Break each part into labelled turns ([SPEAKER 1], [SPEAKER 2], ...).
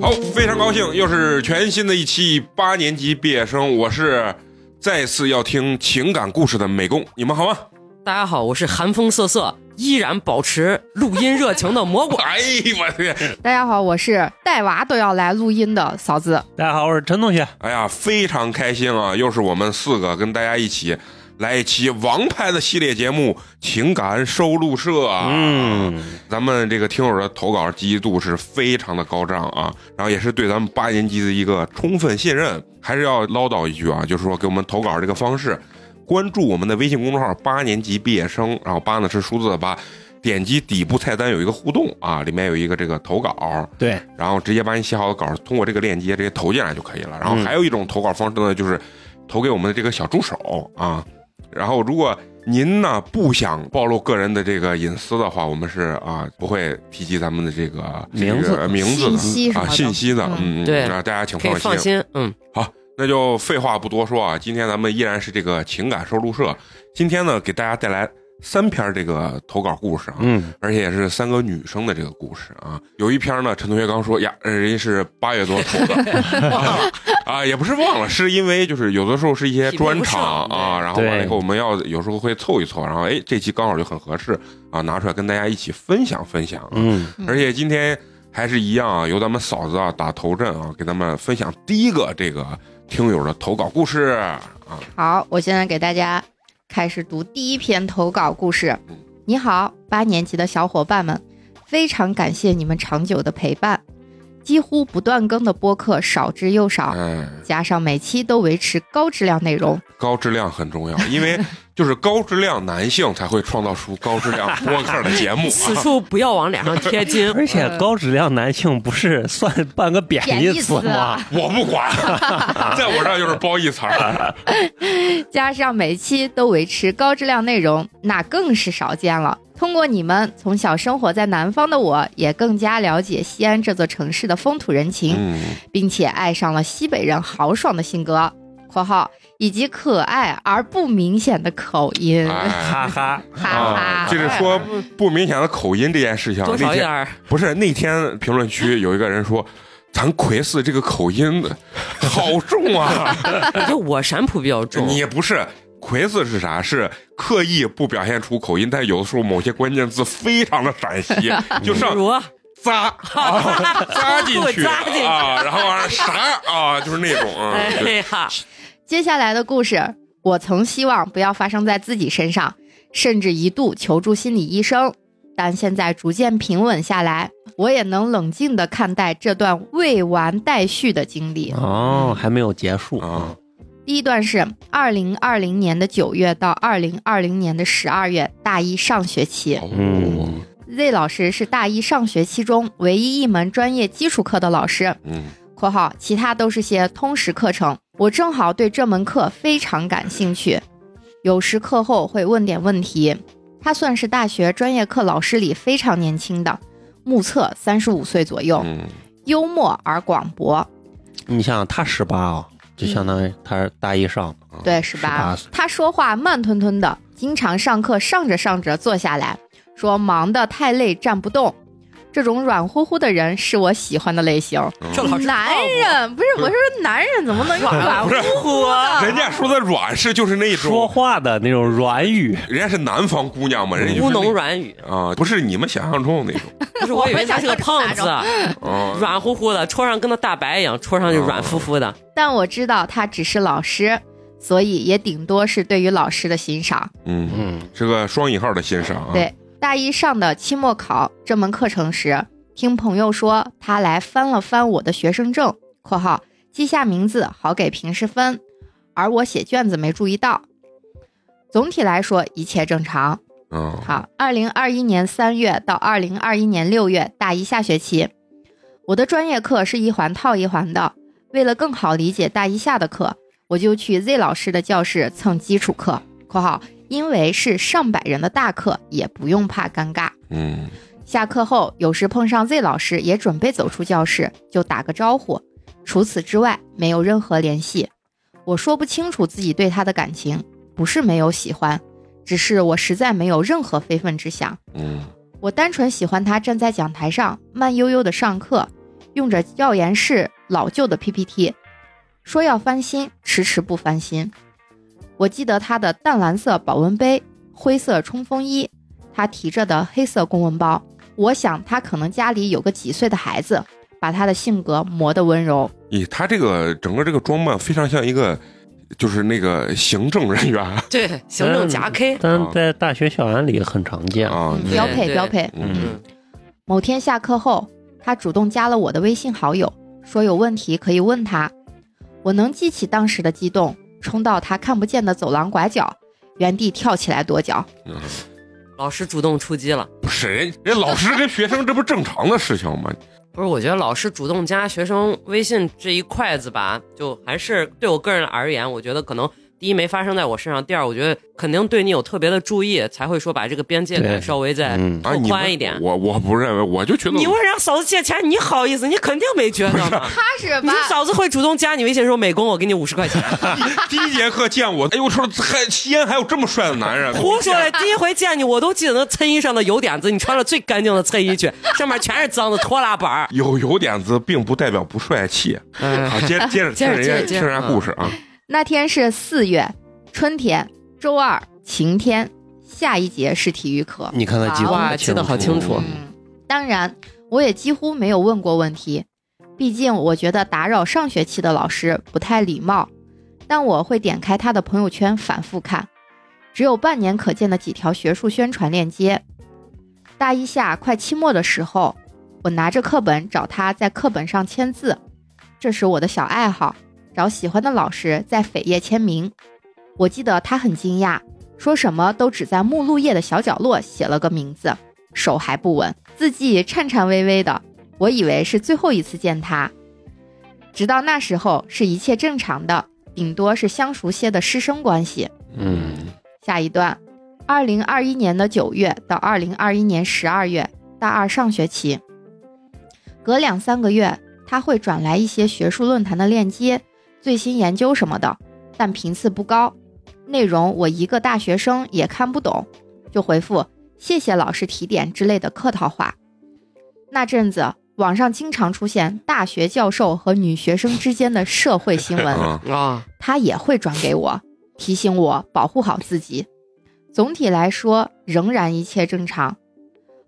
[SPEAKER 1] 好，非常高兴，又是全新的一期八年级毕业生，我是再次要听情感故事的美工，你们好吗？。
[SPEAKER 2] 大家好，我是寒风瑟瑟，依然保持录音热情的蘑菇
[SPEAKER 1] 哎呦我天！
[SPEAKER 3] 大家好，我是带娃都要来录音的嫂子。
[SPEAKER 4] 大家好，我是陈同学。
[SPEAKER 1] 哎呀，非常开心啊！又是我们四个跟大家一起来一期王牌的系列节目《情感收录社》啊。，
[SPEAKER 4] 嗯，
[SPEAKER 1] 咱们这个听友的投稿积极度是非常的高涨啊，然后也是对咱们八年级的一个充分信任。还是要唠叨一句啊，就是说给我们投稿这个方式，关注我们的微信公众号“八年级毕业生”，然后八呢是数字的八，点击底部菜单有一个互动啊，里面有一个这个投稿，
[SPEAKER 4] 对，
[SPEAKER 1] 然后直接把你写好的稿儿通过这个链接直接投进来就可以了。然后还有一种投稿方式呢，就是投给我们的这个小助手啊。然后如果您呢不想暴露个人的这个隐私的话，我们是啊不会提及咱们的这个
[SPEAKER 4] 名字
[SPEAKER 1] 这个名字的
[SPEAKER 3] 信息什么
[SPEAKER 1] 啊
[SPEAKER 3] 的
[SPEAKER 1] 信息的，嗯，
[SPEAKER 2] 对
[SPEAKER 1] 啊，大家请
[SPEAKER 2] 可以放心，嗯，
[SPEAKER 1] 那就废话不多说啊，今天咱们依然是这个情感收录社，今天呢给大家带来三篇这个投稿故事啊，
[SPEAKER 4] 嗯，
[SPEAKER 1] 而且也是三个女生的这个故事啊。有一篇呢，陈同学刚说呀，人家是八月多投的 啊啊，也不是忘了，是因为就是有的时候是一些专场
[SPEAKER 2] 匹配不上
[SPEAKER 1] 啊，
[SPEAKER 2] 对
[SPEAKER 1] 然后完了以
[SPEAKER 4] 对
[SPEAKER 1] 后我们要有时候会凑一凑，然后哎这期刚好就很合适啊，拿出来跟大家一起分享分享啊。
[SPEAKER 4] 嗯，
[SPEAKER 1] 而且今天还是一样啊，由咱们嫂子啊打头阵啊，给咱们分享第一个这个听友的投稿故事啊。
[SPEAKER 3] 好，我现在给大家开始读第一篇投稿故事。你好，八年级的小伙伴们，非常感谢你们长久的陪伴。几乎不断更的播客少之又少，
[SPEAKER 1] 哎，
[SPEAKER 3] 加上每期都维持高质量内容，
[SPEAKER 1] 高质量很重要，因为就是高质量男性才会创造出高质量播客的节目
[SPEAKER 2] 此
[SPEAKER 1] 啊。
[SPEAKER 2] 处不要往脸上贴 金。
[SPEAKER 4] 而且高质量男性不是算半个贬义词
[SPEAKER 3] 贬义词
[SPEAKER 4] 吗
[SPEAKER 3] 啊？
[SPEAKER 1] 我不管， 在我这儿就是褒义词 儿。
[SPEAKER 3] 加上每期都维持高质量内容，那更是少见了。通过你们，从小生活在南方的我，也更加了解西安这座城市的风土人情。
[SPEAKER 1] 嗯，
[SPEAKER 3] 并且爱上了西北人豪爽的性格（括号）以及可爱而不明显的口音，
[SPEAKER 1] 哎。
[SPEAKER 4] 哈哈，
[SPEAKER 3] 哈
[SPEAKER 1] 啊，
[SPEAKER 3] 哈。
[SPEAKER 1] 就是说不明显的口音这件事情，
[SPEAKER 2] 多
[SPEAKER 1] 那
[SPEAKER 2] 少一点
[SPEAKER 1] 天
[SPEAKER 2] 儿，
[SPEAKER 1] 不是那天呃评论区有一个人说，咱奎斯这个口音好重啊，
[SPEAKER 2] 就我陕普比较 重，
[SPEAKER 1] 你不是魁字是啥？是刻意不表现出口音，但有的时候某些关键字非常的陕 西，就
[SPEAKER 2] 比
[SPEAKER 1] 上
[SPEAKER 2] 如
[SPEAKER 1] 扎 啊扎进去
[SPEAKER 2] 扎进去
[SPEAKER 1] 啊，然后完了啥啊，就是那种啊，
[SPEAKER 2] 哎
[SPEAKER 1] 对
[SPEAKER 2] 呀，
[SPEAKER 3] 接下来的故事，我曾希望不要发生在自己身上，甚至一度求助心理医生，但现在逐渐平稳下来，我也能冷静地看待这段未完待续的经历。
[SPEAKER 1] 嗯
[SPEAKER 4] 哦，还没有结束
[SPEAKER 1] 啊，
[SPEAKER 3] 第一段是二零二零年的九月到二零二零年的十二月，大一上学期。
[SPEAKER 1] 哦
[SPEAKER 4] 嗯
[SPEAKER 3] Z 老师是大一上学期中唯一一门专业基础课的老师
[SPEAKER 1] 嗯
[SPEAKER 3] （括号其他都是些通识课程）。我正好对这门课非常感兴趣，有时课后会问点问题。他算是大学专业课老师里非常年轻的，目测三十五岁左右，
[SPEAKER 1] 嗯，
[SPEAKER 3] 幽默而广博。
[SPEAKER 4] 你想想，他十八哦，就相当于他是大一上的，
[SPEAKER 3] 对，十八
[SPEAKER 4] 18岁。
[SPEAKER 3] 他说话慢吞吞的，经常上课上着上着坐下来，说忙得太累站不动。这种软乎乎的人是我喜欢的类型。
[SPEAKER 1] 嗯
[SPEAKER 2] 这老师
[SPEAKER 3] 男人不是，我是说男人怎么能
[SPEAKER 2] 软
[SPEAKER 3] 软
[SPEAKER 2] 乎乎啊，
[SPEAKER 1] 人家说的软是就是那
[SPEAKER 4] 说
[SPEAKER 1] 种，
[SPEAKER 4] 话的那种软语，
[SPEAKER 1] 人家是南方姑娘嘛，人家就是
[SPEAKER 2] 乌
[SPEAKER 1] 那
[SPEAKER 2] 龙软语，
[SPEAKER 1] 啊，不是你们想象中的那种
[SPEAKER 2] 不是我以为他是个胖子，
[SPEAKER 1] 啊，
[SPEAKER 2] 软乎乎的，戳上跟那大白一样，戳上就软乎乎的，
[SPEAKER 3] 但我知道他只是老师，所以也顶多是对于老师的欣赏。
[SPEAKER 1] 嗯，
[SPEAKER 4] 嗯，
[SPEAKER 1] 是个双引号的欣赏啊，
[SPEAKER 3] 对大一上的期末考这门课程时，听朋友说他来翻了翻我的学生证（括号记下名字好给平时分），而我写卷子没注意到。总体来说一切正常。
[SPEAKER 1] 嗯，
[SPEAKER 3] 好，二零二一年三月到二零二一年六月大一下学期，我的专业课是一环套一环的。为了更好理解大一下的课，我就去 Z 老师的教室蹭基础课（括号因为是上百人的大课，也不用怕尴尬）。
[SPEAKER 1] 嗯
[SPEAKER 3] 下课后，有时碰上 Z 老师也准备走出教室，就打个招呼。除此之外，没有任何联系。我说不清楚自己对他的感情，不是没有喜欢，只是我实在没有任何非分之想。
[SPEAKER 1] 嗯
[SPEAKER 3] 我单纯喜欢他站在讲台上慢悠悠的上课，用着教研室老旧的 PPT，说要翻新，迟迟不翻新。我记得他的淡蓝色保温杯、灰色冲锋衣，他提着的黑色公文包。我想他可能家里有个几岁的孩子，把他的性格磨得温柔。
[SPEAKER 1] 咦，他这个整个这个装扮非常像一个，就是那个行政人员
[SPEAKER 2] 对，行政夹 K，
[SPEAKER 1] 嗯
[SPEAKER 4] 但在大学校园里很常见。
[SPEAKER 1] 啊，
[SPEAKER 3] 嗯
[SPEAKER 1] 对
[SPEAKER 3] 标配
[SPEAKER 2] 对
[SPEAKER 3] 标配。
[SPEAKER 1] 嗯
[SPEAKER 3] 某天下课后，他主动加了我的微信好友，说有问题可以问他。我能记起当时的激动，冲到他看不见的走廊拐角，原地跳起来跺脚。
[SPEAKER 1] 嗯，
[SPEAKER 2] 老师主动出击了。
[SPEAKER 1] 不是人人老师跟学生这不是正常的事情吗？
[SPEAKER 2] 不是，我觉得老师主动加学生微信这一块子吧，就还是对我个人而言，我觉得可能第一没发生在我身上，第二我觉得肯定对你有特别的注意，才会说把这个边界感
[SPEAKER 4] 对
[SPEAKER 2] 稍微再
[SPEAKER 4] 嗯，
[SPEAKER 1] 啊，你
[SPEAKER 2] 宽
[SPEAKER 1] 们
[SPEAKER 2] 一点
[SPEAKER 1] 我我不认为，我就觉得
[SPEAKER 2] 你问人家嫂子借钱，你好意思？ 你肯定没觉得嘛。
[SPEAKER 3] 他是
[SPEAKER 2] 你嫂子会主动加你微信说：“美工，我给你五十块 钱。
[SPEAKER 1] 第一节课见我，哎呦，我说还西安还有这么帅的男 人”
[SPEAKER 2] 胡说嘞！第一回见你，我都记得那衬衣上的油点子，你穿着最干净的衬衣去， 上面全是脏的拖拉板儿。
[SPEAKER 1] 有有点子，并不代表不帅气。
[SPEAKER 2] 哎
[SPEAKER 1] 好，接接着
[SPEAKER 2] 嗯 接着
[SPEAKER 1] 人家
[SPEAKER 2] 接着
[SPEAKER 1] 听人家故事啊，
[SPEAKER 3] 那天是四月春天，周二晴天，下一节是体育课。
[SPEAKER 4] 你看他记得
[SPEAKER 2] 哇
[SPEAKER 4] 多
[SPEAKER 2] 记得好清
[SPEAKER 1] 楚
[SPEAKER 3] 嗯，当然，我也几乎没有问过问题，毕竟我觉得打扰上学期的老师不太礼貌。但我会点开他的朋友圈反复看，只有半年可见的几条学术宣传链接。大一下快期末的时候，我拿着课本找他在课本上签字，这是我的小爱好，找喜欢的老师在扉页签名。我记得他很惊讶，说什么都只在目录页的小角落写了个名字。手还不稳，字迹颤颤巍巍的。我以为是最后一次见他，直到那时候是一切正常的，顶多是相熟些的师生关系。
[SPEAKER 4] 嗯，
[SPEAKER 3] 下一段，二零二一年的九月到二零二一年十二月，大二上学期，隔两三个月他会转来一些学术论坛的链接、最新研究什么的，但频次不高，内容我一个大学生也看不懂，就回复谢谢老师提点之类的客套话。那阵子，网上经常出现大学教授和女学生之间的社会 新闻。
[SPEAKER 1] 嗯，
[SPEAKER 2] 啊，
[SPEAKER 3] 他也会转给我，提醒我保护好自己。总体来说，仍然一切正常，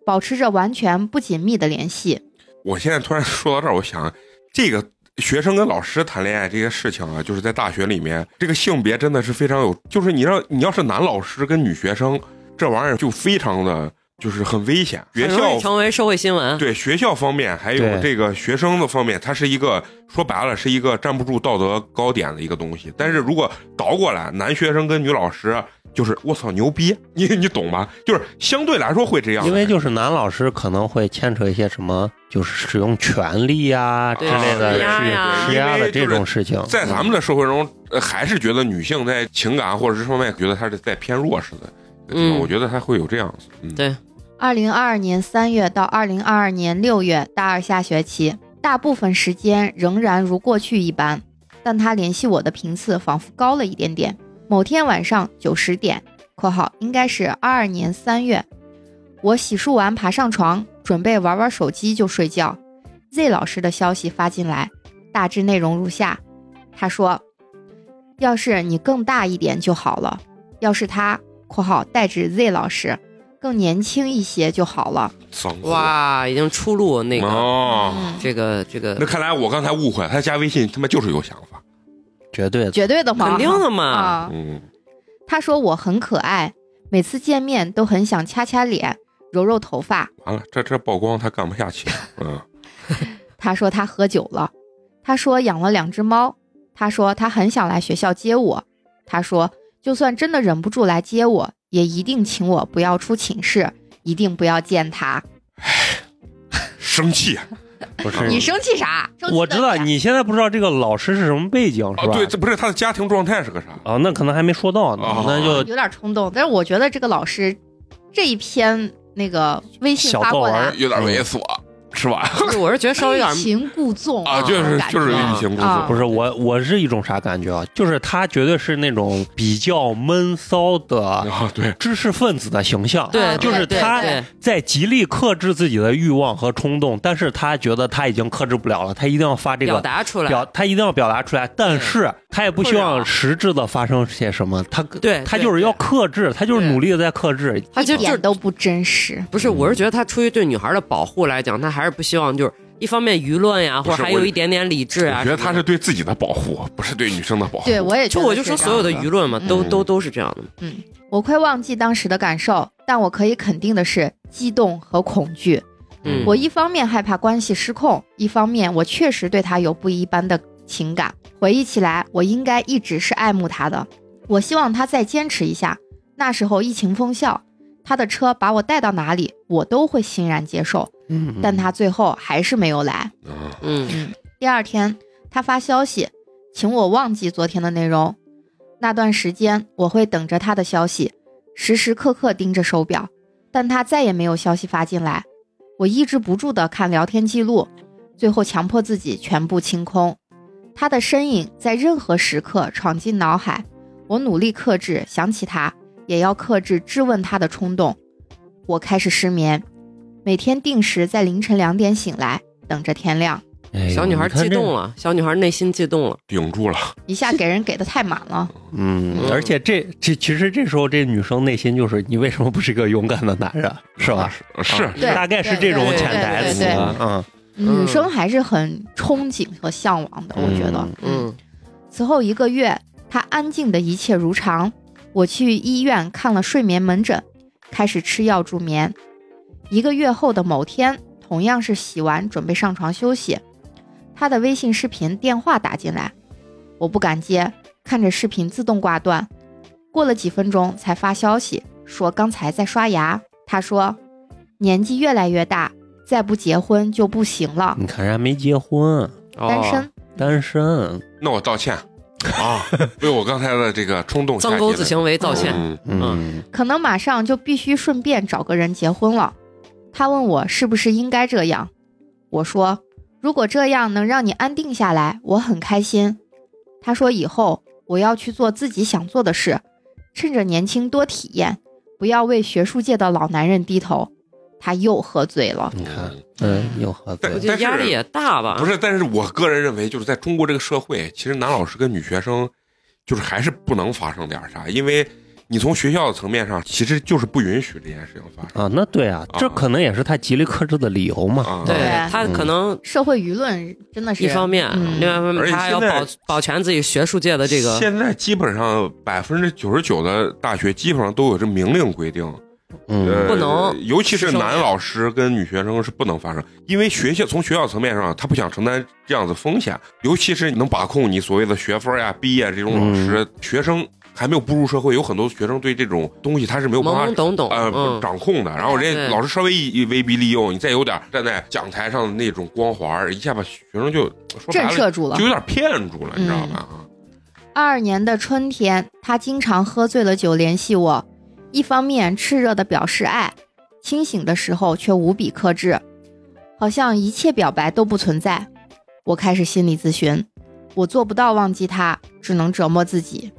[SPEAKER 3] 保持着完全不紧密的联系。
[SPEAKER 1] 我现在突然说到这儿，我想这个学生跟老师谈恋爱这些事情啊，就是在大学里面，这个性别真的是非常有，就是你让你要是男老师跟女学生，这玩意儿就非常的就是很危险。学
[SPEAKER 2] 很容易
[SPEAKER 1] 校
[SPEAKER 2] 成为社会新闻。
[SPEAKER 1] 对学校方面，还有
[SPEAKER 4] 对
[SPEAKER 1] 这个学生的方面，它是一个说白了是一个站不住道德高点的一个东西。但是如果倒过来，男学生跟女老师。就是我操牛逼，你你懂吧？就是相对来说会这样，
[SPEAKER 4] 因为就是男老师可能会牵扯一些什么，就是使用权力呀之
[SPEAKER 2] 对
[SPEAKER 4] 类的，
[SPEAKER 1] 啊
[SPEAKER 4] 去
[SPEAKER 1] 对
[SPEAKER 2] 呀呀
[SPEAKER 4] 施压
[SPEAKER 1] 因为
[SPEAKER 4] 的
[SPEAKER 1] 就是
[SPEAKER 4] 这种事情。
[SPEAKER 1] 在咱们的社会中，呃还是觉得女性在情感或者是方面，觉得她是在偏弱势的。
[SPEAKER 2] 嗯
[SPEAKER 1] 我觉得她会有这样子。嗯，
[SPEAKER 2] 对
[SPEAKER 3] 二零二二年三月到二零二二年六月大二下学期，大部分时间仍然如过去一般，但他联系我的频次仿佛高了一点点。某天晚上九十点（括号应该是二二年三月），我洗漱完爬上床，准备玩玩手机就睡觉。Z 老师的消息发进来，大致内容如下：他说，要是你更大一点就好了，要是他（括号代指 Z 老师）更年轻一些就好了。
[SPEAKER 1] 脏货
[SPEAKER 2] 哇，已经出路那个
[SPEAKER 1] 哦，
[SPEAKER 3] 嗯，
[SPEAKER 2] 这个这个
[SPEAKER 1] 那看来我刚才误会，她加微信他妈就是有想法。
[SPEAKER 4] 绝对的，
[SPEAKER 3] 绝对的 话，
[SPEAKER 2] 肯定的嘛。
[SPEAKER 3] 啊！
[SPEAKER 1] 嗯，
[SPEAKER 3] 他说我很可爱，每次见面都很想掐掐脸、揉揉头发。
[SPEAKER 1] 完了，这这曝光她干不下去。嗯，
[SPEAKER 3] 他说他喝酒了，他说养了两只猫，他说他很想来学校接我，他说就算真的忍不住来接我，也一定请我不要出寝室，一定不要见他。
[SPEAKER 1] 生气啊！
[SPEAKER 4] 不是
[SPEAKER 3] 你生气啥？生气
[SPEAKER 4] 嗯我知道
[SPEAKER 3] 个屁
[SPEAKER 4] 你现在不知道这个老师是什么背景是吧？
[SPEAKER 1] 啊哦对，这不是她的家庭状态是个啥？
[SPEAKER 4] 啊，那可能还没说到呢
[SPEAKER 1] 哦，
[SPEAKER 4] 那就
[SPEAKER 3] 有点冲动，但是我觉得这个老师这一篇那个微信
[SPEAKER 4] 小
[SPEAKER 3] 发
[SPEAKER 4] 作
[SPEAKER 3] 过
[SPEAKER 4] 文
[SPEAKER 3] 来
[SPEAKER 4] 儿，
[SPEAKER 1] 有点猥琐。吃完
[SPEAKER 2] 啊 就是我是觉得稍微有
[SPEAKER 5] 欲
[SPEAKER 2] 点
[SPEAKER 5] 擒故纵
[SPEAKER 1] 啊，就是
[SPEAKER 5] 感觉
[SPEAKER 1] 就是
[SPEAKER 2] 啊
[SPEAKER 1] 欲擒故
[SPEAKER 3] 啊
[SPEAKER 1] 纵，
[SPEAKER 4] 不是我，我是一种啥感觉啊？就是他绝对是那种比较闷骚的
[SPEAKER 1] 啊，对，
[SPEAKER 4] 知识分子的形象，
[SPEAKER 2] 对，
[SPEAKER 5] 啊
[SPEAKER 4] 就是
[SPEAKER 2] 对
[SPEAKER 4] 他
[SPEAKER 2] 对
[SPEAKER 4] 在极力克制自己的欲望和冲动，但是他觉得他已经克制不了了，他一定要发这
[SPEAKER 2] 表
[SPEAKER 4] 个
[SPEAKER 2] 达出来，
[SPEAKER 4] 表，他一定要表达出来，但是他也不希
[SPEAKER 2] 困
[SPEAKER 4] 望
[SPEAKER 2] 扰
[SPEAKER 4] 实质的发生些什么，他
[SPEAKER 2] 对
[SPEAKER 4] 他
[SPEAKER 2] 对
[SPEAKER 4] 就是要
[SPEAKER 2] 对
[SPEAKER 4] 克制，他就是
[SPEAKER 2] 对
[SPEAKER 4] 努力的在克制，
[SPEAKER 2] 他
[SPEAKER 3] 一
[SPEAKER 2] 就就
[SPEAKER 3] 点都不真实。
[SPEAKER 2] 不是，我是觉得他出于对女孩的保护来讲，他还是不希望就是一方面舆论呀，
[SPEAKER 1] 不
[SPEAKER 2] 或
[SPEAKER 1] 是
[SPEAKER 2] 者还
[SPEAKER 1] 我
[SPEAKER 2] 有一点点理智啊
[SPEAKER 1] 我觉
[SPEAKER 2] 什么的。
[SPEAKER 1] 得他是对自己的保护，不是对女生的保护。
[SPEAKER 3] 对我也觉
[SPEAKER 2] 就
[SPEAKER 3] 得
[SPEAKER 2] 我就说
[SPEAKER 3] 是这
[SPEAKER 2] 所
[SPEAKER 3] 样
[SPEAKER 2] 有的
[SPEAKER 3] 子
[SPEAKER 2] 舆论嘛，都
[SPEAKER 1] 嗯
[SPEAKER 2] 都都是这样的。
[SPEAKER 3] 我快忘记当时的感受，但我可以肯定的是激动和恐惧。
[SPEAKER 2] 嗯，
[SPEAKER 3] 我一方面害怕关系失控，一方面我确实对他有不一般的情感。回忆起来，我应该一直是爱慕他的。我希望他再坚持一下。那时候疫情封校，他的车把我带到哪里，我都会欣然接受。
[SPEAKER 4] 嗯
[SPEAKER 3] 但他最后还是没有来。
[SPEAKER 1] 嗯，
[SPEAKER 2] 嗯
[SPEAKER 3] 第二天，他发消息，请我忘记昨天的内容。那段时间，我会等着他的消息，时时刻刻盯着手表，但他再也没有消息发进来。我抑制不住地看聊天记录，最后强迫自己全部清空。他的身影在任何时刻闯进脑海，我努力克制想起他，也要克制质问他的冲动。我开始失眠，每天定时在凌晨两点醒来，等着天亮。
[SPEAKER 4] 哎
[SPEAKER 2] 小女孩
[SPEAKER 4] 你看
[SPEAKER 2] 激
[SPEAKER 4] 这
[SPEAKER 2] 动了，小女孩内心激动了。
[SPEAKER 1] 顶住了，
[SPEAKER 3] 一下给人给的太满了。
[SPEAKER 4] 嗯，
[SPEAKER 2] 嗯
[SPEAKER 4] 而且这这其实这时候这女生内心就是你为什么不是一个勇敢的男人，是吧？啊
[SPEAKER 1] 是是
[SPEAKER 3] 对
[SPEAKER 4] 大概是这种
[SPEAKER 2] 对
[SPEAKER 4] 潜台词
[SPEAKER 3] 对对
[SPEAKER 1] 对，
[SPEAKER 4] 嗯，
[SPEAKER 3] 女生还是很憧憬和向往的，我觉得。嗯。
[SPEAKER 2] 嗯
[SPEAKER 3] 此后一个月，他安静的一切如常。我去医院看了睡眠门诊，开始吃药助眠。一个月后的某天，同样是洗完准备上床休息，他的微信视频电话打进来，我不敢接，看着视频自动挂断。过了几分钟才发消息说刚才在刷牙。他说，年纪越来越大，再不结婚就不行了，
[SPEAKER 4] 你看人家没结婚，
[SPEAKER 2] 嗯哦
[SPEAKER 3] 单身。
[SPEAKER 4] 单身，
[SPEAKER 1] 那我道歉啊，为我刚才的这个冲动下
[SPEAKER 2] 脏钩子
[SPEAKER 1] 意
[SPEAKER 2] 行为道
[SPEAKER 1] 了
[SPEAKER 2] 歉。
[SPEAKER 1] 嗯
[SPEAKER 4] 嗯，
[SPEAKER 3] 可能马上就必须顺便找个人结婚了。他问我是不是应该这样，我说如果这样能让你安定下来，我很开心。他说以后我要去做自己想做的事，趁着年轻多体验，不要为学术界的老男人低头。他又喝醉了，
[SPEAKER 4] 你看，嗯，又喝醉
[SPEAKER 2] 我
[SPEAKER 4] 了，
[SPEAKER 2] 觉得
[SPEAKER 1] 但是
[SPEAKER 2] 压力也大吧？
[SPEAKER 1] 不，是，但是我个人认为，就是在中国这个社会，其实男老师跟女学生，就是还是不能发生点啥，因为你从学校的层面上，其实就是不允许这件事情发生
[SPEAKER 4] 啊，那对啊，这可能也是他极力克制的理由嘛。
[SPEAKER 1] 啊。
[SPEAKER 2] 对
[SPEAKER 3] 对
[SPEAKER 2] 他可能
[SPEAKER 3] 社会舆论真的是
[SPEAKER 2] 一方面，
[SPEAKER 3] 嗯
[SPEAKER 2] 另外一方面
[SPEAKER 1] 而且
[SPEAKER 2] 他还要
[SPEAKER 1] 现在
[SPEAKER 2] 保保全自己学术界的这个。
[SPEAKER 1] 现在基本上百分之九十九的大学基本上都有这明令规定，呃
[SPEAKER 4] 嗯，
[SPEAKER 2] 不能
[SPEAKER 1] 尤其是
[SPEAKER 2] 师生
[SPEAKER 1] 男
[SPEAKER 2] 恋
[SPEAKER 1] 老师跟女学生是不能发生，因为学校从学校层面上，他不想承担这样子风险，尤其是能把控你所谓的学分呀、毕业这种老师，
[SPEAKER 2] 嗯
[SPEAKER 1] 学生还没有步入社会，有很多学生对这种东西他是没有办法
[SPEAKER 2] 懵懵懂懂，
[SPEAKER 1] 呃，
[SPEAKER 2] 嗯，
[SPEAKER 1] 掌控的，然后人
[SPEAKER 2] 对
[SPEAKER 1] 家老师稍微一一威逼利诱，你再有点站在讲台上的那种光环儿，一下把学生就说白
[SPEAKER 3] 震
[SPEAKER 1] 了
[SPEAKER 3] 慑住了
[SPEAKER 1] 就。有点骗住了，你知道
[SPEAKER 3] 嗯
[SPEAKER 1] 吧？啊
[SPEAKER 3] 二二年的春天，他经常喝醉了酒联系我，一方面炽热的表示爱，清醒的时候却无比克制，好像一切表白都不存在。我开始心理咨询，我做不到忘记他，只能折磨自己。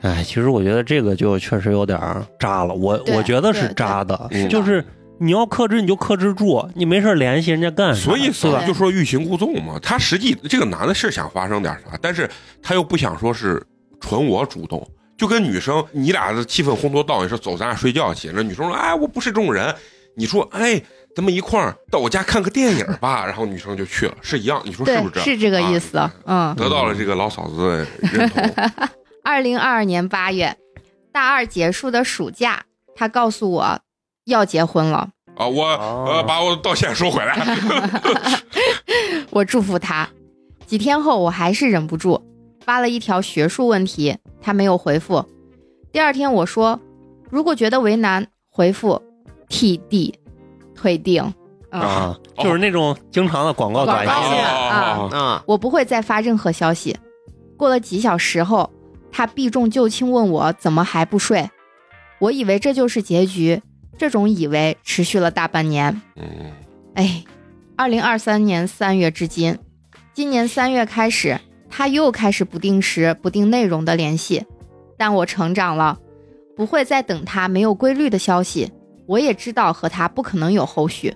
[SPEAKER 4] 哎，其实我觉得这个就确实有点儿渣了，我
[SPEAKER 3] 对
[SPEAKER 4] 我觉得是
[SPEAKER 3] 对
[SPEAKER 4] 渣的
[SPEAKER 1] 对是，的
[SPEAKER 4] 就是你要克制你就克制住，你没事儿联系人家
[SPEAKER 2] 嗯
[SPEAKER 4] 干啥，
[SPEAKER 1] 所以
[SPEAKER 4] 是
[SPEAKER 1] 嫂
[SPEAKER 4] 吧
[SPEAKER 1] 子？就说欲擒故纵嘛，他实际这个男的是想发生点啥，但是他又不想说是纯我主动，就跟女生你俩的气氛烘托到，你说走，咱俩睡觉去，那女生说哎我不是这种人，你说哎咱们一块儿到我家看个电影吧，然后女生就去了，是一样，你说是
[SPEAKER 3] 对
[SPEAKER 1] 不，这样？
[SPEAKER 3] 是这个意思。
[SPEAKER 1] 啊
[SPEAKER 3] 嗯，
[SPEAKER 1] 得到了这个老嫂子的认同，
[SPEAKER 3] 二零二二年八月，大二结束的暑假，他告诉我要结婚了。
[SPEAKER 1] 啊，我
[SPEAKER 4] 哦
[SPEAKER 1] 呃把我道歉收回来。
[SPEAKER 3] 我祝福他。几天后，我还是忍不住发了一条学术问题，他没有回复。第二天我说，如果觉得为难，回复 T D，退订。嗯，
[SPEAKER 4] 啊，就是那种经常的广告短
[SPEAKER 3] 广告
[SPEAKER 4] 信
[SPEAKER 3] 信。
[SPEAKER 1] 哦
[SPEAKER 2] 啊，
[SPEAKER 3] 我不会再发任何消息。过了几小时后，他避重就轻问我怎么还不睡。我以为这就是结局，这种以为持续了大半年。
[SPEAKER 1] 嗯，
[SPEAKER 3] 哎，二零二三年三月至今，今年三月开始，他又开始不定时、不定内容的联系，但我成长了，不会再等他没有规律的消息。我也知道和他不可能有后续，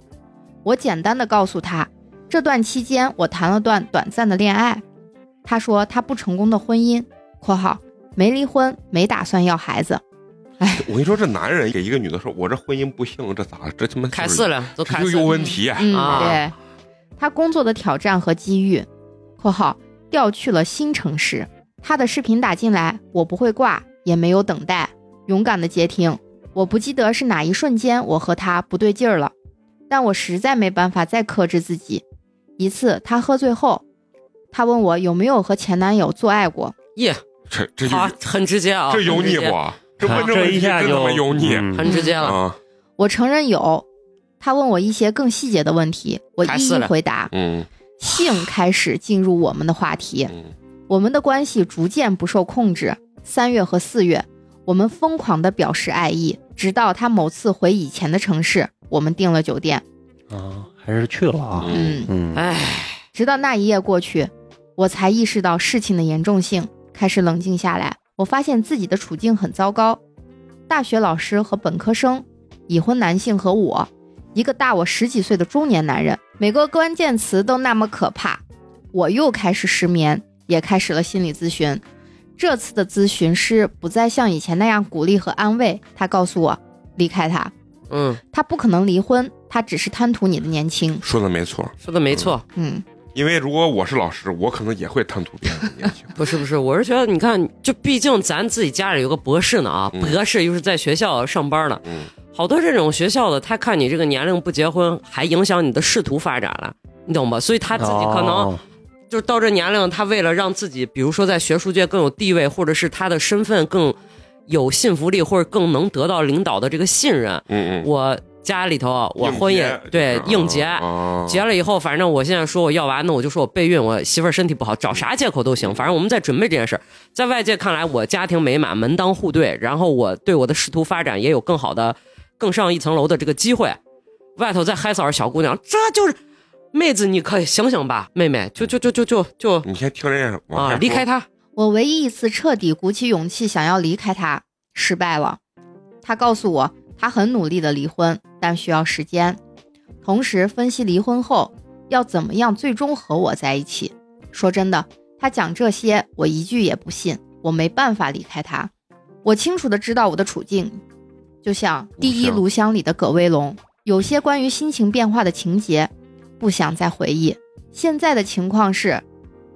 [SPEAKER 3] 我简单的告诉他，这段期间我谈了段短暂的恋爱。他说他不成功的婚姻（括号没离婚，没打算要孩子
[SPEAKER 1] 我跟你说，这男人给一个女的说：“我这婚姻不幸，这咋这他妈
[SPEAKER 2] 凯
[SPEAKER 1] 就是
[SPEAKER 2] 四了，都
[SPEAKER 1] 这
[SPEAKER 2] 凯
[SPEAKER 1] 就
[SPEAKER 2] 四
[SPEAKER 1] 有
[SPEAKER 2] 了。
[SPEAKER 1] 问题。””。
[SPEAKER 3] 嗯，
[SPEAKER 2] 啊
[SPEAKER 3] 对，他工作的挑战和机遇（括号调去了新城市）。他的视频打进来，我不会挂，也没有等待，勇敢的接听。我不记得是哪一瞬间我和他不对劲儿了，但我实在没办法再克制自己。一次他喝醉后，他问我有没有和前男友做爱过，
[SPEAKER 2] 耶，
[SPEAKER 1] 这这就
[SPEAKER 2] 好，很直接啊，
[SPEAKER 1] 这油
[SPEAKER 2] 很直
[SPEAKER 1] 腻
[SPEAKER 2] 接
[SPEAKER 1] 不？？这问
[SPEAKER 4] 这
[SPEAKER 1] 问
[SPEAKER 4] 一
[SPEAKER 1] 题
[SPEAKER 4] 下
[SPEAKER 1] 真他
[SPEAKER 4] 就
[SPEAKER 1] 妈油腻
[SPEAKER 4] 嗯
[SPEAKER 2] 很直接了。
[SPEAKER 1] 啊！
[SPEAKER 3] 我承认有。他问我一些更细节的问题，我
[SPEAKER 2] 还
[SPEAKER 3] 一
[SPEAKER 2] 是
[SPEAKER 3] 一
[SPEAKER 2] 了
[SPEAKER 3] 回答。
[SPEAKER 1] 嗯
[SPEAKER 3] 性开始进入我们的话题。
[SPEAKER 1] 嗯，
[SPEAKER 3] 我们的关系逐渐不受控制。三月和四月，我们疯狂地表示爱意，直到他某次回以前的城市，我们订了酒店。
[SPEAKER 4] 啊，还是去了啊。
[SPEAKER 1] 嗯
[SPEAKER 3] 嗯，
[SPEAKER 4] 嗯，
[SPEAKER 2] 哎，
[SPEAKER 3] 直到那一夜过去，我才意识到事情的严重性，开始冷静下来。我发现自己的处境很糟糕。大学老师和本科生，已婚男性和我，一个大我十几岁的中年男人，每个关键词都那么可怕。我又开始失眠，也开始了心理咨询。这次的咨询师不再像以前那样鼓励和安慰，他告诉我离开他，
[SPEAKER 2] 嗯，
[SPEAKER 3] 他不可能离婚，他只是贪图你的年轻。
[SPEAKER 1] 说的没错。
[SPEAKER 2] 说的没错，
[SPEAKER 3] 嗯，
[SPEAKER 1] 因为如果我是老师，我可能也会贪图别人的年轻。
[SPEAKER 2] 不是不是，我是觉得你看，就毕竟咱自己家里有个博士呢啊，
[SPEAKER 1] 嗯
[SPEAKER 2] 博士又是在学校上班呢，
[SPEAKER 1] 嗯，
[SPEAKER 2] 好多这种学校的，他看你这个年龄不结婚，还影响你的仕途发展了，你懂吧？所以他自己可能
[SPEAKER 4] 哦
[SPEAKER 2] 就是到这年龄，他为了让自己，比如说在学术界更有地位，或者是他的身份更有信服力，或者更能得到领导的这个信任，
[SPEAKER 1] 嗯嗯，
[SPEAKER 2] 我家里头啊我婚
[SPEAKER 1] 硬
[SPEAKER 2] 姻
[SPEAKER 1] 结
[SPEAKER 2] 对
[SPEAKER 1] 就是
[SPEAKER 2] 应结。
[SPEAKER 1] 啊
[SPEAKER 2] 结了以后，反正我现在说我要娃，那我就说我备孕，我媳妇儿身体不好，找啥借口都
[SPEAKER 1] 嗯
[SPEAKER 2] 行。反正我们在准备这件事儿，在外界看来，我家庭美满，门当户对，然后我对我的仕途发展也有更好的、更上一层楼的这个机会。外头再嗨骚儿小姑娘，这就是妹子，你可以醒醒吧，妹妹，就就就就就就
[SPEAKER 1] 你先听人家往
[SPEAKER 2] 啊
[SPEAKER 1] 下，
[SPEAKER 2] 离开
[SPEAKER 1] 他。
[SPEAKER 2] 她，
[SPEAKER 3] 我唯一一次彻底鼓起勇气想要离开他，失败了。他告诉我，他很努力的离婚，但需要时间。同时分析离婚后要怎么样最终和我在一起。说真的，他讲这些我一句也不信，我没办法离开他。我清楚的知道我的处境，就像《第一炉香》里的葛威龙，有些关于心情变化的情节，不想再回忆。现在的情况是，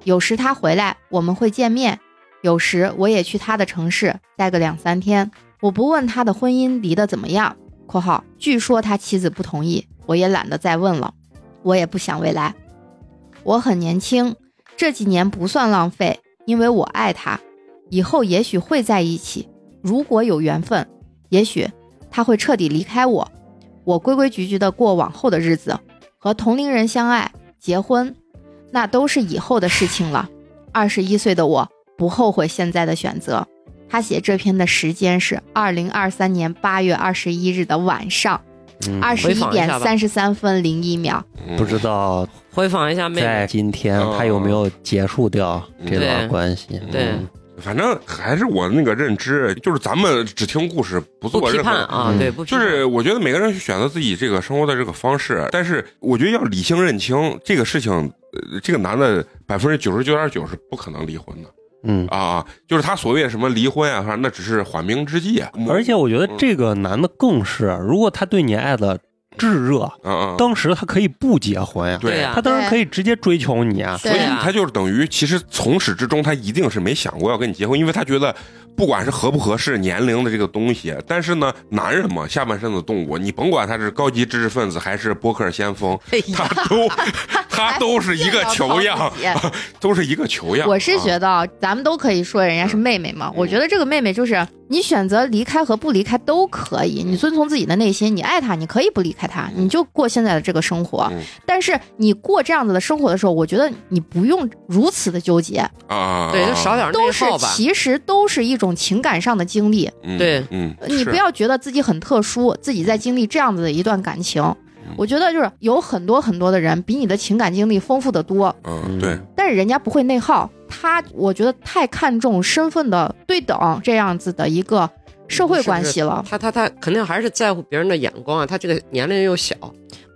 [SPEAKER 3] 有时他回来我们会见面，有时我也去他的城市待个两三天。我不问他的婚姻离得怎么样（括号据说他妻子不同意），我也懒得再问了，我也不想未来。我很年轻，这几年不算浪费，因为我爱他，以后也许会在一起，如果有缘分，也许他会彻底离开我，我规规矩矩的过往后的日子，和同龄人相爱、结婚，那都是以后的事情了。二十一岁的我不后悔现在的选择。他写这篇的时间是二零二三年八月二十一日的晚上
[SPEAKER 4] 嗯
[SPEAKER 3] 二十
[SPEAKER 2] 回
[SPEAKER 3] 一
[SPEAKER 2] 访一
[SPEAKER 3] 点
[SPEAKER 2] 下吧
[SPEAKER 3] 三十三分零一秒。
[SPEAKER 1] 嗯
[SPEAKER 4] 不知道
[SPEAKER 2] 回访一下妹
[SPEAKER 4] 在
[SPEAKER 2] 妹。
[SPEAKER 4] 今天
[SPEAKER 1] 嗯
[SPEAKER 4] 他有没有结束掉
[SPEAKER 2] 对
[SPEAKER 4] 这段关系？
[SPEAKER 2] 对
[SPEAKER 4] 嗯
[SPEAKER 1] 反正还是我那个认知，就是咱们只听故事，不
[SPEAKER 2] 不
[SPEAKER 1] 做
[SPEAKER 2] 批
[SPEAKER 1] 任
[SPEAKER 2] 判
[SPEAKER 1] 何
[SPEAKER 2] 啊，
[SPEAKER 4] 嗯
[SPEAKER 2] 对，不批
[SPEAKER 1] 就
[SPEAKER 2] 判
[SPEAKER 1] 是我觉得每个人去选择自己这个生活的这个方式，但是我觉得要理性认清这个事情，呃，这个男的百分之九十九点九是不可能离婚的
[SPEAKER 4] 嗯，
[SPEAKER 1] 啊啊！就是他所谓什么离婚啊，那只是缓兵之计啊。
[SPEAKER 4] 而且我觉得这个男的更是，如果他对你爱的炙热，
[SPEAKER 1] 嗯，嗯嗯，
[SPEAKER 4] 当时他可以不结婚呀，
[SPEAKER 1] 对
[SPEAKER 3] 啊
[SPEAKER 2] 对呀
[SPEAKER 4] 他当然可以直接追求你啊。
[SPEAKER 1] 所以
[SPEAKER 2] 对啊
[SPEAKER 1] 他就是等于，其实从始至终他一定是没想过要跟你结婚，因为他觉得不管是合不合适年龄的这个东西，但是呢，男人嘛，下半身的动物，你甭管他是高级知识分子还是播客先锋，
[SPEAKER 2] 哎呀
[SPEAKER 1] 他 都他都是一个球样，
[SPEAKER 3] 哎呀
[SPEAKER 1] 都是一个球样。
[SPEAKER 3] 我是
[SPEAKER 1] 啊
[SPEAKER 3] 觉得啊咱们都可以说人家是妹妹
[SPEAKER 2] 嗯
[SPEAKER 3] 嘛，我觉得这个妹妹就是你选择离开和不离开都可以，你遵从自己的内心，你爱她，你可以不离开她，
[SPEAKER 1] 嗯
[SPEAKER 3] 你就过现在的这个生活
[SPEAKER 1] 嗯。
[SPEAKER 3] 但是你过这样子的生活的时候，我觉得你不用如此的纠结，
[SPEAKER 1] 啊，
[SPEAKER 2] 对，就少点内
[SPEAKER 3] 都是
[SPEAKER 2] 耗吧。
[SPEAKER 3] 其实都是一种情感上的经历，
[SPEAKER 1] 嗯
[SPEAKER 2] 对
[SPEAKER 1] 嗯，
[SPEAKER 3] 你
[SPEAKER 1] 是
[SPEAKER 3] 不要觉得自己很特殊，自己在经历这样子的一段感情，我觉得就是有很多很多的人比你的情感经历丰富的多，
[SPEAKER 1] 嗯，对，
[SPEAKER 3] 但是人家不会内耗，他我觉得太看重身份的对等这样子的一个社会关系了。
[SPEAKER 2] 他他他肯定还是在乎别人的眼光啊，他这个年龄又小，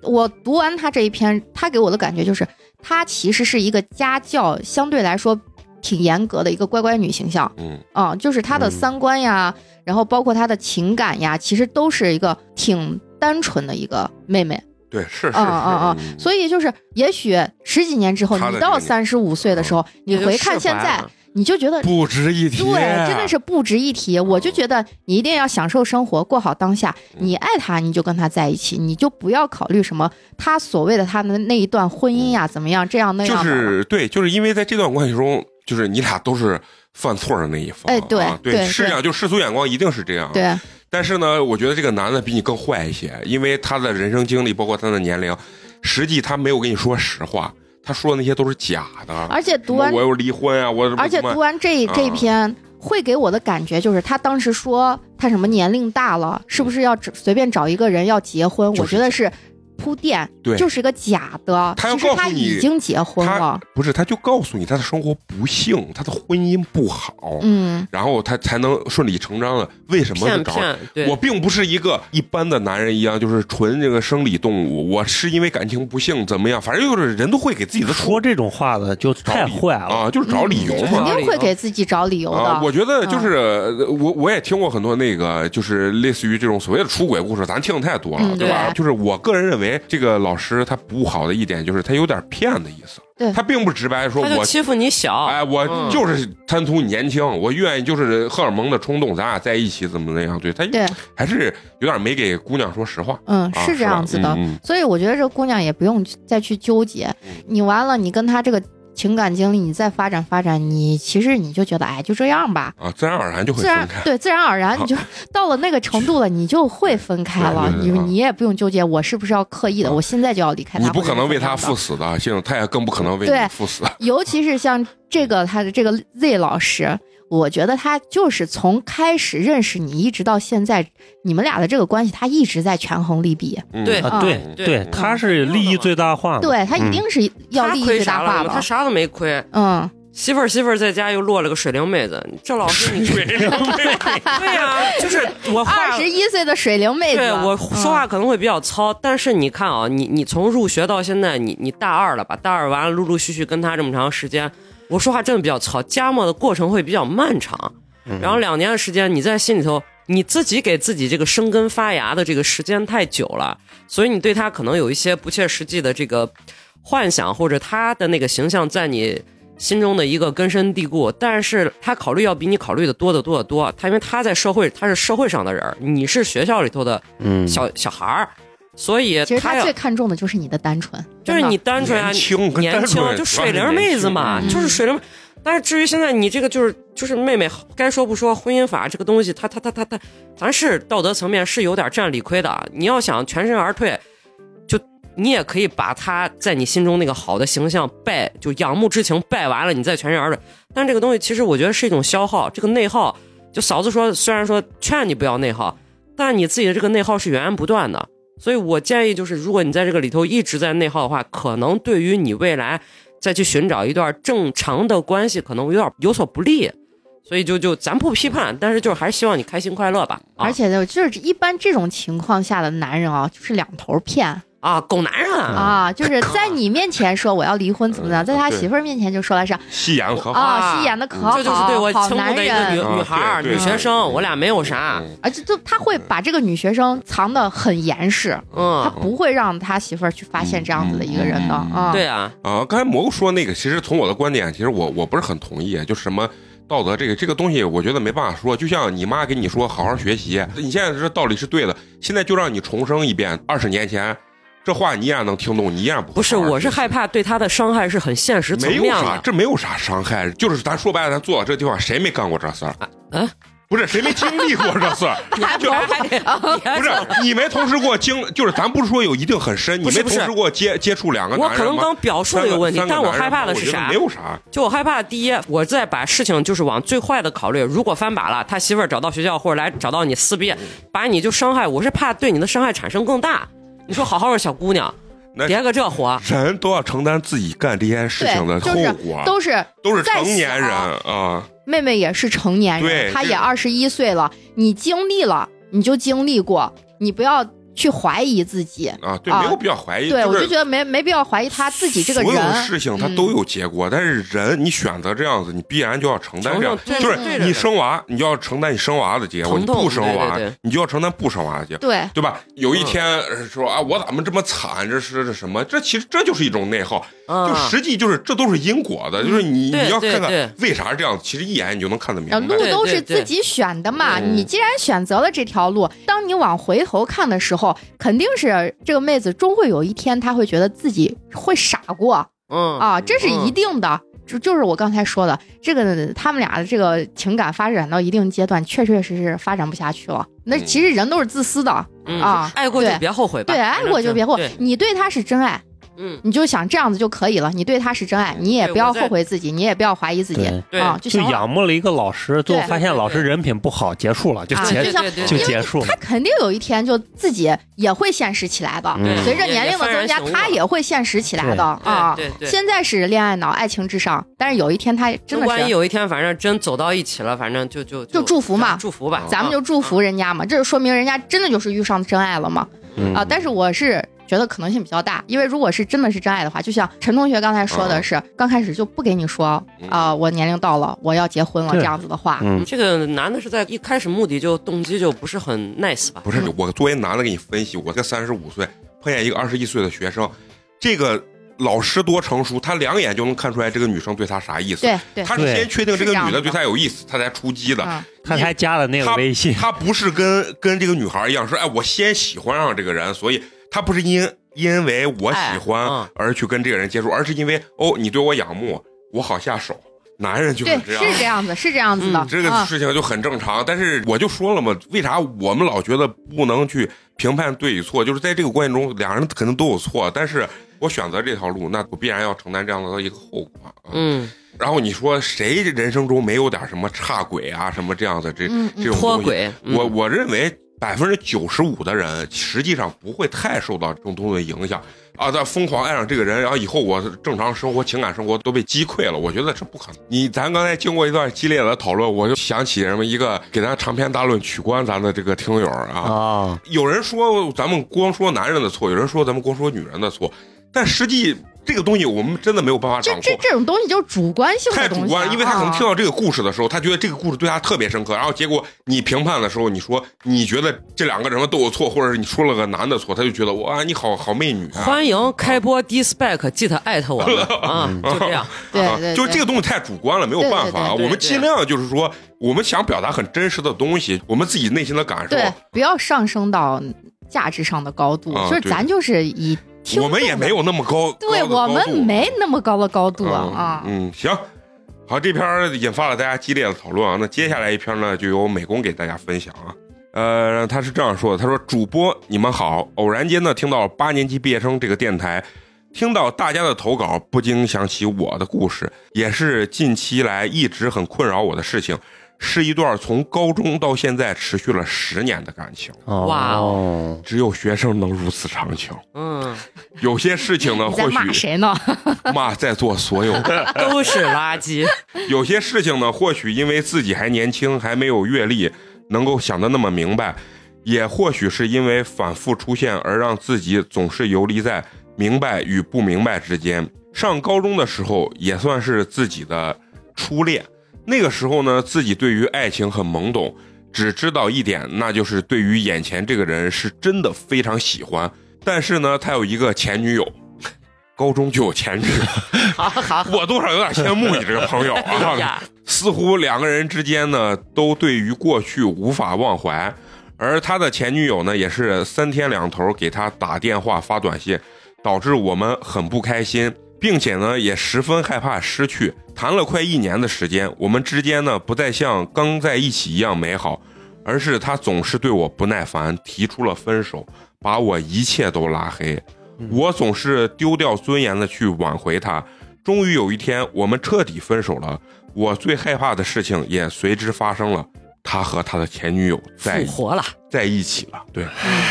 [SPEAKER 3] 我读完他这一篇，他给我的感觉就是，他其实是一个家教相对来说挺严格的一个乖乖女形象
[SPEAKER 1] 嗯
[SPEAKER 3] 啊、就是她的
[SPEAKER 4] 嗯
[SPEAKER 3] 三观呀，然后包括她的情感呀，其实都是一个挺单纯的一个妹妹。
[SPEAKER 1] 对，是是是，
[SPEAKER 3] 嗯嗯
[SPEAKER 1] 嗯
[SPEAKER 3] 所以就是，也许十几年之后，
[SPEAKER 1] 她的嗯
[SPEAKER 3] 你到
[SPEAKER 1] 这个
[SPEAKER 3] 三十五岁的时候，你回看现在，你就觉
[SPEAKER 1] 嗯
[SPEAKER 3] 得
[SPEAKER 1] 不值一提，啊
[SPEAKER 3] 对，真的是不值一提。我就觉得你一定要享受生活，过好当下。
[SPEAKER 1] 嗯
[SPEAKER 3] 你爱他，你就跟他在一起，你就不要考虑什么他所谓的他的那一段婚姻呀、怎么样这样那
[SPEAKER 1] 嗯就
[SPEAKER 3] 样的。
[SPEAKER 1] 是对，就是因为在这段关系中，就是你俩都是犯错的那一方，
[SPEAKER 3] 哎对
[SPEAKER 1] 啊、
[SPEAKER 3] 对
[SPEAKER 1] 是这样，就世俗眼光一定是这样，。
[SPEAKER 3] 对，
[SPEAKER 1] 但是呢，我觉得这个男的比你更坏一些，因为他的人生经历，包括他的年龄，实际他没有跟你说实话，他说的那些都是假的。
[SPEAKER 3] 而且
[SPEAKER 1] 什
[SPEAKER 3] 读
[SPEAKER 1] 么
[SPEAKER 3] 完
[SPEAKER 1] 我，又离婚啊，我
[SPEAKER 3] 而且
[SPEAKER 1] 怎么
[SPEAKER 3] 读完这
[SPEAKER 1] 啊
[SPEAKER 3] 这一篇。会给我的感觉就是，他当时说他什么年龄大了，是不是要只随便找一个人要结婚？
[SPEAKER 1] 就是
[SPEAKER 3] 我觉得是铺垫，
[SPEAKER 1] 对
[SPEAKER 3] 就是个假的。
[SPEAKER 1] 他要
[SPEAKER 3] 其实
[SPEAKER 1] 告诉
[SPEAKER 3] 他
[SPEAKER 1] 你
[SPEAKER 3] 已经结婚
[SPEAKER 1] 他
[SPEAKER 3] 了，
[SPEAKER 1] 不是，他就告诉你他的生活不幸，他的婚姻不好，
[SPEAKER 3] 嗯，
[SPEAKER 1] 然后他才能顺理成章的为什么
[SPEAKER 2] 骗
[SPEAKER 1] 就找
[SPEAKER 2] 骗，对，
[SPEAKER 1] 我并不是一个一般的男人一样，就是纯这个生理动物。我是因为感情不幸怎么样，反正就是人都会给自己的
[SPEAKER 4] 说这种话的就太坏了。
[SPEAKER 1] 啊，就是找理由
[SPEAKER 3] 嗯肯
[SPEAKER 1] 嘛。
[SPEAKER 3] 定会给自己找理由的。
[SPEAKER 1] 啊，我觉得就是、呃我我也听过很多那个就是类似于这种所谓的出轨故事，咱听的太多了，
[SPEAKER 3] 嗯
[SPEAKER 1] 对吧？
[SPEAKER 3] 对
[SPEAKER 1] 就是我个人认为这个老师他不好的一点就是他有点骗的意思，
[SPEAKER 3] 对
[SPEAKER 1] 他并不直白说
[SPEAKER 2] 他就
[SPEAKER 1] 我
[SPEAKER 2] 欺负你小，
[SPEAKER 1] 哎，我
[SPEAKER 2] 嗯
[SPEAKER 1] 就是贪图你年轻，我愿意就是荷尔蒙的冲动，咱俩在一起怎么怎么样？对他
[SPEAKER 3] 对
[SPEAKER 1] 还是有点没给姑娘说实话，
[SPEAKER 3] 嗯，
[SPEAKER 1] 啊
[SPEAKER 3] 是这
[SPEAKER 1] 吧
[SPEAKER 3] 样子的。
[SPEAKER 1] 嗯
[SPEAKER 3] 所以我觉得这姑娘也不用再去纠结
[SPEAKER 1] 嗯，
[SPEAKER 3] 你完了，你跟她这个情感经历，你再发展发展，你其实你就觉得，哎，就这样吧，
[SPEAKER 1] 啊，自然而然就会
[SPEAKER 3] 自
[SPEAKER 1] 分
[SPEAKER 3] 然
[SPEAKER 1] 开。
[SPEAKER 3] 对，自然而然你就 到了那个程度了，你就会分开
[SPEAKER 1] 对
[SPEAKER 3] 了，
[SPEAKER 1] 对
[SPEAKER 3] 你
[SPEAKER 1] 对啊
[SPEAKER 3] 你也不用纠结我是不是要刻意的，
[SPEAKER 1] 嗯
[SPEAKER 3] 我现在就要离开他，
[SPEAKER 1] 你不
[SPEAKER 3] 或者
[SPEAKER 1] 可能为他
[SPEAKER 3] 怎么
[SPEAKER 1] 赴
[SPEAKER 3] 样的。
[SPEAKER 1] 死的，信他也更不可能为
[SPEAKER 3] 对
[SPEAKER 1] 你赴死。
[SPEAKER 3] 尤其是像这个他的这个 Z 老师，我觉得他就是从开始认识你一直到现在，你们俩的这个关系，他一直在权衡利弊，
[SPEAKER 1] 嗯
[SPEAKER 2] 对
[SPEAKER 4] 啊，对
[SPEAKER 1] 嗯
[SPEAKER 4] 对，
[SPEAKER 1] 嗯
[SPEAKER 4] 他是利益最大化嘛。
[SPEAKER 3] 对他一定是要
[SPEAKER 2] 他
[SPEAKER 3] 利益
[SPEAKER 2] 亏
[SPEAKER 3] 最
[SPEAKER 2] 啥
[SPEAKER 3] 大化
[SPEAKER 2] 了吗？他
[SPEAKER 3] 的。
[SPEAKER 2] 啥都没亏，
[SPEAKER 3] 嗯，
[SPEAKER 2] 媳妇儿媳妇儿在家又落了个水灵妹子，这老师 你 啊对呀、就是我话
[SPEAKER 3] 二十一岁的水灵妹子，
[SPEAKER 2] 对我说话可能会比较糙，但是你看啊，你你从入学到现在，你你大二了吧？大二完了，陆陆续续跟他这么长时间，我说话真的比较糙，加墨的过程会比较漫长。然后两年的时间，你在心里头，你自己给自己这个生根发芽的这个时间太久了，所以你对他可能有一些不切实际的这个幻想，或者他的那个形象在你心中的一个根深蒂固。但是他考虑要比你考虑的多得多得多，他因为他在社会，他是社会上的人儿，你是学校里头的
[SPEAKER 4] 嗯，
[SPEAKER 2] 小小孩儿，所以
[SPEAKER 3] 嗯，其实
[SPEAKER 2] 他
[SPEAKER 3] 他
[SPEAKER 2] 要
[SPEAKER 3] 最看重的就是你的单纯，
[SPEAKER 2] 就是你单纯啊，
[SPEAKER 1] 年轻跟
[SPEAKER 2] 年
[SPEAKER 1] 单纯
[SPEAKER 2] 轻就水灵妹子嘛，
[SPEAKER 3] 嗯
[SPEAKER 2] 就是水灵。但是至于现在你这个就是就是妹妹该说不说，婚姻法这个东西，它它它它它，咱是道德层面是有点占理亏的。你要想全身而退，就你也可以把他在你心中那个好的形象败，就仰慕之情败完了，你再全身而退。但这个东西其实我觉得是一种消耗，这个内耗。就嫂子说，虽然说劝你不要内耗，但你自己的这个内耗是源源不断的。所以我建议就是，如果你在这个里头一直在内耗的话，可能对于你未来再去寻找一段正常的关系，可能有点有所不利。所以就就咱不批判，但是就是还是希望你开心快乐吧。啊
[SPEAKER 3] 而且就就是一般这种情况下的男人啊，就是两头骗
[SPEAKER 2] 啊，狗男人啊，
[SPEAKER 3] 啊，就是在你面前说我要离婚怎么样，
[SPEAKER 1] 嗯
[SPEAKER 3] 在他
[SPEAKER 1] 对哦
[SPEAKER 3] 媳妇儿面前就说来着
[SPEAKER 1] 夕阳和好，
[SPEAKER 3] 啊，戏演的可好，
[SPEAKER 2] 嗯这就是对我
[SPEAKER 3] 好
[SPEAKER 2] 称呼
[SPEAKER 3] 男
[SPEAKER 2] 的一个女
[SPEAKER 3] 人，
[SPEAKER 1] 啊
[SPEAKER 2] 女孩儿、
[SPEAKER 1] 对对
[SPEAKER 2] 女学生，我俩没有啥，
[SPEAKER 1] 嗯
[SPEAKER 3] 而且就他会把这个女学生藏得很严实，他
[SPEAKER 2] 嗯，
[SPEAKER 3] 不会让他媳妇儿去发现这样子的一个人的
[SPEAKER 1] 嗯嗯嗯
[SPEAKER 3] 啊，
[SPEAKER 2] 对啊，
[SPEAKER 1] 啊，刚才蘑菇说那个，其实从我的观点，其实我我不是很同意，就是什么道德这个这个东西，我觉得没办法说。就像你妈跟你说好好学习，你现在这道理是对的，现在就让你重生一遍，二十年前这话你依然能听懂，你依然不
[SPEAKER 2] 不是，
[SPEAKER 1] 好好
[SPEAKER 2] 我是
[SPEAKER 1] 学习
[SPEAKER 2] 害怕对他的伤害是很现实层
[SPEAKER 1] 没有
[SPEAKER 2] 面
[SPEAKER 1] 啥，
[SPEAKER 2] 的。
[SPEAKER 1] 这没有啥伤害，就是咱说白了，咱坐到这地方，谁没干过这事儿？
[SPEAKER 2] 啊，
[SPEAKER 1] 不是谁没经历过这 事儿？ 就
[SPEAKER 3] 啊
[SPEAKER 1] 不是你没同时过经，就是咱不是说有一定很深，你
[SPEAKER 2] 不是
[SPEAKER 1] 没
[SPEAKER 2] 不
[SPEAKER 1] 同
[SPEAKER 2] 是
[SPEAKER 1] 时过接接触两个
[SPEAKER 2] 我
[SPEAKER 1] 男人
[SPEAKER 2] 可能
[SPEAKER 1] 吗
[SPEAKER 2] 刚表述的有问题
[SPEAKER 1] 三，个
[SPEAKER 2] 但
[SPEAKER 1] 三个
[SPEAKER 2] 我
[SPEAKER 1] 男人
[SPEAKER 2] 害怕的是
[SPEAKER 1] 我觉得
[SPEAKER 2] 啥
[SPEAKER 1] 没？有啥，
[SPEAKER 2] 就我害怕，第一，我在把事情就是往最坏的考虑。如果翻把了，他媳妇儿找到学校或者来找到你撕逼，把你就伤害，我是怕对你的伤害产生更大。你说好好的小姑娘，
[SPEAKER 1] 那
[SPEAKER 2] 别个这活，啊
[SPEAKER 1] 人都要承担自己干这件事情的
[SPEAKER 3] 对，
[SPEAKER 1] 后
[SPEAKER 3] 就是
[SPEAKER 1] 果，
[SPEAKER 3] 都是
[SPEAKER 1] 都是
[SPEAKER 3] 在
[SPEAKER 1] 成年
[SPEAKER 3] 小
[SPEAKER 1] 人啊，
[SPEAKER 3] 妹妹也是成年
[SPEAKER 1] 对
[SPEAKER 3] 人，她
[SPEAKER 1] 这
[SPEAKER 3] 也二十一岁了，你经历了你就经历过，你不要去怀疑自己。
[SPEAKER 1] 啊，对，
[SPEAKER 3] 啊
[SPEAKER 1] 没有必要怀疑。
[SPEAKER 3] 对，
[SPEAKER 1] 就
[SPEAKER 3] 我就是觉得没没必要怀疑她自己这个
[SPEAKER 1] 所有
[SPEAKER 3] 人。嗯
[SPEAKER 1] 事情它
[SPEAKER 2] 嗯
[SPEAKER 1] 都有结果，但是人你选择这样子，你必然就要承担
[SPEAKER 2] 承
[SPEAKER 1] 这样
[SPEAKER 2] 受。这
[SPEAKER 1] 就是
[SPEAKER 2] 这
[SPEAKER 1] 你
[SPEAKER 2] 个
[SPEAKER 1] 生娃，你就要承担你生娃的结果；
[SPEAKER 2] 疼痛
[SPEAKER 1] 你不生娃
[SPEAKER 2] 对对对，嗯
[SPEAKER 1] 你就要承担不生娃的结果，
[SPEAKER 3] 对，
[SPEAKER 1] 对吧？有一天呃说啊，我咋么这么惨？这是这什么？这其实这就是一种内耗，
[SPEAKER 2] 嗯
[SPEAKER 1] 就实际就是这都是因果的，就是你
[SPEAKER 2] 对
[SPEAKER 1] 你要
[SPEAKER 2] 对
[SPEAKER 1] 看看
[SPEAKER 2] 对
[SPEAKER 1] 为啥这样，其实一眼你就能看得明
[SPEAKER 3] 然后
[SPEAKER 1] 白
[SPEAKER 3] 路。
[SPEAKER 2] 对
[SPEAKER 3] 都
[SPEAKER 2] 对
[SPEAKER 3] 是
[SPEAKER 2] 对
[SPEAKER 3] 自己选的嘛，
[SPEAKER 1] 嗯
[SPEAKER 3] 你既然选择了这条路，当你往回头看的时候，肯定是这个妹子终会有一天，她会觉得自己会傻过
[SPEAKER 2] 嗯
[SPEAKER 3] 啊，这是
[SPEAKER 2] 嗯
[SPEAKER 3] 一定的。就就是我刚才说的，这个他们俩的这个情感发展到一定阶段，确确实实发展不下去了。那
[SPEAKER 1] 嗯
[SPEAKER 3] 其实人都是自私的，
[SPEAKER 2] 嗯
[SPEAKER 3] 啊
[SPEAKER 2] 爱过就
[SPEAKER 3] 对
[SPEAKER 2] 别后悔吧，嗯
[SPEAKER 3] 对，
[SPEAKER 2] 反
[SPEAKER 3] 爱
[SPEAKER 2] 正
[SPEAKER 3] 过就别后
[SPEAKER 2] 对，
[SPEAKER 3] 你对他是真爱，
[SPEAKER 2] 嗯，
[SPEAKER 3] 你就想这样子就可以了。你对他是真爱，你也
[SPEAKER 2] 对我
[SPEAKER 3] 不要
[SPEAKER 2] 在
[SPEAKER 3] 后悔自己，你也不要怀疑自己
[SPEAKER 4] 对
[SPEAKER 2] 对
[SPEAKER 3] 啊，就
[SPEAKER 4] 就
[SPEAKER 3] 行了。
[SPEAKER 4] 仰慕了一个老师，最后
[SPEAKER 3] 对
[SPEAKER 4] 发现老师
[SPEAKER 2] 对对
[SPEAKER 4] 人品不好，结束了，就
[SPEAKER 3] 啊
[SPEAKER 4] 结
[SPEAKER 2] 对
[SPEAKER 3] 就像
[SPEAKER 2] 对对
[SPEAKER 4] 就
[SPEAKER 2] 对，
[SPEAKER 4] 结束了
[SPEAKER 3] 他。肯定有一天就自己也会现实起来的，
[SPEAKER 4] 嗯
[SPEAKER 3] 随着年龄的增加，
[SPEAKER 2] 也也幡然醒悟
[SPEAKER 3] 他也会现实起来的啊。
[SPEAKER 2] 对对对。
[SPEAKER 3] 现在是恋爱脑、爱情至上，但是有一天他真的
[SPEAKER 2] 万一
[SPEAKER 3] 是，
[SPEAKER 2] 有一天，反正真走到一起了，反正就就
[SPEAKER 3] 就祝福嘛哦
[SPEAKER 2] 祝福吧，
[SPEAKER 3] 咱们就祝福人家嘛，这就说明人家真的就是遇上真爱了嘛
[SPEAKER 4] 嗯
[SPEAKER 3] 啊。但是我是。觉得可能性比较大，因为如果是真的是真爱的话，就像陈同学刚才说的是，刚开始就不给你说啊、
[SPEAKER 1] 嗯
[SPEAKER 3] 我年龄到了，我要结婚了
[SPEAKER 4] 对
[SPEAKER 3] 这样子的话，
[SPEAKER 4] 嗯，
[SPEAKER 2] 这个男的是在一开始目的就动机就不是很 nice 吧？
[SPEAKER 1] 不是，我作为男的给你分析，我这三十五岁碰见一个二十一岁的学生，这个老师多成熟，他两眼就能看出来这个女生对他啥意思。
[SPEAKER 3] 对对，
[SPEAKER 1] 他是
[SPEAKER 4] 对
[SPEAKER 1] 先确定这
[SPEAKER 3] 是
[SPEAKER 1] 个
[SPEAKER 3] 这样
[SPEAKER 1] 女的
[SPEAKER 3] 的
[SPEAKER 1] 对他有意思，他才出击的。
[SPEAKER 3] 嗯，
[SPEAKER 4] 他才加了那个
[SPEAKER 1] 他
[SPEAKER 4] 微信，
[SPEAKER 1] 他不是跟跟这个女孩一样说，哎，我先喜欢上这个人，所以他不是因因为我喜
[SPEAKER 2] 哎
[SPEAKER 1] 欢
[SPEAKER 2] 嗯
[SPEAKER 1] 而去跟这个人接触，而是因为哦，你对我仰慕，我好下手。男人就是
[SPEAKER 3] 对，
[SPEAKER 1] 这样。嗯
[SPEAKER 3] 是这样子，是这样子的，
[SPEAKER 1] 这个
[SPEAKER 3] 啊
[SPEAKER 1] 事情就很正常，但是我就说了嘛，为啥我们老觉得不能去评判对与错？就是在这个关系中，两人肯定都有错，但是我选择这条路，那我必然要承担这样的一个后果。啊
[SPEAKER 2] 嗯，
[SPEAKER 1] 然后你说谁人生中没有点什么岔轨啊，什么这样的这、
[SPEAKER 3] 嗯嗯
[SPEAKER 1] 这种
[SPEAKER 2] 脱
[SPEAKER 1] 东西？
[SPEAKER 2] 轨，嗯
[SPEAKER 1] 我我认为百分之九十五的人实际上不会太受到这种东西的影响啊，他疯狂爱上这个人，然后以后我正常生活、情感生活都被击溃了。我觉得这不可能。你咱刚才经过一段激烈的讨论，我就想起什么一个给咱长篇大论取关咱的这个听友啊，
[SPEAKER 4] 啊，
[SPEAKER 1] 有人说咱们光说男人的错，有人说咱们光说女人的错，但实际这个东西我们真的没有办法掌
[SPEAKER 3] 这
[SPEAKER 1] 控。
[SPEAKER 3] 这这种东西就是主观性
[SPEAKER 1] 太
[SPEAKER 3] 的
[SPEAKER 1] 主
[SPEAKER 3] 东西啊、
[SPEAKER 1] 观，因为他可能
[SPEAKER 3] 啊
[SPEAKER 1] 听到这个故事的时候，他觉得这个故事对他特别深刻，然后结果你评判的时候，你说你觉得这两个人都有错，或者是你说了个男的错，他就觉得哇，你好好媚女啊。
[SPEAKER 2] 欢迎开播 dispatch，记得艾特 我们啊，就这样，
[SPEAKER 3] 对
[SPEAKER 1] 啊
[SPEAKER 3] 对对，
[SPEAKER 1] 就是这个东西太主观了，没有
[SPEAKER 3] 对对
[SPEAKER 1] 办法啊。
[SPEAKER 3] 对
[SPEAKER 2] 对对
[SPEAKER 1] 我们尽量就是说，我们想表达很真实的东西，我们自己内心的感受，
[SPEAKER 3] 对，不要上升到价值上的高度，
[SPEAKER 1] 啊
[SPEAKER 3] 就是
[SPEAKER 1] 对
[SPEAKER 3] 咱就是以听
[SPEAKER 1] 我们也
[SPEAKER 3] 众
[SPEAKER 1] 没
[SPEAKER 3] 的，
[SPEAKER 1] 有那么高，
[SPEAKER 3] 对
[SPEAKER 1] 高的高
[SPEAKER 3] 我
[SPEAKER 1] 度
[SPEAKER 3] 们没那么高的高度啊
[SPEAKER 1] 啊。，嗯，行，好，这篇儿引发了大家激烈的讨论啊。那接下来一篇呢，就由美工给大家分享啊。呃，他是这样说的：“他说，主播你们好，偶然间呢听到八年级毕业生这个电台，听到大家的投稿，不禁想起我的故事，也是近期来一直很困扰我的事情，是一段从高中到现在持续了十年的感情，
[SPEAKER 2] 哇
[SPEAKER 4] 哦，
[SPEAKER 1] 只有学生能如此长情。
[SPEAKER 2] 嗯，
[SPEAKER 1] 有些事情呢，
[SPEAKER 3] 你在
[SPEAKER 1] 或
[SPEAKER 3] 骂
[SPEAKER 1] 许
[SPEAKER 3] 谁呢？
[SPEAKER 1] 骂在座所有哎
[SPEAKER 2] 都是垃圾，
[SPEAKER 1] 有些事情呢，或许因为自己还年轻，还没有阅历，能够想得那么明白；也或许是因为反复出现，而让自己总是游离在明白与不明白之间。上高中的时候，也算是自己的初恋。那个时候呢，自己对于爱情很懵懂，只知道一点，那就是对于眼前这个人是真的非常喜欢。但是呢，他有一个前女友， 高中就有前女友，
[SPEAKER 2] 好好好
[SPEAKER 1] 我多少有点羡慕你这个朋友
[SPEAKER 2] 哎
[SPEAKER 1] 啊。
[SPEAKER 2] 呀，
[SPEAKER 1] 似乎两个人之间呢，都对于过去无法忘怀，而他的前女友呢，也是三天两头给他打电话发短信，导致我们很不开心，并且呢，也十分害怕失去。谈了快一年的时间，我们之间呢，不再像刚在一起一样美好，而是他总是对我不耐烦，提出了分手，把我一切都拉黑。我总是丢掉尊严的去挽回他。终于有一天，我们彻底分手了。我最害怕的事情也随之发生了，他和他的前女友在
[SPEAKER 2] 复活了，
[SPEAKER 1] 在一起了。对，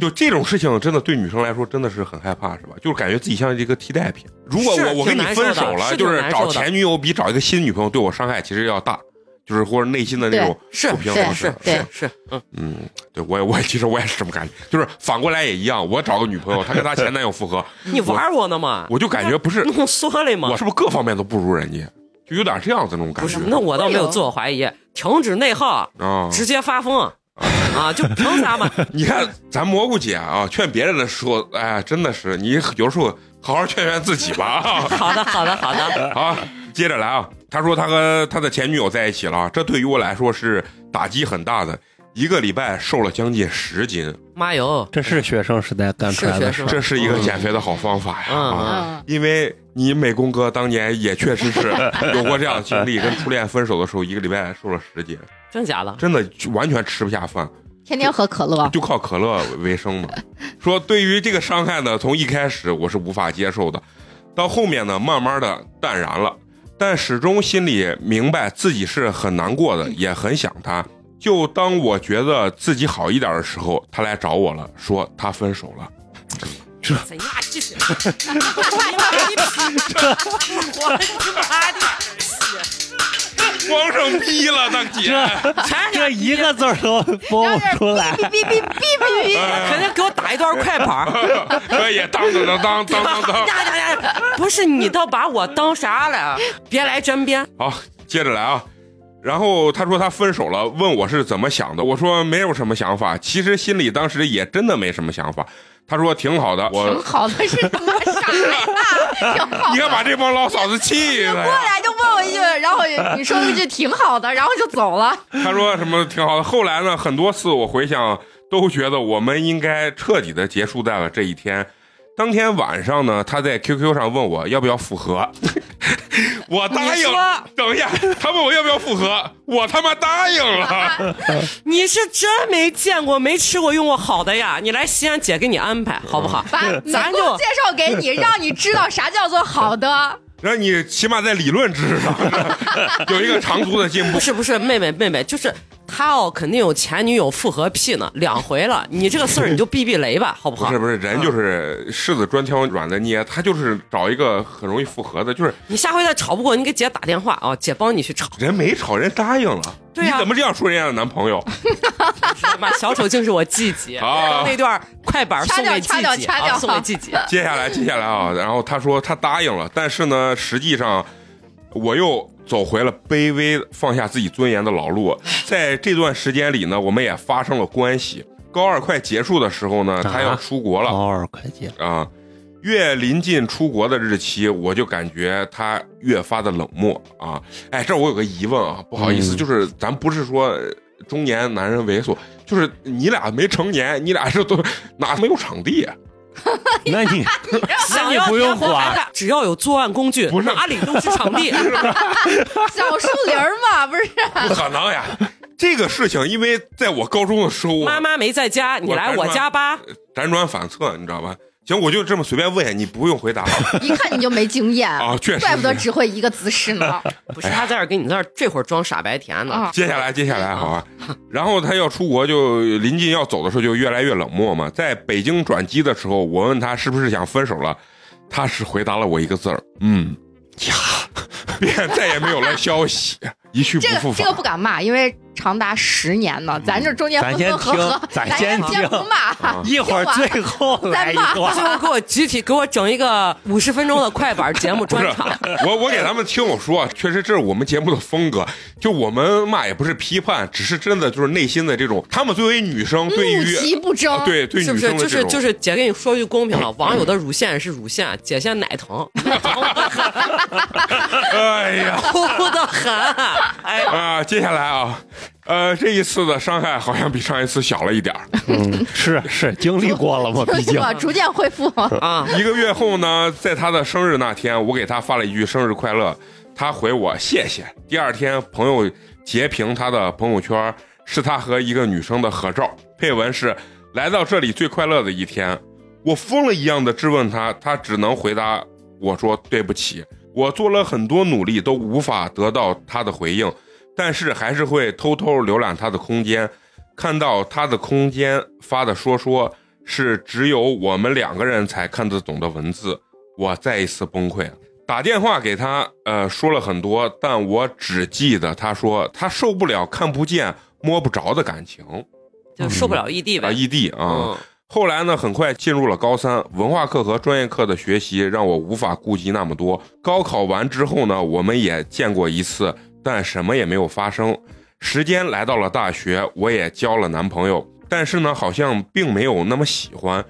[SPEAKER 1] 就这种事情，真的对女生来说真的是很害怕，是吧？就是感觉自己像一个替代品。如果
[SPEAKER 2] 是
[SPEAKER 1] 我我跟
[SPEAKER 2] 挺
[SPEAKER 1] 你
[SPEAKER 2] 难
[SPEAKER 1] 分
[SPEAKER 2] 受的
[SPEAKER 1] 手了，
[SPEAKER 2] 是
[SPEAKER 1] 就
[SPEAKER 2] 挺
[SPEAKER 1] 是
[SPEAKER 2] 难
[SPEAKER 1] 找
[SPEAKER 2] 受的
[SPEAKER 1] 前女友比找一个新女朋友对我伤害其实要大，就是或者内心的那种
[SPEAKER 2] 是
[SPEAKER 1] 不平
[SPEAKER 3] 对
[SPEAKER 1] 衡。
[SPEAKER 2] 是
[SPEAKER 3] 对
[SPEAKER 2] 是是，嗯，
[SPEAKER 1] 嗯，对我也我也其实我也是这么感觉，就是反过来也一样。我找个女朋友，她跟她前男友复 合，
[SPEAKER 2] 你玩我呢嘛？
[SPEAKER 1] 我就感觉不是
[SPEAKER 2] 弄缩了
[SPEAKER 1] 我
[SPEAKER 2] 嘛？
[SPEAKER 1] 是不是各方面都不如人家，就有点这样子那种感
[SPEAKER 2] 不
[SPEAKER 1] 觉
[SPEAKER 2] 是，那我倒没有自我怀疑，停止内耗，
[SPEAKER 1] 啊。
[SPEAKER 2] 直接发疯啊！就凭啥嘛？
[SPEAKER 1] 你看咱蘑菇姐啊， 劝别人的时候，哎，真的是你有时候好好劝劝自己吧 啊。
[SPEAKER 2] 好的，好的，好的，
[SPEAKER 1] 好，接着来啊。他说他和他的前女友在一起了，这对于我来说是打击很大的，一个礼拜瘦了将近十斤，
[SPEAKER 2] 妈哟，
[SPEAKER 4] 这是学生时代干出来
[SPEAKER 2] 是
[SPEAKER 4] 的事
[SPEAKER 2] 学生。
[SPEAKER 4] 儿
[SPEAKER 1] 这是一个减肥的好方法呀。
[SPEAKER 2] 嗯
[SPEAKER 1] 啊
[SPEAKER 3] 嗯，
[SPEAKER 1] 因为你美工哥当年也确实是有过这样的经历，跟初恋分手的时候，一个礼拜瘦了十斤，
[SPEAKER 2] 真假的？
[SPEAKER 1] 真的就完全吃不下饭，
[SPEAKER 3] 天天喝可乐，
[SPEAKER 1] 就靠可乐为生嘛。说对于这个伤害呢，从一开始我是无法接受的，到后面呢，慢慢的淡然了，但始终心里明白自己是很难过的，也很想他。就当我觉得自己好一点的时候，他来找我了，说他分手了。
[SPEAKER 2] 谁呀？这是，我他妈的
[SPEAKER 1] 光剩逼了，大姐，
[SPEAKER 2] 前
[SPEAKER 4] 这一个字儿都播不出来，
[SPEAKER 3] 哔哔哔哔哔，
[SPEAKER 2] 肯定给我打一段快板儿。
[SPEAKER 1] 可以当当当当当当当。
[SPEAKER 2] 呀呀呀！不是你倒把我当啥了？别来沾边。
[SPEAKER 1] 好，接着来啊。然后他说他分手了，问我是怎么想的。我说没有什么想法，其实心里当时也真的没什么想法。他说挺好的，
[SPEAKER 3] 挺
[SPEAKER 1] 我
[SPEAKER 3] 好的是他妈啥呀？挺好
[SPEAKER 1] 你看
[SPEAKER 3] 的。
[SPEAKER 1] 把这帮老嫂子气的
[SPEAKER 3] 过
[SPEAKER 1] 呀。
[SPEAKER 3] 来就问我一句，然后你说了一句挺好的，然后就走了。
[SPEAKER 1] 他说什么挺好的。后来呢，很多次我回想都觉得我们应该彻底的结束在了这一天。当天晚上呢，他在 QQ 上问我要不要复合，我答
[SPEAKER 2] 你
[SPEAKER 1] 应
[SPEAKER 2] 说。
[SPEAKER 1] 等一下，他问我要不要复合，我他妈答应了。
[SPEAKER 2] 你是真没见过、没吃过、用过好的呀！你来西安，姐给你安排好不好？
[SPEAKER 3] 把
[SPEAKER 2] 咱
[SPEAKER 3] 美
[SPEAKER 2] 就
[SPEAKER 3] 工介绍给你，让你知道啥叫做好的。
[SPEAKER 1] 让你起码在理论知识上 有一个长足的进步
[SPEAKER 2] 不。是不是，妹妹妹妹，就是他哦，肯定有前女友复合癖呢，两回了。你这个事儿你就避避雷吧，好不
[SPEAKER 1] 不
[SPEAKER 2] 好？
[SPEAKER 1] 是不是，人就是柿子专挑软的捏，他就是找一个很容易复合的，就是
[SPEAKER 2] 你下回再吵不过，你给姐打电话啊，姐帮你去吵。
[SPEAKER 1] 人没吵，人答应了。
[SPEAKER 2] 对呀
[SPEAKER 1] 你怎么这样说人家的男朋友？
[SPEAKER 2] 妈，小丑竟是我季姐，
[SPEAKER 1] 啊
[SPEAKER 2] 刚那段快板送给季
[SPEAKER 3] 掐掉
[SPEAKER 2] 姐，
[SPEAKER 3] 掐掉掐掉
[SPEAKER 2] 啊送给季姐。
[SPEAKER 1] 接下来接下来啊，然后他说他答应了，但是呢，实际上我又走回了卑微放下自己尊严的老路。在这段时间里呢，我们也发生了关系。高二快结束的时候呢，他要出国了，
[SPEAKER 4] 高二快结，
[SPEAKER 1] 啊，越临近出国的日期，我就感觉他越发的冷漠啊。哎，这儿我有个疑问啊，不好意思，
[SPEAKER 4] 嗯
[SPEAKER 1] 就是咱不是说呃中年男人猥琐，就是你俩没成年，你俩是都哪没有场地？啊
[SPEAKER 4] 那你
[SPEAKER 2] 想要
[SPEAKER 4] 那你不用
[SPEAKER 2] 结婚
[SPEAKER 4] 管
[SPEAKER 2] 还是，只要有作案工具，哪里都是场地。
[SPEAKER 3] 小树林儿嘛，不是
[SPEAKER 1] 不可能呀！这个事情，因为在我高中的时候，我哎
[SPEAKER 2] 妈妈没在家，你来我家吧。
[SPEAKER 1] 辗转反侧，你知道吧？行，我就这么随便问一下，你不用回答
[SPEAKER 3] 一看你就没经验，
[SPEAKER 1] 啊，确实
[SPEAKER 3] 怪不得
[SPEAKER 1] 是。
[SPEAKER 3] 只会一个姿 势呢。
[SPEAKER 2] 不是他在这儿给你在这儿这会儿装傻白甜呢。
[SPEAKER 3] 啊，
[SPEAKER 1] 接下来，接下来，好吧。然后他要出国，就临近要走的时候，就越来越冷漠嘛。在北京转机的时候，我问他是不是想分手了，他是回答了我一个字儿，嗯 呀，便再也没有了消息，一去不
[SPEAKER 3] 这
[SPEAKER 1] 复
[SPEAKER 3] 个
[SPEAKER 1] 返。
[SPEAKER 3] 这个不敢骂，因为长达十年呢，咱这中间分分合合，
[SPEAKER 4] 咱
[SPEAKER 3] 咱
[SPEAKER 4] 先听咱先
[SPEAKER 3] 先不骂。
[SPEAKER 1] 啊
[SPEAKER 4] 一会儿最后来一
[SPEAKER 2] 最
[SPEAKER 4] 段，
[SPEAKER 2] 后给我集体给我整一个五十分钟的快板节目
[SPEAKER 1] 不
[SPEAKER 2] 专
[SPEAKER 1] 是
[SPEAKER 2] 场，
[SPEAKER 1] 我，我给他们听我说，确实这是我们节目的风格。就我们骂也不是批判，只是真的就是内心的这种，他们作为女生对
[SPEAKER 3] 怒
[SPEAKER 1] 于
[SPEAKER 3] 其不争，
[SPEAKER 1] 啊 对对
[SPEAKER 2] 是
[SPEAKER 1] 女
[SPEAKER 2] 不是？
[SPEAKER 1] 生的这
[SPEAKER 2] 就是
[SPEAKER 1] 种，
[SPEAKER 2] 就是，姐跟你说句公 平了，网友的乳腺是乳腺，姐现在奶疼，
[SPEAKER 1] 哎呀。
[SPEAKER 2] 哭的很。哎，
[SPEAKER 1] 啊，接下来啊，呃，这一次的伤害好像比上一次小了一点儿。
[SPEAKER 4] 嗯，是是经历过了嘛，毕
[SPEAKER 3] 是
[SPEAKER 4] 竟
[SPEAKER 3] 吧？逐渐恢 复。
[SPEAKER 2] 啊，
[SPEAKER 1] 一个月后呢，在他的生日那天，我给他发了一句生日快乐，他回我谢谢。第二天，朋友截屏他的朋友圈，是他和一个女生的合照，配文是“来到这里最快乐的一天”。我疯了一样的质问他，他只能回答我说：“对不起，我做了很多努力都无法得到他的回应，但是还是会偷偷浏览他的空间。看到他的空间发的说说是只有我们两个人才看得懂的文字，我再一次崩溃了。打电话给他，呃，说了很多，但我只记得他说他受不了看不见、摸不着的感情
[SPEAKER 2] 就受不了异地
[SPEAKER 1] 啊，
[SPEAKER 2] 呗。
[SPEAKER 1] 异地啊。
[SPEAKER 2] 嗯，
[SPEAKER 1] 后来呢，很快进入了高三，文化课和专业课的学习让我无法顾及那么多。高考完之后呢，我们也见过一次，但什么也没有发生。时间来到了大学，我也交了男朋友，但是呢，好像并没有那么喜欢，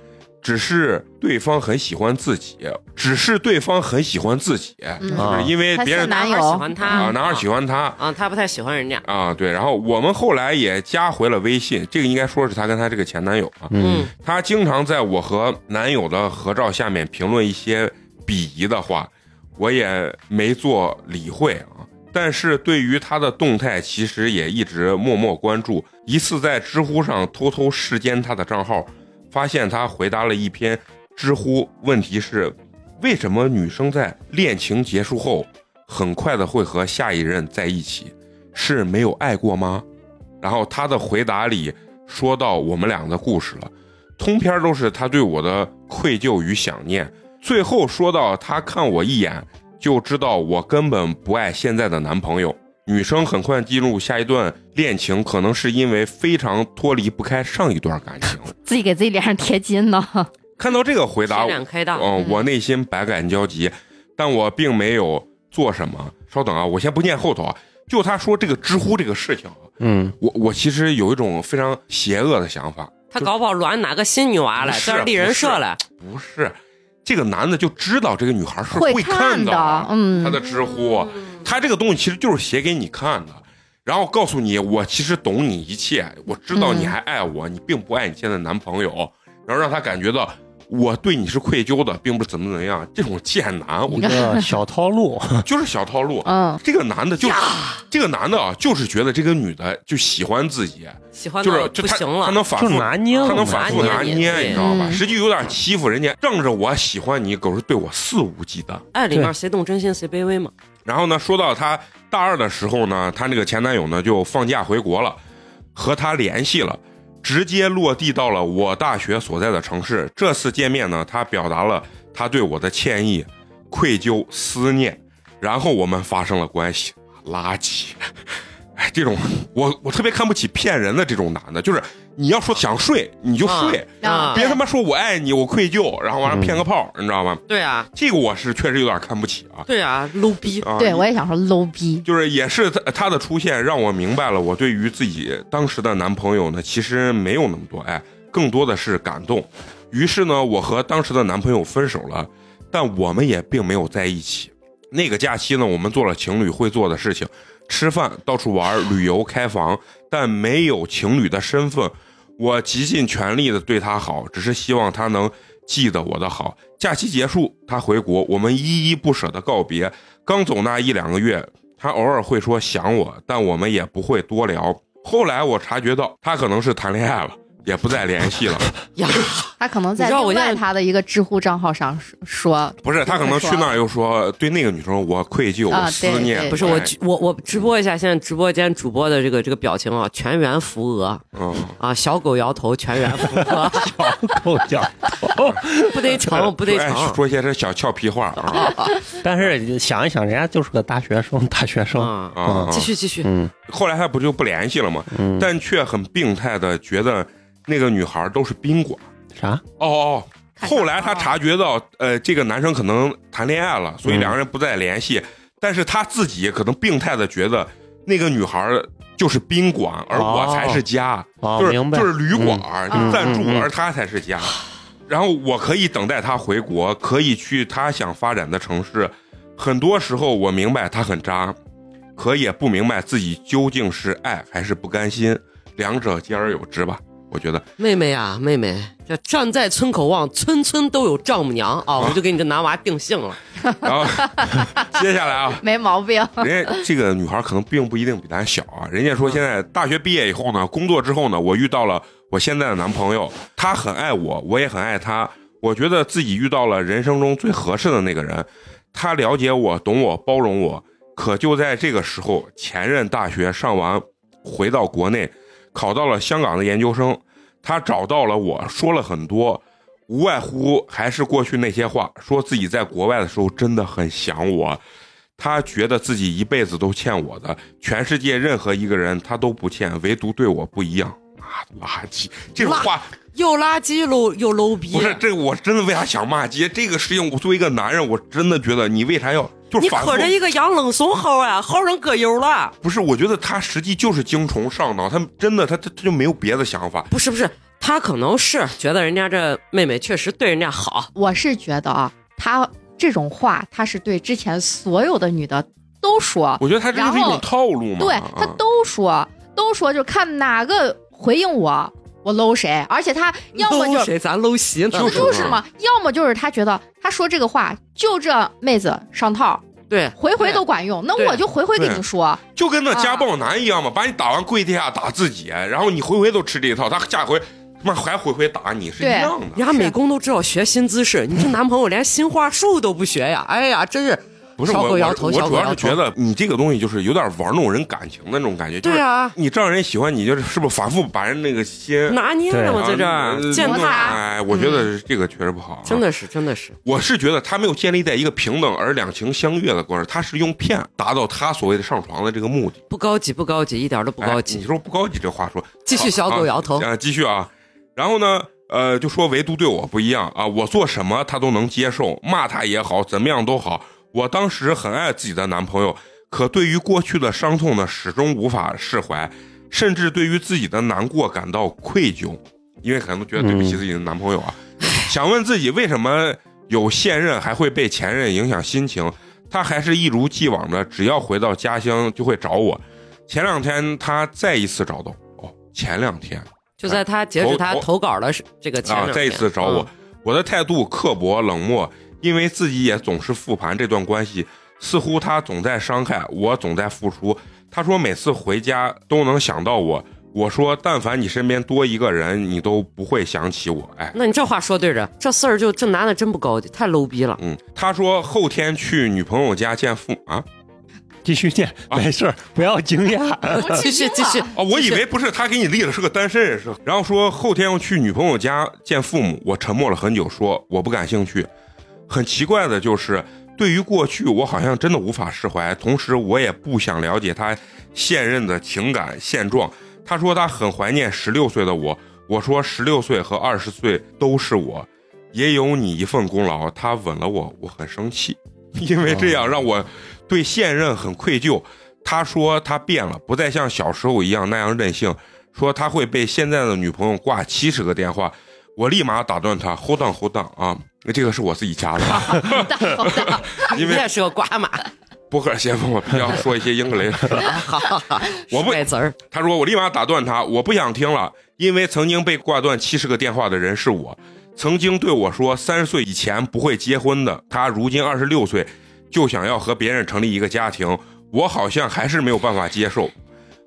[SPEAKER 1] 只是对方很喜欢自己，只是对方很喜欢自己，就
[SPEAKER 3] 嗯
[SPEAKER 1] 是因为
[SPEAKER 3] 他
[SPEAKER 1] 别
[SPEAKER 3] 现
[SPEAKER 1] 人
[SPEAKER 3] 男
[SPEAKER 2] 男
[SPEAKER 3] 友
[SPEAKER 2] 孩喜欢他
[SPEAKER 1] 啊，男孩
[SPEAKER 2] 啊
[SPEAKER 1] 喜欢他，
[SPEAKER 2] 啊，他不太喜欢人家。
[SPEAKER 1] 啊，对，然后我们后来也加回了微信，这个应该说是她跟她这个前男友啊，
[SPEAKER 2] 嗯，
[SPEAKER 1] 她经常在我和男友的合照下面评论一些鄙夷的话，我也没做理会啊。但是对于她的动态，其实也一直默默关注。一次在知乎上偷偷视奸她的账号，发现她回答了一篇知乎问题是：为什么女生在恋情结束后，很快的会和下一任在一起？是没有爱过吗？然后他的回答里说到我们俩的故事了，通篇都是他对我的愧疚与想念。最后说到他看我一眼就知道我根本不爱现在的男朋友。女生很快进入下一段恋情，可能是因为非常脱离不开上一段感情。
[SPEAKER 3] 自己给自己脸上贴金呢。
[SPEAKER 1] 看到这个回答，
[SPEAKER 2] 天两啊开大。
[SPEAKER 1] 嗯
[SPEAKER 3] 嗯，
[SPEAKER 1] 我内心百感交集，但我并没有做什么。稍等啊，我先不念后头啊。就他说这个知乎这个事情啊，
[SPEAKER 4] 嗯，
[SPEAKER 1] 我我其实有一种非常邪恶的想法，
[SPEAKER 2] 他搞不好卵哪个新女娃了，
[SPEAKER 1] 不是
[SPEAKER 2] 在这立人设了，
[SPEAKER 1] 不是这个男的就知道这个女孩是
[SPEAKER 3] 会
[SPEAKER 1] 看
[SPEAKER 3] 看的
[SPEAKER 1] 的，啊
[SPEAKER 3] 嗯
[SPEAKER 1] 他的知乎，他这个东西其实就是写给你看的，然后告诉你我其实懂你一切，我知道
[SPEAKER 3] 嗯
[SPEAKER 1] 你还爱我，你并不爱你现在的男朋友，然后让他感觉到我对你是愧疚的，并不是怎么怎么样，这种贱男，我
[SPEAKER 4] 一个小套路，
[SPEAKER 1] 就是小套路。
[SPEAKER 3] 嗯，
[SPEAKER 1] 这个男的就是这个男的啊，就是觉得这个女的就喜欢自己，
[SPEAKER 2] 喜欢
[SPEAKER 1] 就是
[SPEAKER 2] 到
[SPEAKER 1] 就
[SPEAKER 2] 不
[SPEAKER 1] 他
[SPEAKER 2] 行
[SPEAKER 1] 他
[SPEAKER 2] 了。
[SPEAKER 1] 能反
[SPEAKER 4] 就
[SPEAKER 1] 复
[SPEAKER 4] 拿捏了
[SPEAKER 1] 他
[SPEAKER 4] 嘛，
[SPEAKER 1] 能反复拿
[SPEAKER 2] 拿
[SPEAKER 1] 捏
[SPEAKER 2] 捏，
[SPEAKER 1] 你知道吧？
[SPEAKER 3] 嗯
[SPEAKER 1] 实际有点欺负人家，仗着我喜欢你，狗是对我肆无忌惮。
[SPEAKER 2] 爱哎里面
[SPEAKER 4] 对
[SPEAKER 2] 谁动真心谁卑微嘛。
[SPEAKER 1] 然后呢，说到她大二的时候呢，她那个前男友呢就放假回国了，和她联系了，直接落地到了我大学所在的城市。这次见面呢，她表达了她对我的歉意、愧疚、思念，然后我们发生了关系。垃圾！哎， 这种我我特别看不起骗人的这种男的，就是你要说想睡你就睡，
[SPEAKER 3] 啊嗯
[SPEAKER 1] 别他妈说我爱你，我愧疚，然后完了骗个炮，你知道吗？
[SPEAKER 2] 对啊，
[SPEAKER 1] 这个我是确实有点看不起啊。
[SPEAKER 2] 对啊，low 逼。
[SPEAKER 1] 啊，
[SPEAKER 3] 对我也想说 low 逼，
[SPEAKER 1] 就是也是他他的出现让我明白了，我对于自己当时的男朋友呢，其实没有那么多爱，更多的是感动。于是呢，我和当时的男朋友分手了，但我们也并没有在一起。那个假期呢，我们做了情侣会做的事情，吃饭、到处玩、旅游、开房，但没有情侣的身份。我极尽全力的对他好，只是希望他能记得我的好。假期结束，他回国，我们依依不舍的告别。刚走那一两个月，他偶尔会说想我，但我们也不会多聊。后来我察觉到他可能是谈恋爱了，也不再联系了。
[SPEAKER 2] 呀，
[SPEAKER 3] 他可能在
[SPEAKER 2] 你知道我
[SPEAKER 3] 另
[SPEAKER 2] 现在
[SPEAKER 3] 外他的一个知乎账号上说，
[SPEAKER 1] 不是，他可能去那儿又说对那个女生我愧疚，
[SPEAKER 3] 啊
[SPEAKER 1] 我思念。
[SPEAKER 3] 对 对
[SPEAKER 2] 不是我
[SPEAKER 1] 哎，
[SPEAKER 2] 我我直播一下，现在直播间主播的这个这个表情啊，全员扶额
[SPEAKER 1] 嗯，
[SPEAKER 2] 啊，小狗摇头，全员扶额，
[SPEAKER 4] 够讲。
[SPEAKER 2] 不得成，不得啊
[SPEAKER 1] 哎
[SPEAKER 2] 成。
[SPEAKER 1] 说一些这小俏皮话
[SPEAKER 2] 嗯
[SPEAKER 1] 啊
[SPEAKER 4] 但是想一想，人家就是个大学生，大学生，
[SPEAKER 2] 啊，
[SPEAKER 1] 啊！啊
[SPEAKER 2] 继续继续，
[SPEAKER 4] 嗯
[SPEAKER 1] 后来他不就不联系了吗？
[SPEAKER 4] 嗯，
[SPEAKER 1] 但却很病态的觉得那个女孩都是宾馆。
[SPEAKER 4] 啥？
[SPEAKER 1] 哦哦，哦
[SPEAKER 3] 看上
[SPEAKER 1] 后来
[SPEAKER 4] 啊
[SPEAKER 1] 他察觉到，呃，这个男生可能谈恋爱了，所以
[SPEAKER 4] 嗯
[SPEAKER 1] 两个人不再联系。但是他自己可能病态的觉得那个女孩就是宾馆，而我才是家，
[SPEAKER 4] 哦
[SPEAKER 1] 就是
[SPEAKER 4] 明白
[SPEAKER 1] 就是旅馆、
[SPEAKER 3] 嗯
[SPEAKER 1] 暂住，
[SPEAKER 4] 嗯嗯嗯
[SPEAKER 1] 而他才是家。然后我可以等待他回国，可以去他想发展的城市。很多时候我明白他很渣，可也不明白自己究竟是爱还是不甘心，两者皆而有之吧。我觉得
[SPEAKER 2] 妹妹啊，妹妹，这站在村口望，村村都有丈母娘啊！我就给你这男娃定性了。
[SPEAKER 1] 然 后 接下来啊，
[SPEAKER 3] 没毛病，
[SPEAKER 1] 人家这个女孩可能并不一定比咱小啊。人家说现在大学毕业以后呢，工作之后呢，我遇到了我现在的男朋友，他很爱我，我也很爱他。我觉得自己遇到了人生中最合适的那个人，他了解我、懂我、包容我。可就在这个时候，前任大学上完回到国内，考到了香港的研究生，他找到了我，说了很多，无外乎还是过去那些话，说自己在国外的时候真的很想我，他觉得自己一辈子都欠我的，全世界任何一个人他都不欠，唯独对我不一样。啊，垃圾！这种话
[SPEAKER 2] 又垃圾喽又 low 逼
[SPEAKER 1] 不，是这，我真的为啥想骂街？这个事情，我作为一个男人，我真的觉得你为啥要就是
[SPEAKER 2] 你
[SPEAKER 1] 反
[SPEAKER 2] 可
[SPEAKER 1] 复
[SPEAKER 2] 着一个养冷怂猴啊，薅成葛优了。
[SPEAKER 1] 不是，我觉得他实际就是精虫上脑，他真的他他他就没有别的想法。
[SPEAKER 2] 不是不是，他可能是觉得人家这妹妹确实对人家好，
[SPEAKER 3] 我是觉得啊，他这种话，他是对之前所有的女的都说，
[SPEAKER 1] 我觉得他这就是一
[SPEAKER 3] 然
[SPEAKER 1] 种
[SPEAKER 3] 后
[SPEAKER 1] 套路嘛。
[SPEAKER 3] 对
[SPEAKER 1] 啊
[SPEAKER 3] 他都说，都说，就看哪个回应我，我搂谁。而且他要么就
[SPEAKER 2] 搂谁咱搂席呢
[SPEAKER 1] 就
[SPEAKER 3] 不
[SPEAKER 1] 是
[SPEAKER 3] 就是嘛，要么就是他觉得他说这个话就这妹子上套，
[SPEAKER 2] 对，
[SPEAKER 3] 回回都管用，那
[SPEAKER 2] 对
[SPEAKER 3] 我就回回跟你说。
[SPEAKER 1] 就跟
[SPEAKER 3] 啊
[SPEAKER 1] 那家暴男一样嘛，把你打完跪地下打自己，然后你回回都吃这一套，他下回妈还回回打你是一
[SPEAKER 3] 对
[SPEAKER 1] 样的。
[SPEAKER 2] 人家美工都知道学新姿势，你这男朋友连新话术都不学呀？哎呀，真是
[SPEAKER 1] 不是
[SPEAKER 2] 小
[SPEAKER 1] 我
[SPEAKER 2] 狗
[SPEAKER 1] 我
[SPEAKER 2] 摇头，
[SPEAKER 1] 我
[SPEAKER 2] 小
[SPEAKER 1] 主
[SPEAKER 2] 狗
[SPEAKER 1] 要
[SPEAKER 2] 摇
[SPEAKER 1] 是觉
[SPEAKER 2] 头。
[SPEAKER 1] 得你这个东西就是有点玩弄人感情的那种感觉，就是
[SPEAKER 2] 对啊，
[SPEAKER 1] 你让人喜欢你，就是是不是反复把人那个心
[SPEAKER 2] 拿捏呢嘛，
[SPEAKER 1] 啊
[SPEAKER 2] 在这儿
[SPEAKER 1] 呃
[SPEAKER 2] 践
[SPEAKER 1] 弄
[SPEAKER 2] 踏，嗯
[SPEAKER 1] 哎，我觉得这个确实不好啊，
[SPEAKER 2] 真的是真的是，
[SPEAKER 1] 我是觉得他没有建立在一个平等而两情相悦的过程，他是用骗达到他所谓的上床的这个目的。
[SPEAKER 2] 不高级不高级，一点都不高
[SPEAKER 1] 哎你
[SPEAKER 2] 级。
[SPEAKER 1] 说不高级这话说，
[SPEAKER 2] 继续小狗摇头
[SPEAKER 1] 啊，继续啊。然后呢，呃，就说唯独对我不一样啊，我做什么他都能接受，骂他也好，怎么样都好。我当时很爱自己的男朋友，可对于过去的伤痛呢，始终无法释怀，甚至对于自己的难过感到愧疚，因为可能觉得对不起自己的男朋友啊。想问自己为什么有现任还会被前任影响心情？他还是一如既往的，只要回到家乡就会找我。前两天他再一次找到我哦，前两天
[SPEAKER 2] 就在他截止他
[SPEAKER 1] 投
[SPEAKER 2] 投稿的是这个前两
[SPEAKER 1] 啊，
[SPEAKER 2] 天
[SPEAKER 1] 再一次找我，，我的态度刻薄冷漠，因为自己也总是复盘这段关系，似乎他总在伤害我，总在付出。他说每次回家都能想到我，我说但凡你身边多一个人，你都不会想起我。哎，
[SPEAKER 2] 那你这话说对着，这事儿就这男的真不高级，太 low 逼了。
[SPEAKER 1] 嗯，他说后天去女朋友家见父啊
[SPEAKER 4] 继续念，没事儿，不要惊讶。
[SPEAKER 3] 我
[SPEAKER 2] 呃继续继续，
[SPEAKER 1] 哦，我以为不是他给你立的是个单身人设，然后说后天要去女朋友家见父母，我沉默了很久，说我不感兴趣。很奇怪的就是，对于过去我好像真的无法释怀，同时我也不想了解他现任的情感现状。他说他很怀念十六岁的我，我说十六岁和二十岁都是我，也有你一份功劳。他吻了我，我很生气， 因为这样让我对现任很愧疚。他说他变了，不再像小时候一样那样任性，说他会被现在的女朋友挂七十个电话。我立马打断他，hold on hold on 啊，这个是我自己加的啊，
[SPEAKER 3] 大好 大，
[SPEAKER 1] 因
[SPEAKER 2] 你
[SPEAKER 1] 为
[SPEAKER 2] 也是个瓜马，
[SPEAKER 1] 播客先锋我必须要说一些英格雷。
[SPEAKER 2] 好好好，
[SPEAKER 1] 我不
[SPEAKER 2] 卖词儿，
[SPEAKER 1] 他说我立马打断他，我不想听了，因为曾经被挂断七十个电话的人是我，曾经对我说三十岁以前不会结婚的，他如今二十六岁就想要和别人成立一个家庭，我好像还是没有办法接受。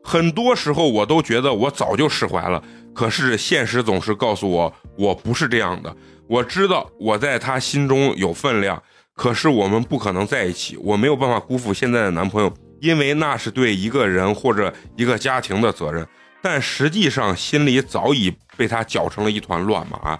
[SPEAKER 1] 很多时候我都觉得我早就释怀了，可是现实总是告诉我我不是这样的。我知道我在他心中有分量，可是我们不可能在一起，我没有办法辜负现在的男朋友，因为那是对一个人或者一个家庭的责任。但实际上心里早已被他搅成了一团乱麻，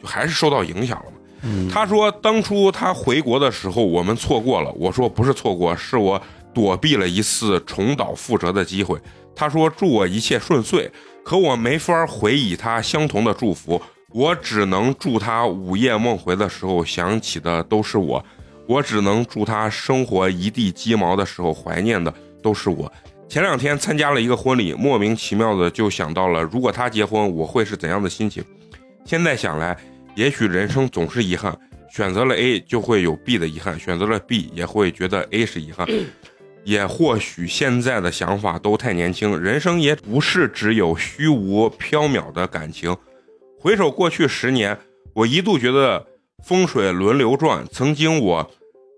[SPEAKER 1] 就还是受到影响了嘛。他说当初他回国的时候，我们错过了。我说不是错过，是我躲避了一次重蹈覆辙的机会。他说祝我一切顺遂，可我没法回以他相同的祝福，我只能祝他午夜梦回的时候想起的都是我，我只能祝他生活一地鸡毛的时候怀念的都是我。前两天参加了一个婚礼，莫名其妙的就想到了，如果他结婚，我会是怎样的心情？现在想来，也许人生总是遗憾，选择了 A 就会有 B 的遗憾，选择了 B 也会觉得 A 是遗憾。也或许现在的想法都太年轻，人生也不是只有虚无缥缈的感情。回首过去十年，我一度觉得风水轮流转，曾经我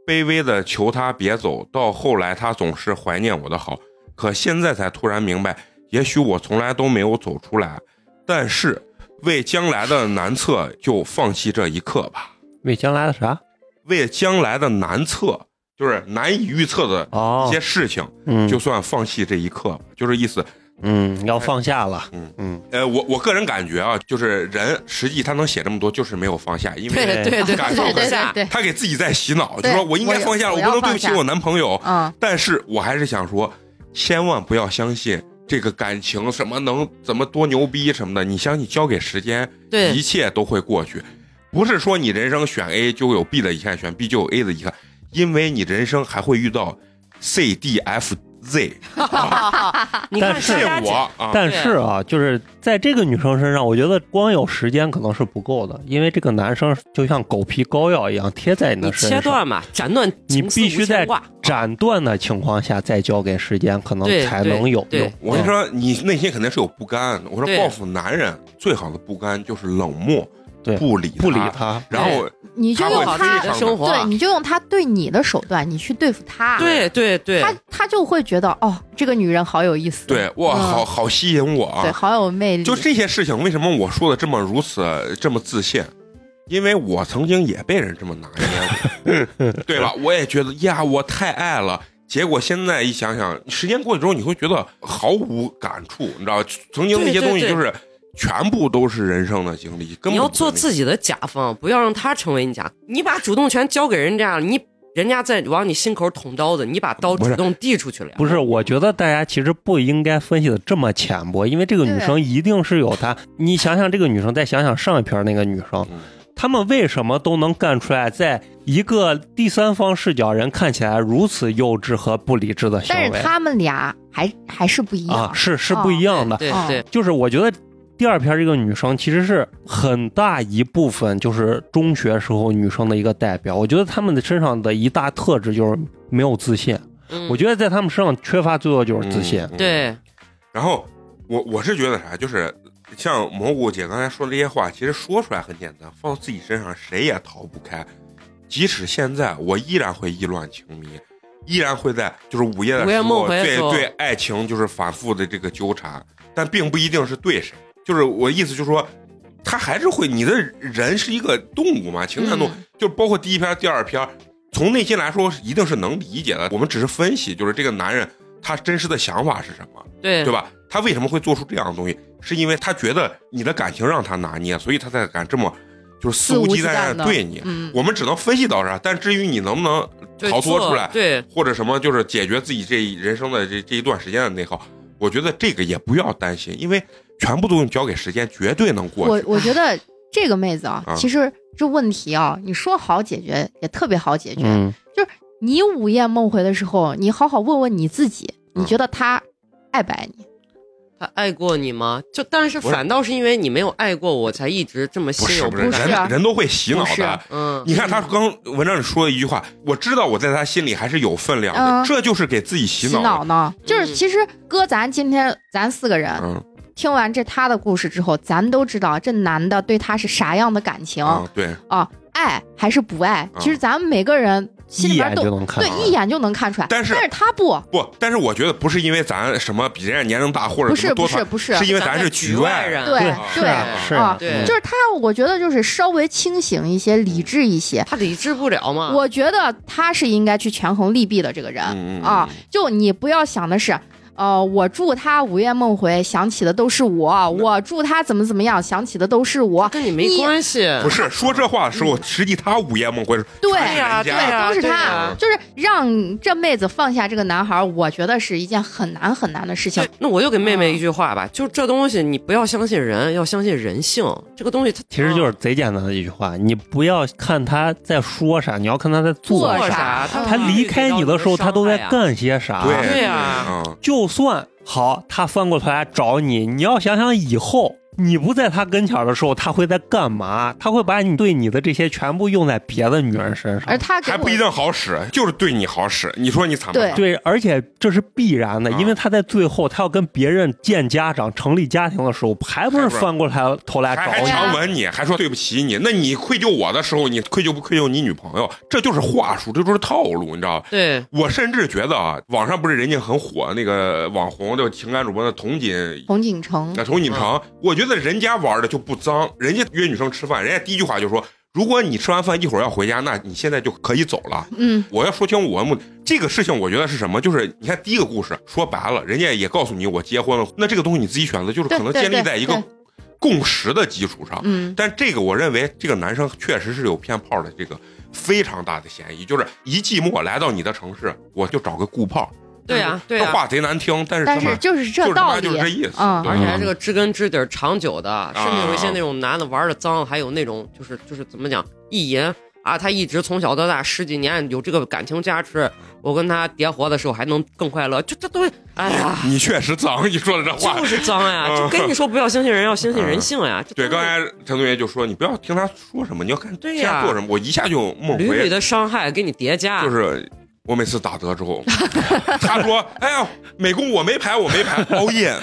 [SPEAKER 1] 卑微的求他别走，到后来他总是怀念我的好，可现在才突然明白，也许我从来都没有走出来，但是为将来的难测，就放弃这一刻吧。
[SPEAKER 4] 为将来的啥？
[SPEAKER 1] 为将来的难测，就是难以预测的
[SPEAKER 4] 哦
[SPEAKER 1] 一些事情，
[SPEAKER 4] 嗯，
[SPEAKER 1] 就算放弃这一刻，就是意思，
[SPEAKER 4] 嗯，要放下了，
[SPEAKER 1] 嗯
[SPEAKER 4] 嗯，
[SPEAKER 1] 呃，我我个人感觉啊，就是人实际他能写这么多，就是没有放下，因
[SPEAKER 2] 对
[SPEAKER 1] 为
[SPEAKER 2] 对对对，
[SPEAKER 1] 感
[SPEAKER 3] 对
[SPEAKER 1] 受
[SPEAKER 3] 对
[SPEAKER 1] 很
[SPEAKER 2] 放
[SPEAKER 3] 对
[SPEAKER 2] 下
[SPEAKER 3] 对，对，
[SPEAKER 1] 他给自己在洗脑，就
[SPEAKER 3] 对
[SPEAKER 1] 说我应该
[SPEAKER 3] 我
[SPEAKER 1] 放下了，
[SPEAKER 3] 我
[SPEAKER 1] 我
[SPEAKER 3] 要
[SPEAKER 1] 不能对不
[SPEAKER 3] 放
[SPEAKER 1] 起
[SPEAKER 3] 下
[SPEAKER 1] 我男朋友，
[SPEAKER 3] 嗯，
[SPEAKER 1] 但是我还是想说，千万不要相信这个感情什么能怎么多牛逼什么的，你相信交给时间，一
[SPEAKER 2] 对
[SPEAKER 1] 切都会过去。不是说你人生选 A 就有 B 的遗憾，选 B 就有 A 的遗憾，因为你人生还会遇到 C、D、F、Z。
[SPEAKER 2] 你看
[SPEAKER 4] 但是
[SPEAKER 1] 是
[SPEAKER 2] 莎莎姐
[SPEAKER 1] 我啊，
[SPEAKER 4] 但是啊，就是在这个女生身上，我觉得光有时间可能是不够的，因为这个男生就像狗皮膏药一样贴在你
[SPEAKER 2] 你
[SPEAKER 4] 的身
[SPEAKER 2] 切
[SPEAKER 4] 上，
[SPEAKER 2] 断嘛，斩断
[SPEAKER 4] 你
[SPEAKER 2] 情丝
[SPEAKER 4] 必须
[SPEAKER 2] 无牵
[SPEAKER 4] 在
[SPEAKER 2] 挂
[SPEAKER 4] 斩断的情况下再交给时间，可能
[SPEAKER 2] 对
[SPEAKER 4] 才
[SPEAKER 2] 对
[SPEAKER 4] 能有
[SPEAKER 2] 对
[SPEAKER 4] 用。嗯
[SPEAKER 1] 我跟你说，你内心肯定是有不甘。我说，
[SPEAKER 2] 对
[SPEAKER 1] 报复男人最好的不甘就是冷漠，
[SPEAKER 4] 对
[SPEAKER 1] 不理
[SPEAKER 4] 不理
[SPEAKER 1] 他，
[SPEAKER 4] 他，
[SPEAKER 1] 然后
[SPEAKER 3] 你就
[SPEAKER 1] 他
[SPEAKER 3] 用
[SPEAKER 1] 会
[SPEAKER 2] 好
[SPEAKER 1] 非
[SPEAKER 2] 自己
[SPEAKER 3] 他
[SPEAKER 1] 常
[SPEAKER 2] 的生活啊
[SPEAKER 3] 对，你就用他对你的手段，你去对付他，
[SPEAKER 2] 对对对，
[SPEAKER 3] 他他就会觉得哦，这个女人好有意思，
[SPEAKER 1] 对哇，
[SPEAKER 3] 嗯
[SPEAKER 1] 好好吸引我啊！
[SPEAKER 3] 对，好有魅力，
[SPEAKER 1] 就这些事情，为什么我说的这么如此这么自信？因为我曾经也被人这么拿捏 过，对吧？我也觉得呀，我太爱了。结果现在一想想，时间过去之后，你会觉得毫无感触，你知道吧？曾经那些
[SPEAKER 2] 对对
[SPEAKER 1] 东西
[SPEAKER 2] 对
[SPEAKER 1] 就是全部都是人生的经历，根本
[SPEAKER 2] 你要
[SPEAKER 1] 不
[SPEAKER 2] 做
[SPEAKER 1] 是
[SPEAKER 2] 自己的甲方，不要让他成为你甲。你把主动权交给人家了，你人家在往你心口捅刀子，你把刀
[SPEAKER 1] 不是
[SPEAKER 2] 主动递出去了呀。
[SPEAKER 4] 不是，我觉得大家其实不应该分析的这么浅薄，因为这个女生一定是有她。你想想这个女生，再想想上一篇那个女生
[SPEAKER 1] 嗯，
[SPEAKER 4] 她们为什么都能干出来，在一个第三方视角人看起来如此幼稚和不理智的行
[SPEAKER 3] 但
[SPEAKER 4] 为
[SPEAKER 3] 是他们俩还还是不一样，
[SPEAKER 4] 啊？是是不一样的。
[SPEAKER 2] 对
[SPEAKER 3] 哦
[SPEAKER 2] 对，
[SPEAKER 4] 就是我觉得第二篇这个女生其实是很大一部分就是中学时候女生的一个代表。我觉得她们的身上的一大特质就是没有自信。
[SPEAKER 2] 嗯
[SPEAKER 4] 我觉得在她们身上缺乏最多就是自信。
[SPEAKER 1] 嗯嗯
[SPEAKER 2] 对
[SPEAKER 1] 然后我我是觉得啥，就是像蘑菇姐刚才说的这些话，其实说出来很简单，放到自己身上谁也逃不开。即使现在，我依然会意乱情迷，依然会在就是午夜的
[SPEAKER 2] 午夜
[SPEAKER 1] 时
[SPEAKER 2] 梦
[SPEAKER 1] 候
[SPEAKER 2] 回的
[SPEAKER 1] 对
[SPEAKER 2] 时候
[SPEAKER 1] 对爱情就是反复的这个纠缠，但并不一定是对谁。就是我意思就是说，他还是会你的人是一个动物嘛，情感动物，
[SPEAKER 3] 嗯
[SPEAKER 1] 就是包括第一篇、第二篇，从内心来说一定是能理解的。我们只是分析，就是这个男人他真实的想法是什么。
[SPEAKER 2] 对
[SPEAKER 1] 对吧？他为什么会做出这样的东西？是因为他觉得你的感情让他拿捏，所以他才敢这么就是肆
[SPEAKER 3] 肆无
[SPEAKER 1] 忌
[SPEAKER 3] 忌惮
[SPEAKER 1] 惮地
[SPEAKER 3] 的
[SPEAKER 1] 对你。
[SPEAKER 3] 嗯，
[SPEAKER 1] 我们只能分析到这儿，但至于你能不能
[SPEAKER 2] 对
[SPEAKER 1] 逃脱
[SPEAKER 2] 做
[SPEAKER 1] 出来
[SPEAKER 2] 对
[SPEAKER 1] 或者什么，就是解决自己这一人生的这这一段时间的内耗，我觉得这个也不要担心，因为全部都用交给时间，绝对能过
[SPEAKER 3] 我
[SPEAKER 1] 去。
[SPEAKER 3] 我觉得这个妹子啊
[SPEAKER 1] 啊，
[SPEAKER 3] 其实这问题啊，你说好解决也特别好解决，
[SPEAKER 4] 嗯，
[SPEAKER 3] 你午夜梦回的时候，你好好问问你自己，
[SPEAKER 1] 嗯
[SPEAKER 3] 你觉得他爱不爱你？
[SPEAKER 2] 他爱过你吗？就但是
[SPEAKER 1] 不是
[SPEAKER 2] 反倒是因为你没有爱过我，才一直这么
[SPEAKER 1] 不
[SPEAKER 2] 心
[SPEAKER 1] 是
[SPEAKER 2] 有
[SPEAKER 1] 不
[SPEAKER 2] 不
[SPEAKER 1] 是，
[SPEAKER 3] 不是
[SPEAKER 1] 人、
[SPEAKER 3] 啊
[SPEAKER 1] 人都会洗脑
[SPEAKER 3] 不是
[SPEAKER 1] 的
[SPEAKER 3] 啊。
[SPEAKER 2] 嗯，
[SPEAKER 1] 你看他刚文章里说的一句话，我知道我在他心里还是有分量的，
[SPEAKER 3] 嗯
[SPEAKER 1] 这就是给自己洗脑。
[SPEAKER 3] 脑呢？就是
[SPEAKER 2] 嗯
[SPEAKER 3] 其实哥，咱今天咱四个人、
[SPEAKER 1] 嗯
[SPEAKER 3] 听完这他的故事之后，咱都知道这男的对他是啥样的感情啊、
[SPEAKER 1] 啊，对，
[SPEAKER 3] 爱还是不爱？
[SPEAKER 1] 嗯
[SPEAKER 3] 其实咱们每个人心
[SPEAKER 4] 一
[SPEAKER 3] 里边
[SPEAKER 4] 眼
[SPEAKER 3] 都
[SPEAKER 4] 就能看
[SPEAKER 3] 对
[SPEAKER 4] 出来。
[SPEAKER 3] 一眼就能看出来。
[SPEAKER 1] 但是
[SPEAKER 3] 他不，
[SPEAKER 1] 不，但是我觉得不是因为咱什么比人家年龄大或者
[SPEAKER 3] 不
[SPEAKER 1] 什
[SPEAKER 3] 是
[SPEAKER 1] 么多
[SPEAKER 3] 不
[SPEAKER 1] 少
[SPEAKER 3] 是，不是，
[SPEAKER 1] 是因为
[SPEAKER 2] 咱
[SPEAKER 1] 咱是
[SPEAKER 2] 是
[SPEAKER 1] 局
[SPEAKER 2] 局外
[SPEAKER 1] 外
[SPEAKER 2] 人
[SPEAKER 3] 对
[SPEAKER 4] 是啊
[SPEAKER 2] 对
[SPEAKER 4] 是啊，
[SPEAKER 3] 啊
[SPEAKER 2] 对
[SPEAKER 3] 就是他，我觉得就是稍微清醒一些，理智一些。
[SPEAKER 2] 他理智不了嘛。
[SPEAKER 3] 我觉得他是应该去权衡利弊的这个人。
[SPEAKER 1] 嗯嗯嗯
[SPEAKER 3] 啊，就你不要想的是，呃，我祝他午夜梦回，想起的都是我；我祝他怎么怎么样，想起的都是我。
[SPEAKER 2] 跟你没关系，
[SPEAKER 1] 不是说这话的时候，实际他午夜梦回，
[SPEAKER 3] 对
[SPEAKER 1] 全是
[SPEAKER 2] 对呀
[SPEAKER 1] 人
[SPEAKER 2] 对啊
[SPEAKER 1] 家啊
[SPEAKER 2] 呀
[SPEAKER 3] 都是
[SPEAKER 2] 对
[SPEAKER 3] 他
[SPEAKER 2] 呀
[SPEAKER 3] 就是让这妹子放下这个男孩儿，我觉得是一件很难很难的事情
[SPEAKER 2] 对。那我就给妹妹一句话吧，就这东西，你不要相信人，要相信人性。这个东西它
[SPEAKER 4] 其实就是贼简单的一句话，你不要看他在说啥，你要看他在做
[SPEAKER 2] 做
[SPEAKER 4] 啥。
[SPEAKER 2] 啥？
[SPEAKER 3] 嗯
[SPEAKER 4] 他离开你的时候，他都在
[SPEAKER 2] 干。
[SPEAKER 4] 干些啥？
[SPEAKER 1] 对
[SPEAKER 2] 对呀
[SPEAKER 1] 啊，嗯
[SPEAKER 4] 就算好，他翻过头来找你，你要想想以后你不在他跟前儿的时候，他会在干嘛？他会把你对你的这些全部用在别的女人身
[SPEAKER 3] 而
[SPEAKER 4] 上。
[SPEAKER 3] 他给
[SPEAKER 1] 还
[SPEAKER 3] 我
[SPEAKER 1] 不一定好使，就是对你好使，你说你惨不
[SPEAKER 3] 对
[SPEAKER 1] 惨？
[SPEAKER 4] 对，而且这是必然的，
[SPEAKER 1] 啊
[SPEAKER 4] 因为他在最后他要跟别人见家长、成立家庭的时候，还不是翻过来头来
[SPEAKER 1] 还还
[SPEAKER 4] 找
[SPEAKER 3] 呀
[SPEAKER 1] 强
[SPEAKER 4] 你？
[SPEAKER 1] 吻你，还说对不起你，那你愧疚我的时候，你愧疚不愧疚你女朋友？这就是话术，这就是套路，你知道吧？
[SPEAKER 2] 对，
[SPEAKER 1] 我甚至觉得啊，网上不是人家很火那个网红，就情感主播的童锦
[SPEAKER 3] 红景城嗯
[SPEAKER 1] 那，从你们城，我觉得人家玩的就不脏，人家约女生吃饭，人家第一句话就说。如果你吃完饭一会儿要回家，那你现在就可以走了。
[SPEAKER 3] 嗯
[SPEAKER 1] 我要说清我的目的，这个事情我觉得是什么？就是你看第一个故事说白了，人家也告诉你我结婚了，那这个东西你自己选择，就是
[SPEAKER 3] 对
[SPEAKER 1] 可能
[SPEAKER 3] 对
[SPEAKER 1] 建立
[SPEAKER 3] 对
[SPEAKER 1] 在一个
[SPEAKER 3] 对
[SPEAKER 1] 共识的基础上。
[SPEAKER 3] 嗯，
[SPEAKER 1] 但这个我认为这个男生确实是有骗炮的这个非常大的嫌疑，就是一寂寞来到你的城市，我就找个顾炮。
[SPEAKER 2] 对呀对呀
[SPEAKER 1] 这话贼难听，但是
[SPEAKER 3] 啊但
[SPEAKER 1] 他妈
[SPEAKER 3] 是就是
[SPEAKER 1] 就
[SPEAKER 3] 这
[SPEAKER 1] 是他
[SPEAKER 3] 道
[SPEAKER 1] 妈
[SPEAKER 3] 理，
[SPEAKER 1] 就是这意思。
[SPEAKER 3] 嗯
[SPEAKER 1] 对
[SPEAKER 2] 而且还是个知根知底儿、长久的，甚至有一些
[SPEAKER 1] 啊
[SPEAKER 2] 那种男的玩的脏，还有那种就是就是怎么讲意淫啊，他一直从小到大十几年有这个感情加持，我跟他叠活的时候还能更快乐，就这都哎 呀，
[SPEAKER 1] 你确实脏，你说的这话。
[SPEAKER 2] 就是脏呀，
[SPEAKER 1] 啊
[SPEAKER 2] 就跟你说不要相信人，要相信人性呀，这
[SPEAKER 1] 对，
[SPEAKER 2] 都
[SPEAKER 1] 刚
[SPEAKER 2] 是
[SPEAKER 1] 才陈同学就说，你不要听他说什么，你要看
[SPEAKER 2] 对
[SPEAKER 1] 听他
[SPEAKER 2] 呀
[SPEAKER 1] 做什么。我一下就梦
[SPEAKER 2] 屡
[SPEAKER 1] 回
[SPEAKER 2] 屡的伤害给你叠加，
[SPEAKER 1] 就是我每次打德州， 他说：“哎呀，美工我没牌，我没牌，all in。”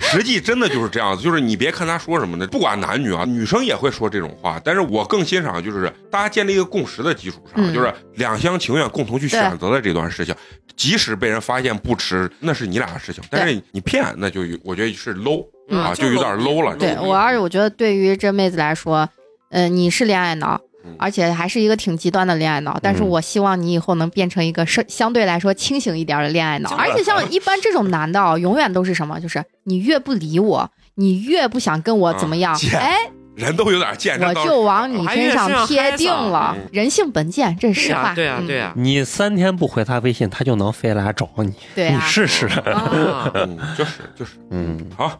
[SPEAKER 1] 实际真的就是这样子，就是你别看他说什么的，不管男女啊，女生也会说这种话。但是我更欣赏就是大家建立一个共识的基础上，
[SPEAKER 3] 嗯
[SPEAKER 1] 就是两厢情愿共同去选择的这段事情，即使被人发现不耻，那是你俩的事情。但是你骗，那就有我觉得是 low
[SPEAKER 2] 嗯
[SPEAKER 1] 啊，就有点 low 了。
[SPEAKER 3] 对我要是我觉得对于这妹子来说，呃，你是恋爱脑
[SPEAKER 1] 嗯，
[SPEAKER 3] 而且还是一个挺极端的恋爱脑，但是
[SPEAKER 4] 嗯
[SPEAKER 3] 我希望你以后能变成一个是相对来说清醒一点的恋爱脑。
[SPEAKER 1] 这个
[SPEAKER 3] 而且像一般这种男的啊，永远都是什么，就是你越不理我，你越不想跟我怎么样
[SPEAKER 1] 啊，贱
[SPEAKER 3] 哎，
[SPEAKER 1] 人都有点见，这
[SPEAKER 3] 我
[SPEAKER 1] 倒是
[SPEAKER 3] 就往你
[SPEAKER 2] 还
[SPEAKER 3] 身
[SPEAKER 2] 越是
[SPEAKER 3] 上
[SPEAKER 2] 让
[SPEAKER 3] 贴
[SPEAKER 2] 嗨
[SPEAKER 3] 定
[SPEAKER 2] 嗓
[SPEAKER 3] 了
[SPEAKER 1] 嗯。
[SPEAKER 3] 人性本贱，这是
[SPEAKER 2] 对
[SPEAKER 3] 实
[SPEAKER 2] 呀
[SPEAKER 3] 话。
[SPEAKER 2] 啊对呀对
[SPEAKER 3] 呀，
[SPEAKER 2] 呀，
[SPEAKER 4] 你三天不回他微信，他就能飞来找你，
[SPEAKER 3] 对
[SPEAKER 4] 你
[SPEAKER 3] 啊，
[SPEAKER 4] 试试。
[SPEAKER 2] 啊，
[SPEAKER 1] 嗯，就是就是。
[SPEAKER 4] 嗯，
[SPEAKER 1] 好，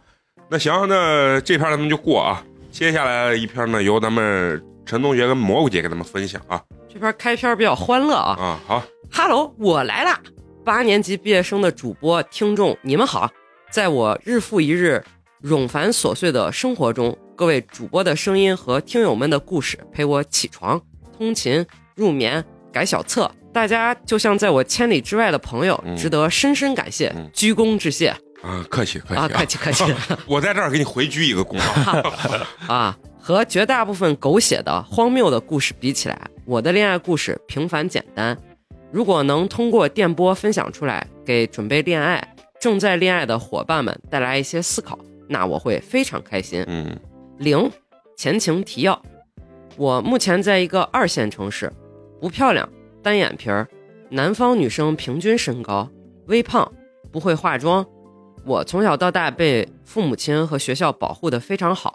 [SPEAKER 1] 那行，那这篇咱们就过啊。接下来一篇呢，由咱们陈同学跟蘑菇姐给咱们分享啊
[SPEAKER 2] 这边开篇比较欢乐啊，
[SPEAKER 1] 啊。好，
[SPEAKER 2] 哈喽，我来啦！八年级毕业生的主播听众，你们好！在我日复一日冗繁琐碎的生活中，各位主播的声音和听友们的故事陪我起床、通勤、入眠、改小册，大家就像在我千里之外的朋友
[SPEAKER 1] 嗯，
[SPEAKER 2] 值得深深感谢
[SPEAKER 1] 嗯，
[SPEAKER 2] 鞠躬致谢
[SPEAKER 1] 啊，客气客气
[SPEAKER 2] 啊！客气客气
[SPEAKER 1] 我在这儿给你回鞠一个躬啊。
[SPEAKER 2] 啊！和绝大部分狗血的、荒谬的故事比起来，我的恋爱故事平凡简单，如果能通过电波分享出来，给准备恋爱、正在恋爱的伙伴们带来一些思考，那我会非常开心。
[SPEAKER 1] 嗯
[SPEAKER 2] 零，前情提要：我目前在一个二线城市，不漂亮，单眼皮儿，南方女生平均身高，微胖，不会化妆。我从小到大被父母亲和学校保护的非常好，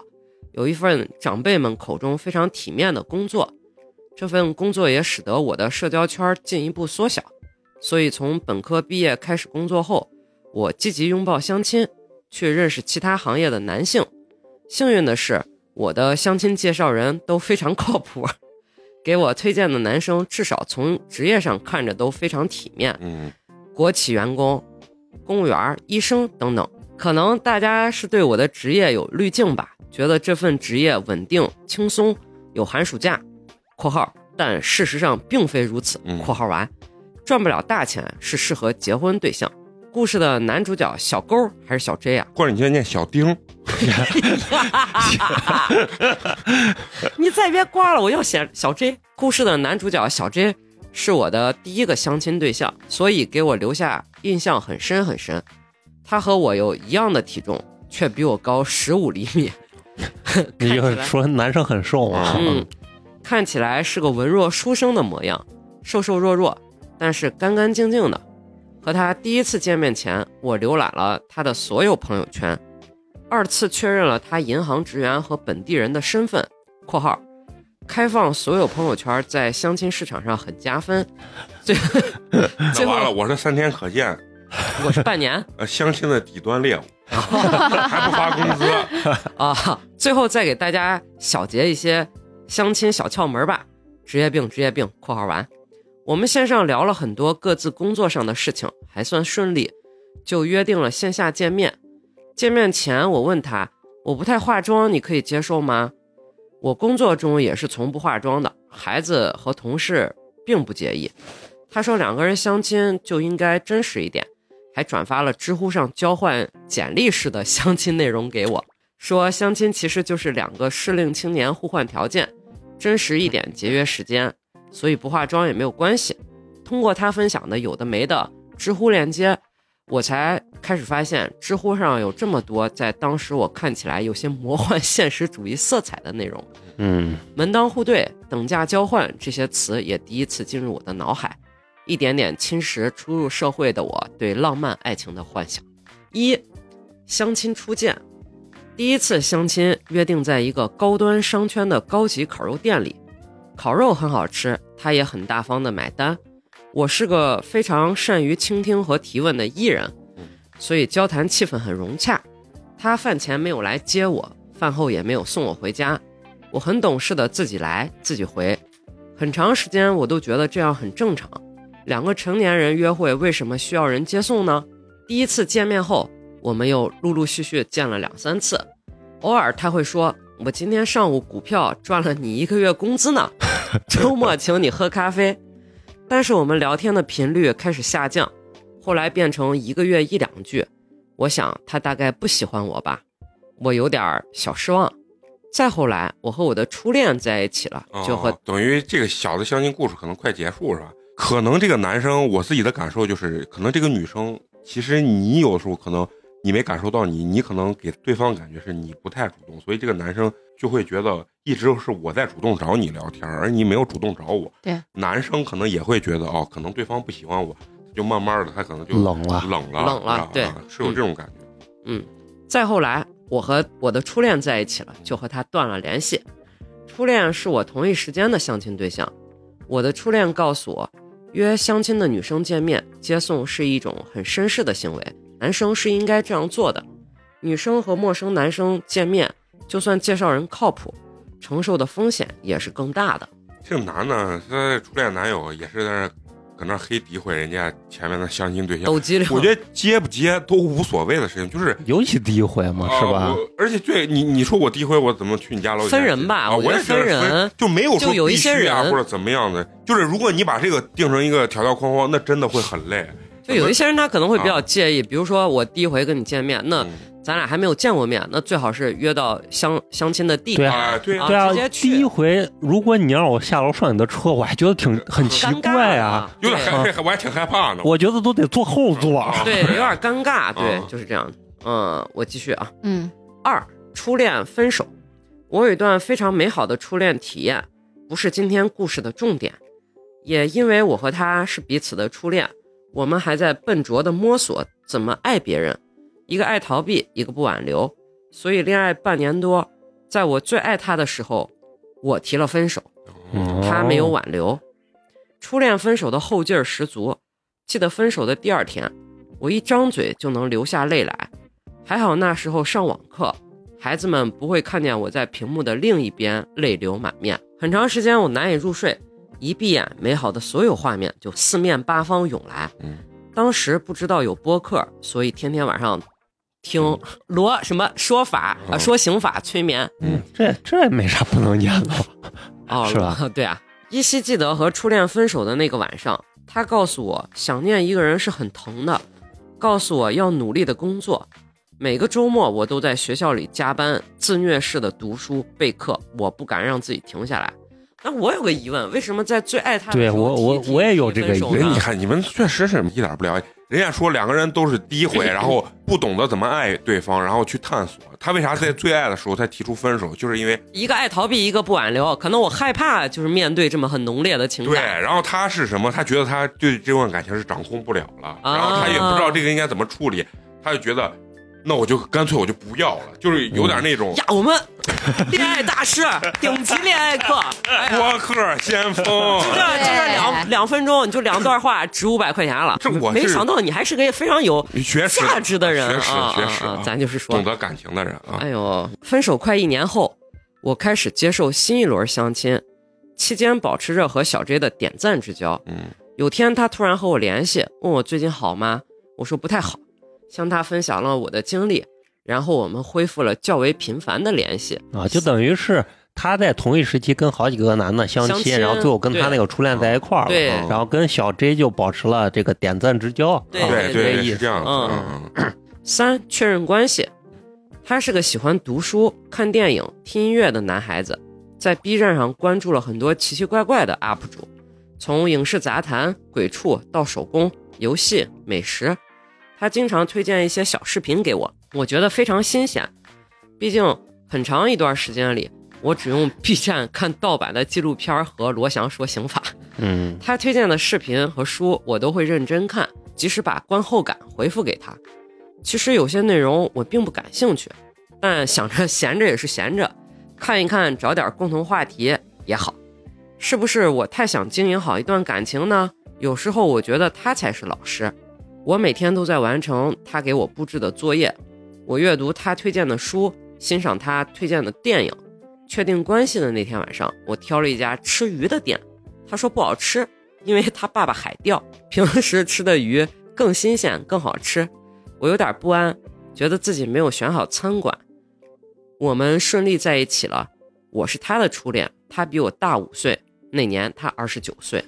[SPEAKER 2] 有一份长辈们口中非常体面的工作。这份工作也使得我的社交圈进一步缩小，所以从本科毕业开始工作后，我积极拥抱相亲，去认识其他行业的男性。幸运的是，我的相亲介绍人都非常靠谱，给我推荐的男生至少从职业上看着都非常体面，
[SPEAKER 1] 嗯
[SPEAKER 2] 国企员工、公务员、医生等等。可能大家是对我的职业有滤镜吧，觉得这份职业稳定、轻松，有寒暑假（括号），但事实上并非如此
[SPEAKER 1] 嗯
[SPEAKER 2] （括号完）。赚不了大钱是适合结婚对象。故事的男主角小勾还是小 J 啊？
[SPEAKER 1] 或者你现在念小丁，
[SPEAKER 2] 你再别挂了，我要写小 J。故事的男主角小 J 是我的第一个相亲对象，所以给我留下印象很深很深。他和我有一样的体重，却比我高十五厘米。
[SPEAKER 4] 你
[SPEAKER 2] 看
[SPEAKER 4] 就
[SPEAKER 2] 起来
[SPEAKER 4] 说男生很瘦啊，
[SPEAKER 2] 嗯，看起来是个文弱书生的模样，瘦瘦弱弱，但是干干净净的。和他第一次见面前，我浏览了他的所有朋友圈，二次确认了他银行职员和本地人的身份（括号开放所有朋友圈在相亲市场上很加分）最。
[SPEAKER 1] 那
[SPEAKER 2] 最后
[SPEAKER 1] 完了，我这三天可见
[SPEAKER 2] 我是半年
[SPEAKER 1] 呃相亲的底端猎物， 还不发工资，
[SPEAKER 2] 啊。最后再给大家小结一些相亲小窍门吧。职业病，职业病（括号完）。我们线上聊了很多各自工作上的事情，还算顺利，就约定了线下见面。见面前，我问他：“我不太化妆，你可以接受吗？”我工作中也是从不化妆的，孩子和同事并不介意。他说两个人相亲就应该真实一点，还转发了知乎上交换简历式的相亲内容给我，说相亲其实就是两个适龄青年互换条件，真实一点，节约时间，所以不化妆也没有关系。通过他分享的有的没的知乎链接，我才开始发现知 乎上有这么多在当时我看起来有些魔幻现实主义色彩的内容。
[SPEAKER 4] 嗯
[SPEAKER 2] 门当户对、等价交换这些词也第一次进入我的脑海，一点点侵蚀初入社会的我对浪漫爱情的幻想。一，相亲初见，第一次相亲约定在一个高端商圈的高级烤肉店里，烤肉很好吃，他也很大方的买单。我是个非常善于倾听和提问的艺人，所以交谈气氛很融洽。他饭前没有来接我，饭后也没有送我回家，我很懂事的自己来自己回，很长时间我都觉得这样很正常。两个成年人约会为什么需要人接送呢？第一次见面后，我们又陆陆续续见了两三次，偶尔他会说：“我今天上午股票赚了你一个月工资呢，周末请你喝咖啡。”但是我们聊天的频率开始下降，后来变成一个月一两句。我想他大概不喜欢我吧，我有点儿小失望。再后来，我和我的初恋在一起了，就和
[SPEAKER 1] 哦、等于这个小的相亲故事可能快结束是吧？可能这个男生，我自己的感受就是，可能这个女生，其实你有时候可能你没感受到你，你可能给对方感觉是你不太主动，所以这个男生就会觉得一直是我在主动找你聊天，而你没有主动找我。
[SPEAKER 3] 对，
[SPEAKER 1] 男生可能也会觉得哦，可能对方不喜欢我，就慢慢的他可能就
[SPEAKER 4] 冷了
[SPEAKER 1] 冷了，
[SPEAKER 2] 冷了
[SPEAKER 1] 是吧
[SPEAKER 2] 对
[SPEAKER 1] 啊是有这种感觉。
[SPEAKER 2] 再后来，我和我的初恋在一起了，就和他断了联系。初恋是我同一时间的相亲对象。我的初恋告诉我，约相亲的女生见面接送是一种很绅士的行为，男生是应该这样做的。女生和陌生男生见面，就算介绍人靠谱，承受的风险也是更大的。
[SPEAKER 1] 这个男的，他初恋男友也是在那儿搁那儿黑诋毁人家前面的相亲对象，
[SPEAKER 2] 抖机灵，
[SPEAKER 1] 我觉得接不接都无所谓的事情，就是
[SPEAKER 4] 尤其第一回嘛，是吧
[SPEAKER 1] 啊？我而且对你，你说我第一回我怎么去你家楼底下
[SPEAKER 2] 分人吧
[SPEAKER 1] 啊
[SPEAKER 2] 我觉
[SPEAKER 1] 我
[SPEAKER 2] 得
[SPEAKER 1] 也觉得
[SPEAKER 2] 分人
[SPEAKER 1] 就没有说
[SPEAKER 2] 就有一些
[SPEAKER 1] 必须啊
[SPEAKER 2] 人
[SPEAKER 1] 或者怎么样的，就是如果你把这个定成一个条条框框，那真的会很累。
[SPEAKER 2] 就有一些人他可能会比
[SPEAKER 1] 啊
[SPEAKER 2] 较介意，比如说我第一回跟你见面，那
[SPEAKER 1] 嗯
[SPEAKER 2] 咱俩还没有见过面，那最好是约到相相亲的地
[SPEAKER 4] 对
[SPEAKER 2] 点。
[SPEAKER 1] 啊，对啊
[SPEAKER 2] 啊
[SPEAKER 4] 对啊
[SPEAKER 2] 直接，去
[SPEAKER 4] 第一回如果你让我下楼上你的车，我还觉得挺很奇
[SPEAKER 2] 尴尬
[SPEAKER 4] 怪啊
[SPEAKER 2] 啊，，
[SPEAKER 1] 有点
[SPEAKER 2] 对
[SPEAKER 1] 害，我还挺害怕呢。
[SPEAKER 4] 我觉得都得坐后座。
[SPEAKER 1] 啊
[SPEAKER 2] 对，有点尴尬，对
[SPEAKER 1] 嗯，
[SPEAKER 2] 就是这样。嗯，我继续啊。
[SPEAKER 3] 嗯
[SPEAKER 2] 二，初恋分手。我有一段非常美好的初恋体验，不是今天故事的重点，也因为我和他是彼此的初恋，我们还在笨拙的摸索怎么爱别人，一个爱逃避，一个不挽留，所以恋爱半年多，在我最爱他的时候，我提了分手。
[SPEAKER 1] 哦
[SPEAKER 4] 嗯
[SPEAKER 2] 哦他没有挽留。初恋分手的后劲儿十足，记得分手的第二天，我一张嘴就能流下泪来。还好那时候上网课，孩子们不会看见我在屏幕的另一边泪流满面。很长时间我难以入睡，一闭眼，美好的所有画面就四面八方涌来。
[SPEAKER 1] 嗯，
[SPEAKER 2] 当时不知道有播客，所以天天晚上听罗什么说法啊、
[SPEAKER 1] 嗯哦
[SPEAKER 2] 说刑法催眠。
[SPEAKER 4] 嗯，这这也没啥不能演 的。
[SPEAKER 2] 哦，
[SPEAKER 4] 是吧？
[SPEAKER 2] 对啊，依稀记得和初恋分手的那个晚上，他告诉我，想念一个人是很疼的，告诉我要努力的工作。每个周末我都在学校里加班，自虐式的读书备课，我不敢让自己停下来。那我有个疑问，为什么在最爱他的
[SPEAKER 4] 对
[SPEAKER 2] 时候
[SPEAKER 4] 我
[SPEAKER 2] 提
[SPEAKER 4] 我
[SPEAKER 2] 提
[SPEAKER 4] 我也
[SPEAKER 2] 提
[SPEAKER 4] 有这个
[SPEAKER 2] 分
[SPEAKER 4] 疑
[SPEAKER 2] 手
[SPEAKER 4] 问
[SPEAKER 2] 呢
[SPEAKER 1] 人，你看你们确实是一点不了解。人家说两个人都是第一回，然后不懂得怎么爱对方，然后去探索。他为啥在最爱的时候他提出分手，就是因为
[SPEAKER 2] 一个爱逃避，一个不挽留，可能我害怕就是面对这么很浓烈的情
[SPEAKER 1] 对，
[SPEAKER 2] 感。
[SPEAKER 1] 然后他是什么？他觉得他对这段感情是掌控不了了，
[SPEAKER 2] 啊
[SPEAKER 1] 然后他也不知道这个应该怎么处理，他就觉得，那我就干脆我就不要了，就是有点那种
[SPEAKER 2] 呀，我们恋爱大师，顶级恋爱课，哎呀，
[SPEAKER 1] 播客先锋。啊
[SPEAKER 2] 这这是两两分钟，你就两段话值五百块钱了。
[SPEAKER 1] 这我是
[SPEAKER 2] 没想到你还是个非常有
[SPEAKER 1] 学识
[SPEAKER 2] 价值的人
[SPEAKER 1] 学识
[SPEAKER 2] 啊
[SPEAKER 1] 学识啊
[SPEAKER 2] 啊啊！咱就是说
[SPEAKER 1] 懂，得感情的人啊，
[SPEAKER 2] 哎呦，分手快一年后，我开始接受新一轮相亲，期间保持着和小 J 的点赞之交。
[SPEAKER 1] 嗯，
[SPEAKER 2] 有天他突然和我联系，问我最近好吗？我说不太好，向他分享了我的经历，然后我们恢复了较为频繁的联系。
[SPEAKER 4] 啊，就等于是他在同一时期跟好几个男的相亲，
[SPEAKER 2] 相亲
[SPEAKER 4] 然后最后跟他那个初恋在一块儿了，
[SPEAKER 2] 对
[SPEAKER 4] 然后跟小 J 就保持了这个点赞之交，
[SPEAKER 2] 对
[SPEAKER 4] 啊
[SPEAKER 1] 对
[SPEAKER 4] 这
[SPEAKER 1] 对，
[SPEAKER 4] 个意
[SPEAKER 1] 是
[SPEAKER 4] 思
[SPEAKER 1] 这。样子。
[SPEAKER 2] 嗯
[SPEAKER 1] 嗯
[SPEAKER 2] 三、确认关系。他是个喜欢读书、看电影、听音乐的男孩子，在 B 站上关注了很多奇奇怪怪的 UP 主，从影视杂谈、鬼畜到手工、游戏、美食，他经常推荐一些小视频给我，我觉得非常新鲜。毕竟很长一段时间里，我只用 B 站看盗版的纪录片儿和罗翔说刑法。
[SPEAKER 4] 嗯
[SPEAKER 2] 他推荐的视频和书，我都会认真看，及时把观后感回复给他。其实有些内容我并不感兴趣，但想着 闲着也是闲着，看一看，找点共同话题也好。是不是我太想经营好一段感情呢？有时候我觉得他才是老师，我每天都在完成他给我布置的作业，我阅读他推荐的书，欣赏他推荐的电影。确定关系的那天晚上，我挑了一家吃鱼的店，他说不好吃，因为他爸爸海钓，平时吃的鱼更新鲜更好吃。我有点不安，觉得自己没有选好餐馆。我们顺利在一起了，我是他的初恋，他比我大五岁，那年他二十九岁，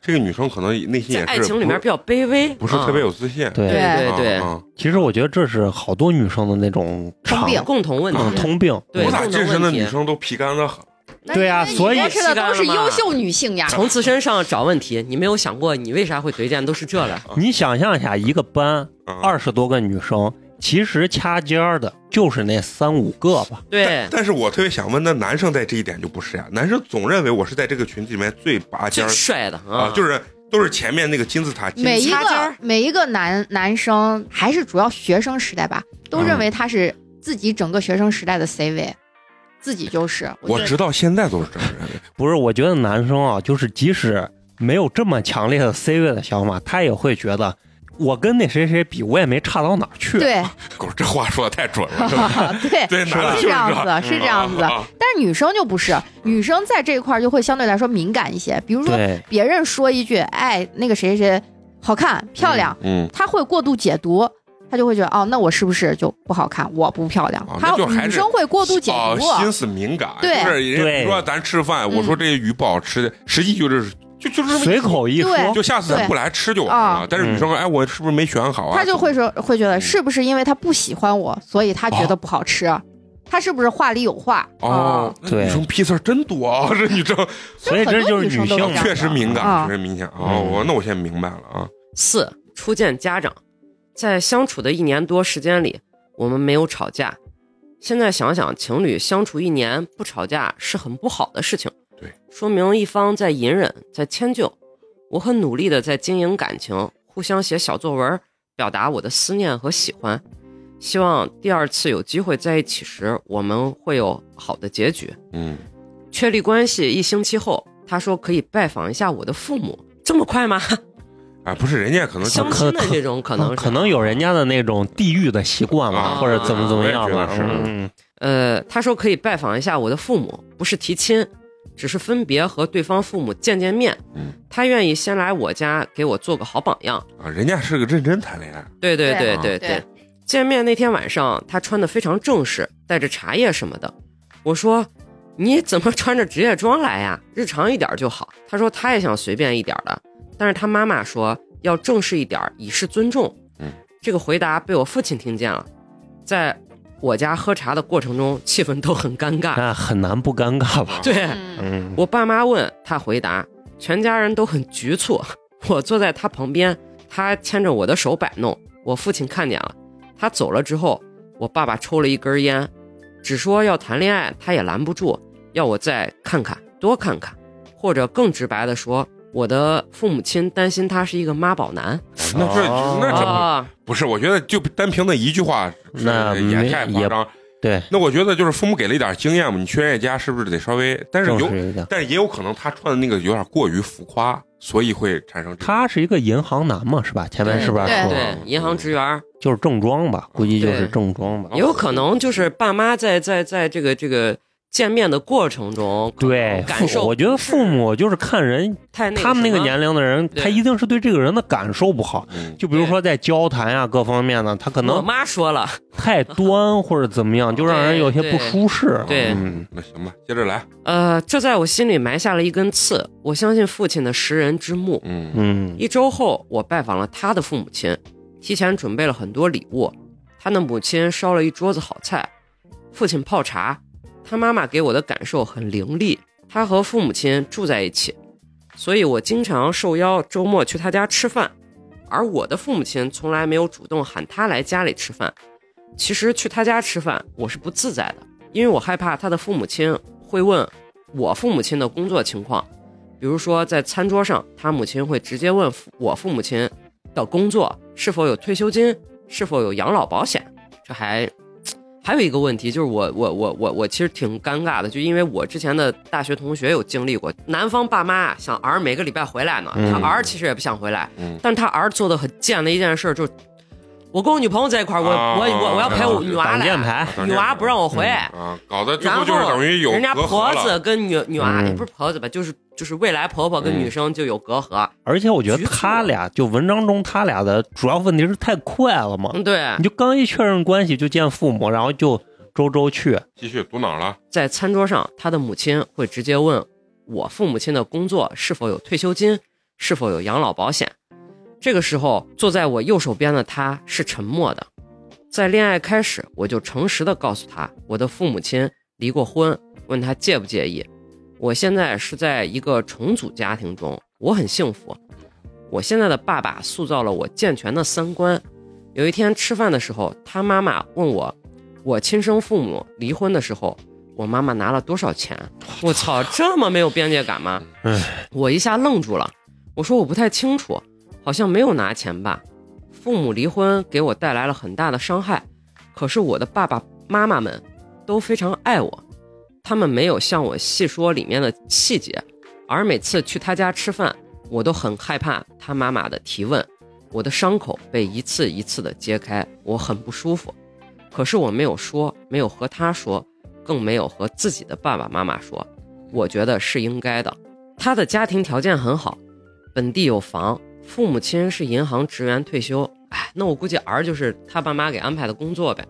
[SPEAKER 1] 这个女生可能内心也
[SPEAKER 2] 在
[SPEAKER 1] 是
[SPEAKER 2] 爱情里
[SPEAKER 1] 不
[SPEAKER 2] 面比较卑微，
[SPEAKER 1] 不是特别
[SPEAKER 2] 有、
[SPEAKER 1] 有自信。
[SPEAKER 4] 对
[SPEAKER 3] 对
[SPEAKER 2] 对
[SPEAKER 1] 啊
[SPEAKER 2] 对
[SPEAKER 1] 啊
[SPEAKER 4] 其实我觉得这是好多女生的那种常
[SPEAKER 3] 通病
[SPEAKER 2] 共同问题。
[SPEAKER 4] 嗯通病。
[SPEAKER 2] 对
[SPEAKER 1] 我咋
[SPEAKER 2] 共同
[SPEAKER 1] 健身的
[SPEAKER 2] 问题
[SPEAKER 1] 女生都皮干的很？
[SPEAKER 3] 那
[SPEAKER 4] 对啊
[SPEAKER 3] 因为你
[SPEAKER 4] 所以
[SPEAKER 3] 认识的都是优秀女性呀。
[SPEAKER 2] 从自身上找问题，你没有想过你为啥会推荐都是这了？
[SPEAKER 4] 你想象一下，一个班
[SPEAKER 1] 嗯
[SPEAKER 4] 二十多个女生，其实掐尖儿的就是那三五个吧。
[SPEAKER 2] 对
[SPEAKER 1] 但，但是我特别想问，那男生在这一点就不是呀？男生总认为我是在这个群体里面最拔尖
[SPEAKER 2] 最
[SPEAKER 1] 儿
[SPEAKER 2] 帅的
[SPEAKER 1] 啊
[SPEAKER 2] 啊，，
[SPEAKER 1] 就是是都是前面那个金字塔，金字
[SPEAKER 3] 每一
[SPEAKER 2] 插尖
[SPEAKER 3] 个
[SPEAKER 2] 儿
[SPEAKER 3] 每一个男男生，还是主要学生时代吧，都
[SPEAKER 4] 嗯
[SPEAKER 3] 认为他是自己整个学生时代的 C 位，自己就是。
[SPEAKER 1] 我
[SPEAKER 3] 觉得
[SPEAKER 1] 直到现在都是这么认为。
[SPEAKER 4] 不是，我觉得男生啊，就是即使没有这么强烈的 C 位的想法，他也会觉得我跟那谁谁比，我也没差到哪儿去。
[SPEAKER 3] 对
[SPEAKER 1] 狗，这话说的太准了，是吧
[SPEAKER 3] 对
[SPEAKER 1] 对，男的就
[SPEAKER 3] 是这样
[SPEAKER 1] 这样
[SPEAKER 3] 子，是这样子。
[SPEAKER 1] 啊啊
[SPEAKER 3] 但是女生就不是，女生在这一块儿就会相对来说敏感一些。比如说
[SPEAKER 4] 对
[SPEAKER 3] 别人说一句“哎，那个谁谁谁好看漂亮”，
[SPEAKER 1] 嗯，
[SPEAKER 3] 她会过度解读，她就会觉得哦，那我是不是就不好看？我不漂亮
[SPEAKER 1] 啊。
[SPEAKER 3] 她
[SPEAKER 1] 那就还是
[SPEAKER 3] 女生会过度解
[SPEAKER 1] 哦
[SPEAKER 3] 读，
[SPEAKER 1] 心思敏感，
[SPEAKER 3] 对嗯
[SPEAKER 1] 就是人
[SPEAKER 4] 对
[SPEAKER 1] 家说咱吃饭，我说这鱼不好吃，实际就是就就是这么一
[SPEAKER 4] 随，口一说
[SPEAKER 3] 对，
[SPEAKER 1] 就下次咱
[SPEAKER 3] 对
[SPEAKER 1] 不来吃就完了
[SPEAKER 3] 啊。
[SPEAKER 1] 但是女生说，哎，我是不是没选好啊？
[SPEAKER 3] 她就会说会觉得
[SPEAKER 1] 嗯
[SPEAKER 3] 是不是因为她不喜欢我，所以她觉得不好吃？她是不是话里有话？
[SPEAKER 1] 哦，
[SPEAKER 3] 啊
[SPEAKER 1] 那
[SPEAKER 4] 对
[SPEAKER 1] 女生批次儿真多啊， 这女生
[SPEAKER 4] 所以这就是
[SPEAKER 3] 所以很多
[SPEAKER 4] 性
[SPEAKER 3] 女生都是这
[SPEAKER 4] 嘛
[SPEAKER 3] 样。
[SPEAKER 1] 确实敏感，
[SPEAKER 3] 啊
[SPEAKER 1] 确实明显哦。
[SPEAKER 4] 嗯
[SPEAKER 1] 我那我现在明白了啊，
[SPEAKER 2] 四，初见家长，在相处的一年多时间里，我们没有吵架。现在想想，情侣相处一年不吵架是很不好的事情，
[SPEAKER 1] 对，
[SPEAKER 2] 说明一方在隐忍，在迁就。我很努力的在经营感情，互相写小作文，表达我的思念和喜欢。希望第二次有机会在一起时，我们会有好的结局。
[SPEAKER 1] 嗯，
[SPEAKER 2] 确立关系一星期后，他说可以拜访一下我的父母，这么快吗？
[SPEAKER 1] 啊，不是人家可能就
[SPEAKER 2] 相亲的这种可能是
[SPEAKER 4] 可能有人家的那种地域的习惯吧，
[SPEAKER 1] 啊
[SPEAKER 4] 或者怎么怎么样吧
[SPEAKER 1] 我。也觉得是
[SPEAKER 4] 嗯，
[SPEAKER 2] 呃，他说可以拜访一下我的父母，不是提亲，只是分别和对方父母见见面。
[SPEAKER 1] 嗯，
[SPEAKER 2] 他愿意先来我家给我做个好榜样。
[SPEAKER 1] 啊，人家是个认真谈恋爱，
[SPEAKER 2] 对对
[SPEAKER 3] 对
[SPEAKER 2] 对
[SPEAKER 1] 啊
[SPEAKER 2] 对
[SPEAKER 3] 对
[SPEAKER 2] 见面那天晚上，他穿的非常正式，带着茶叶什么的。我说你怎么穿着职业装来呀？日常一点就好。他说他也想随便一点的，但是他妈妈说要正式一点，以示尊重。
[SPEAKER 1] 嗯，
[SPEAKER 2] 这个回答被我父亲听见了，在我家喝茶的过程中，气氛都很尴尬。
[SPEAKER 4] 那很难不尴尬吧？
[SPEAKER 2] 对，
[SPEAKER 3] 嗯，
[SPEAKER 4] 嗯，
[SPEAKER 2] 我爸妈问他回答，全家人都很局促。 我坐在他旁边，他牵着我的手摆弄。我父亲看见了，他走了之后，我爸爸抽了一根烟，只说要谈恋爱，他也拦不住，要我再看看，多看看，或者更直白的说，我的父母亲担心他是一个妈宝男
[SPEAKER 1] 那这
[SPEAKER 4] 哦
[SPEAKER 1] 那这
[SPEAKER 2] 啊，
[SPEAKER 1] 不是，我觉得就单凭那一句话，
[SPEAKER 4] 那
[SPEAKER 1] 是也
[SPEAKER 4] 没
[SPEAKER 1] 太夸
[SPEAKER 4] 也
[SPEAKER 1] 张。
[SPEAKER 4] 对，
[SPEAKER 1] 那我觉得就是父母给了一点经验嘛，你去人家家是不是得稍微？但是
[SPEAKER 4] 正
[SPEAKER 1] 有，
[SPEAKER 4] 是一个。
[SPEAKER 1] 但是也有可能他穿的那个有点过于浮夸，所以会产生这种
[SPEAKER 4] 他是一个银行男嘛，是吧？哦前面是不是
[SPEAKER 3] 对
[SPEAKER 4] 说
[SPEAKER 2] 对，银行职员
[SPEAKER 4] 就是正装吧？估计就是
[SPEAKER 2] 对
[SPEAKER 4] 正装吧。
[SPEAKER 2] 也有可能就是爸妈在在在这个这个见面的过程中，可能
[SPEAKER 4] 对，
[SPEAKER 2] 感受
[SPEAKER 4] 父我觉得父母就是看人，
[SPEAKER 2] 太那
[SPEAKER 4] 他们那个
[SPEAKER 2] 什么
[SPEAKER 4] 年龄的人，
[SPEAKER 2] 对
[SPEAKER 4] 他一定是对这个人的感受不好。
[SPEAKER 1] 嗯
[SPEAKER 4] 就比如说在交谈呀、各方面呢，他可
[SPEAKER 2] 我
[SPEAKER 4] 能
[SPEAKER 2] 妈说了，
[SPEAKER 4] 太端或者怎么 样，就让人有些不舒适。
[SPEAKER 2] 对
[SPEAKER 4] 嗯，
[SPEAKER 1] 那行吧，接着来，
[SPEAKER 2] 呃，这在我心里埋下了一根刺。我相信父亲的识人之目。
[SPEAKER 1] 嗯
[SPEAKER 4] 嗯，
[SPEAKER 2] 一周后，我拜访了他的父母亲，提前准备了很多礼物。他的母亲烧了一桌子好菜，父亲泡茶。他妈妈给我的感受很凌厉。他和父母亲住在一起，所以我经常受邀周末去他家吃饭，而我的父母亲从来没有主动喊他来家里吃饭。其实去他家吃饭我是不自在的，因为我害怕他的父母亲会问我父母亲的工作情况，比如说在餐桌上，他母亲会直接问父我父母亲的工作是否有退休金，是否有养老保险。这还哎还有一个问题就是我我我我我其实挺尴尬的，就因为我之前的大学同学有经历过，男方爸妈想儿每个礼拜回来呢，
[SPEAKER 4] 嗯
[SPEAKER 2] 他儿其实也不想回来，
[SPEAKER 1] 嗯
[SPEAKER 2] 但是他儿做的很贱的一件事就是。我跟我女朋友在一块儿，我、
[SPEAKER 1] 啊
[SPEAKER 2] 我我我要陪我女娃
[SPEAKER 4] 哦挡箭
[SPEAKER 2] 来，
[SPEAKER 4] 牌，嗯
[SPEAKER 2] 女娃不让我回，
[SPEAKER 1] 啊，搞得最
[SPEAKER 2] 然
[SPEAKER 1] 后
[SPEAKER 2] 后
[SPEAKER 1] 就是等于有
[SPEAKER 2] 人家
[SPEAKER 1] 隔阂
[SPEAKER 2] 婆
[SPEAKER 1] 了
[SPEAKER 2] 子跟女女娃、
[SPEAKER 4] 嗯
[SPEAKER 2] 也不是婆子吧，就是就是未来婆婆
[SPEAKER 1] 嗯
[SPEAKER 2] 跟女生就有隔阂。
[SPEAKER 4] 而且我觉得
[SPEAKER 2] 局促
[SPEAKER 4] 他俩就文章中他俩的主要问题是太快了嘛，
[SPEAKER 2] 嗯，对，
[SPEAKER 4] 你就刚一确认关系就见父母，然后就周周去，
[SPEAKER 1] 继续读哪儿了？
[SPEAKER 2] 在餐桌上，她的母亲会直接问我父母亲的工作是否有退休金，是否有养老保险。这个时候，坐在我右手边的她是沉默的。在恋爱开始，我就诚实的告诉她，我的父母亲离过婚，问她介不介意。我现在是在一个重组家庭中，我很幸福。我现在的爸爸塑造了我健全的三观。有一天吃饭的时候，他妈妈问我，我亲生父母离婚的时候，我妈妈拿了多少钱？我操，这么没有边界感吗
[SPEAKER 4] 唉？
[SPEAKER 2] 我一下愣住了。我说我不太清楚，好像没有拿钱吧。父母离婚给我带来了很大的伤害，可是我的爸爸妈妈们都非常爱我，他们没有向我细说里面的细节，而每次去他家吃饭，我都很害怕他妈妈的提问，我的伤口被一次一次的揭开，我很不舒服。可是我没有说，没有和他说，更没有和自己的爸爸妈妈说。我觉得是应该的。他的家庭条件很好，本地有房，父母亲是银行职员退休。哎，那我估计儿就是他爸妈给安排的工作呗。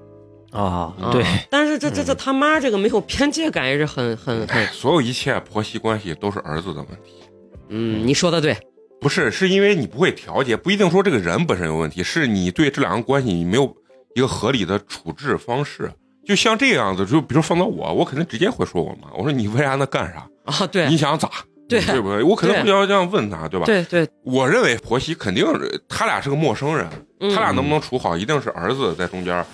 [SPEAKER 4] 啊
[SPEAKER 2] 啊
[SPEAKER 4] 对，
[SPEAKER 2] 但是这这这他妈这个没有边界感也是很很很，
[SPEAKER 1] 哎所有一切婆媳关系都是儿子的问题，
[SPEAKER 2] 嗯，你说的对，
[SPEAKER 1] 不是是因为你不会调节，不一定说这个人本身有问题，是你对这两个关系你没有一个合理的处置方式。就像这样子，就比如放到我，我肯定直接会说我妈，我说你为啥那干啥？
[SPEAKER 2] 啊，对
[SPEAKER 1] 你想咋？
[SPEAKER 2] 对
[SPEAKER 1] 对不对？我肯定会要这样问他，对吧？
[SPEAKER 2] 对对，
[SPEAKER 1] 我认为婆媳肯定是他俩是个陌生人，
[SPEAKER 2] 嗯
[SPEAKER 1] 他俩能不能处好，一定是儿子在中间，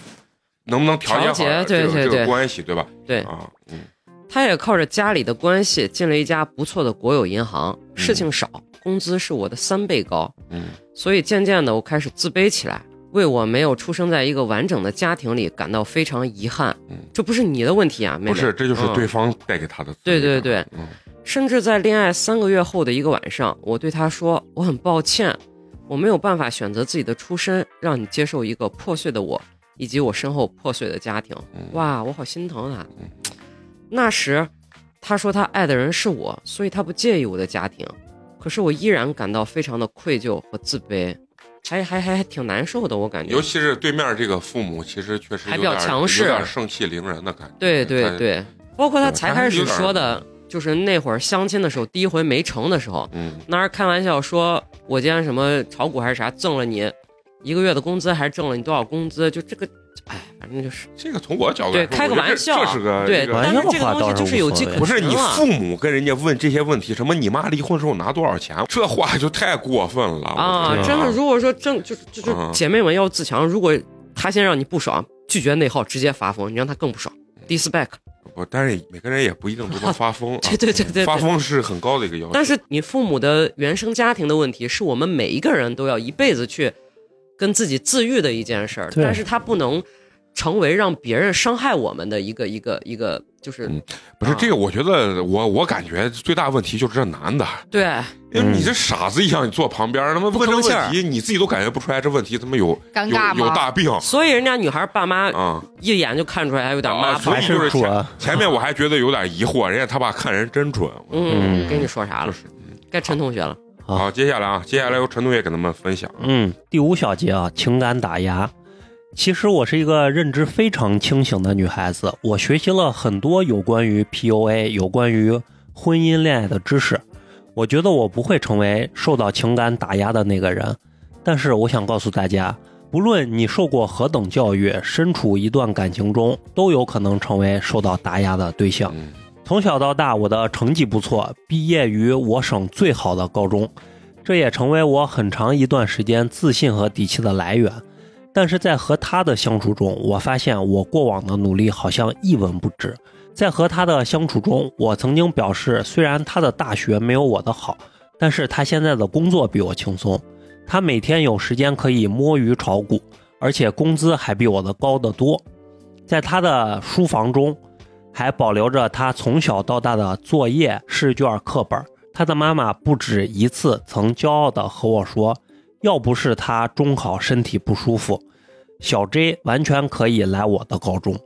[SPEAKER 1] 能不能调
[SPEAKER 2] 调
[SPEAKER 1] 节
[SPEAKER 2] 节
[SPEAKER 1] 好
[SPEAKER 2] 对
[SPEAKER 1] 这个
[SPEAKER 2] 对
[SPEAKER 1] 这个
[SPEAKER 2] 对
[SPEAKER 1] 关系，对吧？
[SPEAKER 2] 对
[SPEAKER 1] 啊，嗯，
[SPEAKER 2] 他也靠着家里的关系进了一家不错的国有银行，事情少，工资是我的三倍高，
[SPEAKER 1] 嗯，
[SPEAKER 2] 所以渐渐的我开始自卑起来，为我没有出生在一个完整的家庭里感到非常遗憾。
[SPEAKER 1] 嗯
[SPEAKER 2] 这不是你的问题啊，妹妹，
[SPEAKER 1] 不是，这就是
[SPEAKER 2] 嗯
[SPEAKER 1] 对方带给他的、
[SPEAKER 2] 对对对，
[SPEAKER 1] 嗯，
[SPEAKER 2] 甚至在恋爱三个月后的一个晚上，我对他说：“我很抱歉，我没有办法选择自己的出身，让你接受一个破碎的我，以及我身后破碎的家庭。”哇，我好心疼啊！那时，他说他爱的人是我，所以他不介意我的家庭，可是我依然感到非常的愧疚和自卑，还还还还挺难受的，我感觉
[SPEAKER 1] 尤。其是对面这个父母，其实确实
[SPEAKER 2] 还
[SPEAKER 1] 有
[SPEAKER 2] 比较
[SPEAKER 1] 点
[SPEAKER 2] 强势
[SPEAKER 1] 有点盛气凌人的感觉。
[SPEAKER 2] 对对
[SPEAKER 1] 在，
[SPEAKER 2] 对，包括他
[SPEAKER 1] 对
[SPEAKER 2] 才
[SPEAKER 1] 他还
[SPEAKER 2] 开
[SPEAKER 1] 有
[SPEAKER 2] 始
[SPEAKER 1] 点儿
[SPEAKER 2] 说的，就是那会儿相亲的时候，第一回没成的时候，
[SPEAKER 1] 嗯，
[SPEAKER 2] 那儿开玩笑说，我今天什么炒股还是啥，挣了你一个月的工资，还是挣了你多少工资？就这个，哎，反正就是
[SPEAKER 1] 这个从我角度来说
[SPEAKER 2] 对，开个
[SPEAKER 1] 我觉得
[SPEAKER 2] 玩笑，啊
[SPEAKER 1] 这是个
[SPEAKER 2] 对，
[SPEAKER 1] 一个
[SPEAKER 4] 玩
[SPEAKER 2] 但
[SPEAKER 4] 笑
[SPEAKER 2] 是这个
[SPEAKER 4] 话
[SPEAKER 2] 东
[SPEAKER 4] 倒
[SPEAKER 2] 西
[SPEAKER 4] 是
[SPEAKER 2] 就是有啊
[SPEAKER 4] 无所
[SPEAKER 2] 迹
[SPEAKER 4] 谓
[SPEAKER 2] 可
[SPEAKER 1] 不是
[SPEAKER 2] 循
[SPEAKER 1] 你
[SPEAKER 2] 了
[SPEAKER 1] 父母跟人家问这些问题，什么你妈离婚之后拿多少钱，这话就太过分了
[SPEAKER 2] 啊，真的，
[SPEAKER 1] 的
[SPEAKER 2] 如果说真就是就是
[SPEAKER 1] 嗯
[SPEAKER 2] 姐妹们要自强，如果他先让你不爽，拒绝内耗，直接发疯，你让他更不爽，disback，
[SPEAKER 1] 不，但是每个人也不一定都能发疯啊，
[SPEAKER 2] 对对对对
[SPEAKER 1] 发
[SPEAKER 2] 对。
[SPEAKER 1] 疯是很高的一个要求。
[SPEAKER 2] 但是你父母的原生家庭的问题，是我们每一个人都要一辈子去跟自己自愈的一件事儿，
[SPEAKER 4] 对
[SPEAKER 2] 但是它不能成为让别人伤害我们的一个一个一个，就是
[SPEAKER 1] 嗯不是
[SPEAKER 2] 啊
[SPEAKER 1] 这个，我觉得我我感觉最大问题就是这男的，
[SPEAKER 2] 对，
[SPEAKER 1] 因为你这傻子一样，你坐旁边儿，他妈
[SPEAKER 2] 嗯不
[SPEAKER 1] 问这
[SPEAKER 2] 吭气
[SPEAKER 1] 问
[SPEAKER 2] 儿
[SPEAKER 1] 题，你自己都感觉不出来，这问题他妈有
[SPEAKER 3] 尴
[SPEAKER 1] 有
[SPEAKER 3] 尬
[SPEAKER 1] 有
[SPEAKER 3] 吗？
[SPEAKER 2] 嗯
[SPEAKER 1] 大病
[SPEAKER 2] 所以人家女孩爸妈
[SPEAKER 1] 啊！
[SPEAKER 2] 一眼就看出来她有点
[SPEAKER 1] 啊
[SPEAKER 2] 妈
[SPEAKER 1] 所
[SPEAKER 2] 宝
[SPEAKER 1] 以
[SPEAKER 4] 还。
[SPEAKER 1] 就是是
[SPEAKER 4] 准，
[SPEAKER 1] 前面我还觉得有点疑惑，人家他爸看人真准。
[SPEAKER 2] 嗯，
[SPEAKER 4] 嗯
[SPEAKER 2] 跟你说啥了？该陈同学了。
[SPEAKER 4] 好
[SPEAKER 1] 好，接下来啊，接下来由陈同学给他们分享。
[SPEAKER 4] 嗯，第五小节啊，情感打压。其实我是一个认知非常清醒的女孩子，我学习了很多有关于 PUA、有关于婚姻恋爱的知识。我觉得我不会成为受到情感打压的那个人，但是我想告诉大家，不论你受过何等教育，身处一段感情中，都有可能成为受到打压的对象。
[SPEAKER 1] 嗯
[SPEAKER 4] 从小到大，我的成绩不错，毕业于我省最好的高中，这也成为我很长一段时间自信和底气的来源。但是在和他的相处中，我发现我过往的努力好像一文不值，在和他的相处中，我曾经表示，虽然他的大学没有我的好，但是他现在的工作比我轻松，他每天有时间可以摸鱼炒股，而且工资还比我的高得多。在他的书房中，还保留着他从小到大的作业、试卷、课本。他的妈妈不止一次曾骄傲地和我说，要不是他中考身体不舒服，小 J 完全可以来我的高中。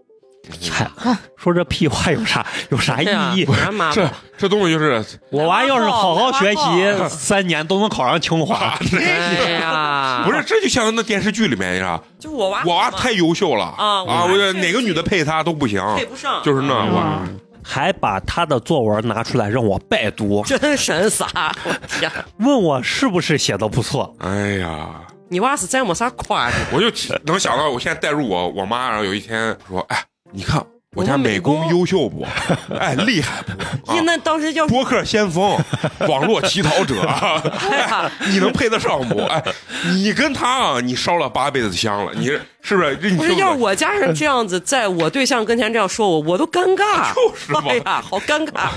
[SPEAKER 4] 嗨， 说这屁话有啥有啥
[SPEAKER 2] 对啊
[SPEAKER 4] 意义？
[SPEAKER 2] 果然妈
[SPEAKER 1] 哎这这东西就是
[SPEAKER 4] 我娃要是好好学
[SPEAKER 2] 妈
[SPEAKER 4] 习，三年都能考上清 华。
[SPEAKER 2] 哎呀，
[SPEAKER 1] 不是，这就像那电视剧里面一样，
[SPEAKER 2] 就我娃，
[SPEAKER 1] 我娃太优秀了
[SPEAKER 2] 啊我
[SPEAKER 1] 啊！
[SPEAKER 2] 娃
[SPEAKER 1] 我觉得
[SPEAKER 2] 这
[SPEAKER 1] 哪个女的配她都不行，
[SPEAKER 2] 配不上，啊
[SPEAKER 1] 就是那
[SPEAKER 3] 嗯
[SPEAKER 1] 娃。
[SPEAKER 4] 还把他的作文拿出来让我拜读，
[SPEAKER 2] 真神傻，我天，
[SPEAKER 4] 问我是不是写的不错。
[SPEAKER 1] 哎呀，
[SPEAKER 2] 你娃是在么啥夸的？
[SPEAKER 1] 我就起能想到，我现在带入我我妈，然后有一天说：“哎，你看我家
[SPEAKER 2] 我们美
[SPEAKER 1] 美工
[SPEAKER 2] 工
[SPEAKER 1] 优秀 不？哎，厉害不？
[SPEAKER 2] 咦，
[SPEAKER 1] 啊
[SPEAKER 2] 那当时要
[SPEAKER 1] 播客先 锋，网络乞讨者，
[SPEAKER 2] 哎呀，
[SPEAKER 1] 你能配得上不？哎，你跟他啊，你烧了八辈子香了，你是不是？你
[SPEAKER 2] 不是，
[SPEAKER 1] 听
[SPEAKER 2] 要是我家人这样子，在我对象跟前这样说我，我都尴 尬。
[SPEAKER 1] 就是嘛
[SPEAKER 2] 哎呀，好尴 尬！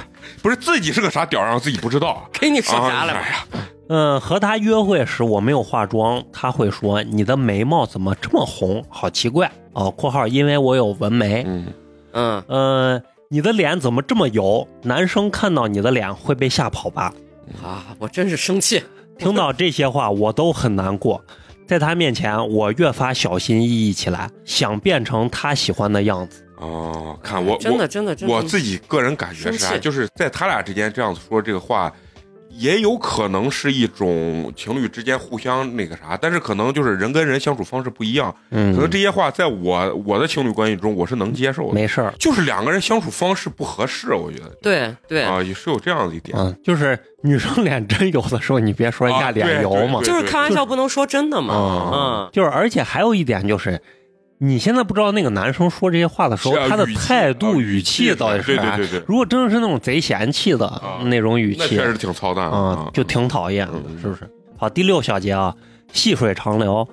[SPEAKER 1] 不是自己是个啥屌样，自己不知道。
[SPEAKER 2] 给你说啥了
[SPEAKER 1] 啊？哎呀，
[SPEAKER 4] 嗯，和他约会时我没有化妆，他会说你的眉毛怎么这么红，好奇怪哦。（括号因为我有纹眉。
[SPEAKER 1] 嗯，
[SPEAKER 2] 嗯，）
[SPEAKER 4] 嗯，你的脸怎么这么油？男生看到你的脸会被吓跑吧？
[SPEAKER 2] 啊，我真是生气。
[SPEAKER 4] 听到这些话，我都很难过。在他面前，我越发小心翼翼起来，想变成他喜欢的样子。
[SPEAKER 1] 哦，看我
[SPEAKER 2] 真
[SPEAKER 1] 我
[SPEAKER 2] 的，真的，真的，
[SPEAKER 1] 我自己个人感觉是
[SPEAKER 2] 生
[SPEAKER 1] 啥？
[SPEAKER 2] 气
[SPEAKER 1] 就是在他俩之间这样说这个话，也有可能是一种情侣之间互相那个啥，但是可能就是人跟人相处方式不一样，
[SPEAKER 4] 嗯
[SPEAKER 1] 可能这些话在我我的情侣关系中我是能接受的，
[SPEAKER 4] 没事儿，
[SPEAKER 1] 就是两个人相处方式不合适，我觉得
[SPEAKER 2] 对对，
[SPEAKER 1] 啊也是有这样的一点。
[SPEAKER 4] 嗯，就是女生脸真油的时候，你别说人
[SPEAKER 1] 啊
[SPEAKER 4] 家脸
[SPEAKER 1] 对
[SPEAKER 4] 油嘛
[SPEAKER 1] 对，
[SPEAKER 2] 就是开玩笑不能说真的嘛
[SPEAKER 4] 啊。
[SPEAKER 2] 嗯，
[SPEAKER 4] 就是而且还有一点就是，你现在不知道那个男生说这些话的时候，
[SPEAKER 1] 是啊
[SPEAKER 4] 他的
[SPEAKER 1] 语气
[SPEAKER 4] 态
[SPEAKER 1] 啊
[SPEAKER 4] 度、
[SPEAKER 1] 语
[SPEAKER 4] 语
[SPEAKER 1] 气
[SPEAKER 4] 气到底是啥？
[SPEAKER 1] 对对对对
[SPEAKER 4] 如果真的是那种贼嫌弃的
[SPEAKER 1] 啊
[SPEAKER 4] 那种语
[SPEAKER 1] 那
[SPEAKER 4] 气
[SPEAKER 1] 确，实挺操蛋
[SPEAKER 4] 啊
[SPEAKER 1] 啊，，
[SPEAKER 4] 就挺讨厌的
[SPEAKER 1] 嗯，
[SPEAKER 4] 是不是？好，第六小节啊，细水长流。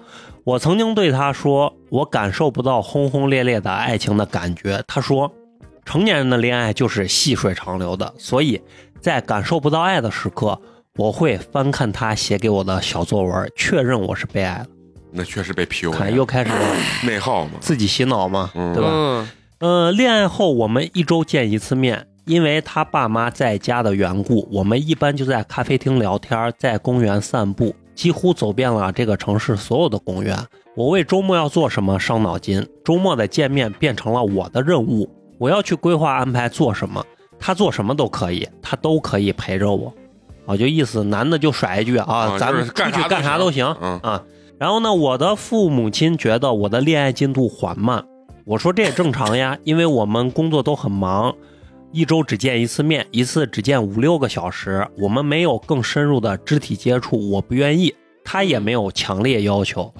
[SPEAKER 4] 我曾经对他说，我感受不到轰轰烈烈的爱情的感觉。他说，成年人的恋爱就是细水长流的，所以在感受不到爱的时刻，我会翻看他写给我的小作文，确认我是被爱了。
[SPEAKER 1] 那确实被 PU
[SPEAKER 4] 看，又开始
[SPEAKER 1] 内耗嘛。
[SPEAKER 4] 自己洗脑嘛，
[SPEAKER 1] 嗯
[SPEAKER 4] 对吧？
[SPEAKER 2] 嗯，
[SPEAKER 4] 呃，恋爱后我们一周见一次面，因为他爸妈在家的缘故，我们一般就在咖啡厅聊天，在公园散步，几乎走遍了这个城市所有的公园。我为周末要做什么伤脑筋，周末的见面变成了我的任务，我要去规划安排做什么，他做什么都可以，他都可以陪着我。啊，就意思男的就甩一句啊，
[SPEAKER 1] 啊
[SPEAKER 4] 咱们
[SPEAKER 1] 就是
[SPEAKER 4] 出
[SPEAKER 1] 干啥
[SPEAKER 4] 去
[SPEAKER 1] 都
[SPEAKER 4] 干啥都行
[SPEAKER 1] 行嗯
[SPEAKER 4] 啊。然后呢，我的父母亲觉得我的恋爱进度缓慢，我说这也正常呀， 因为我们工作都很忙，一周只见一次面，一次只见五六个小时，我们没有更深入的肢体接触，我不愿意，他也没有强烈要求。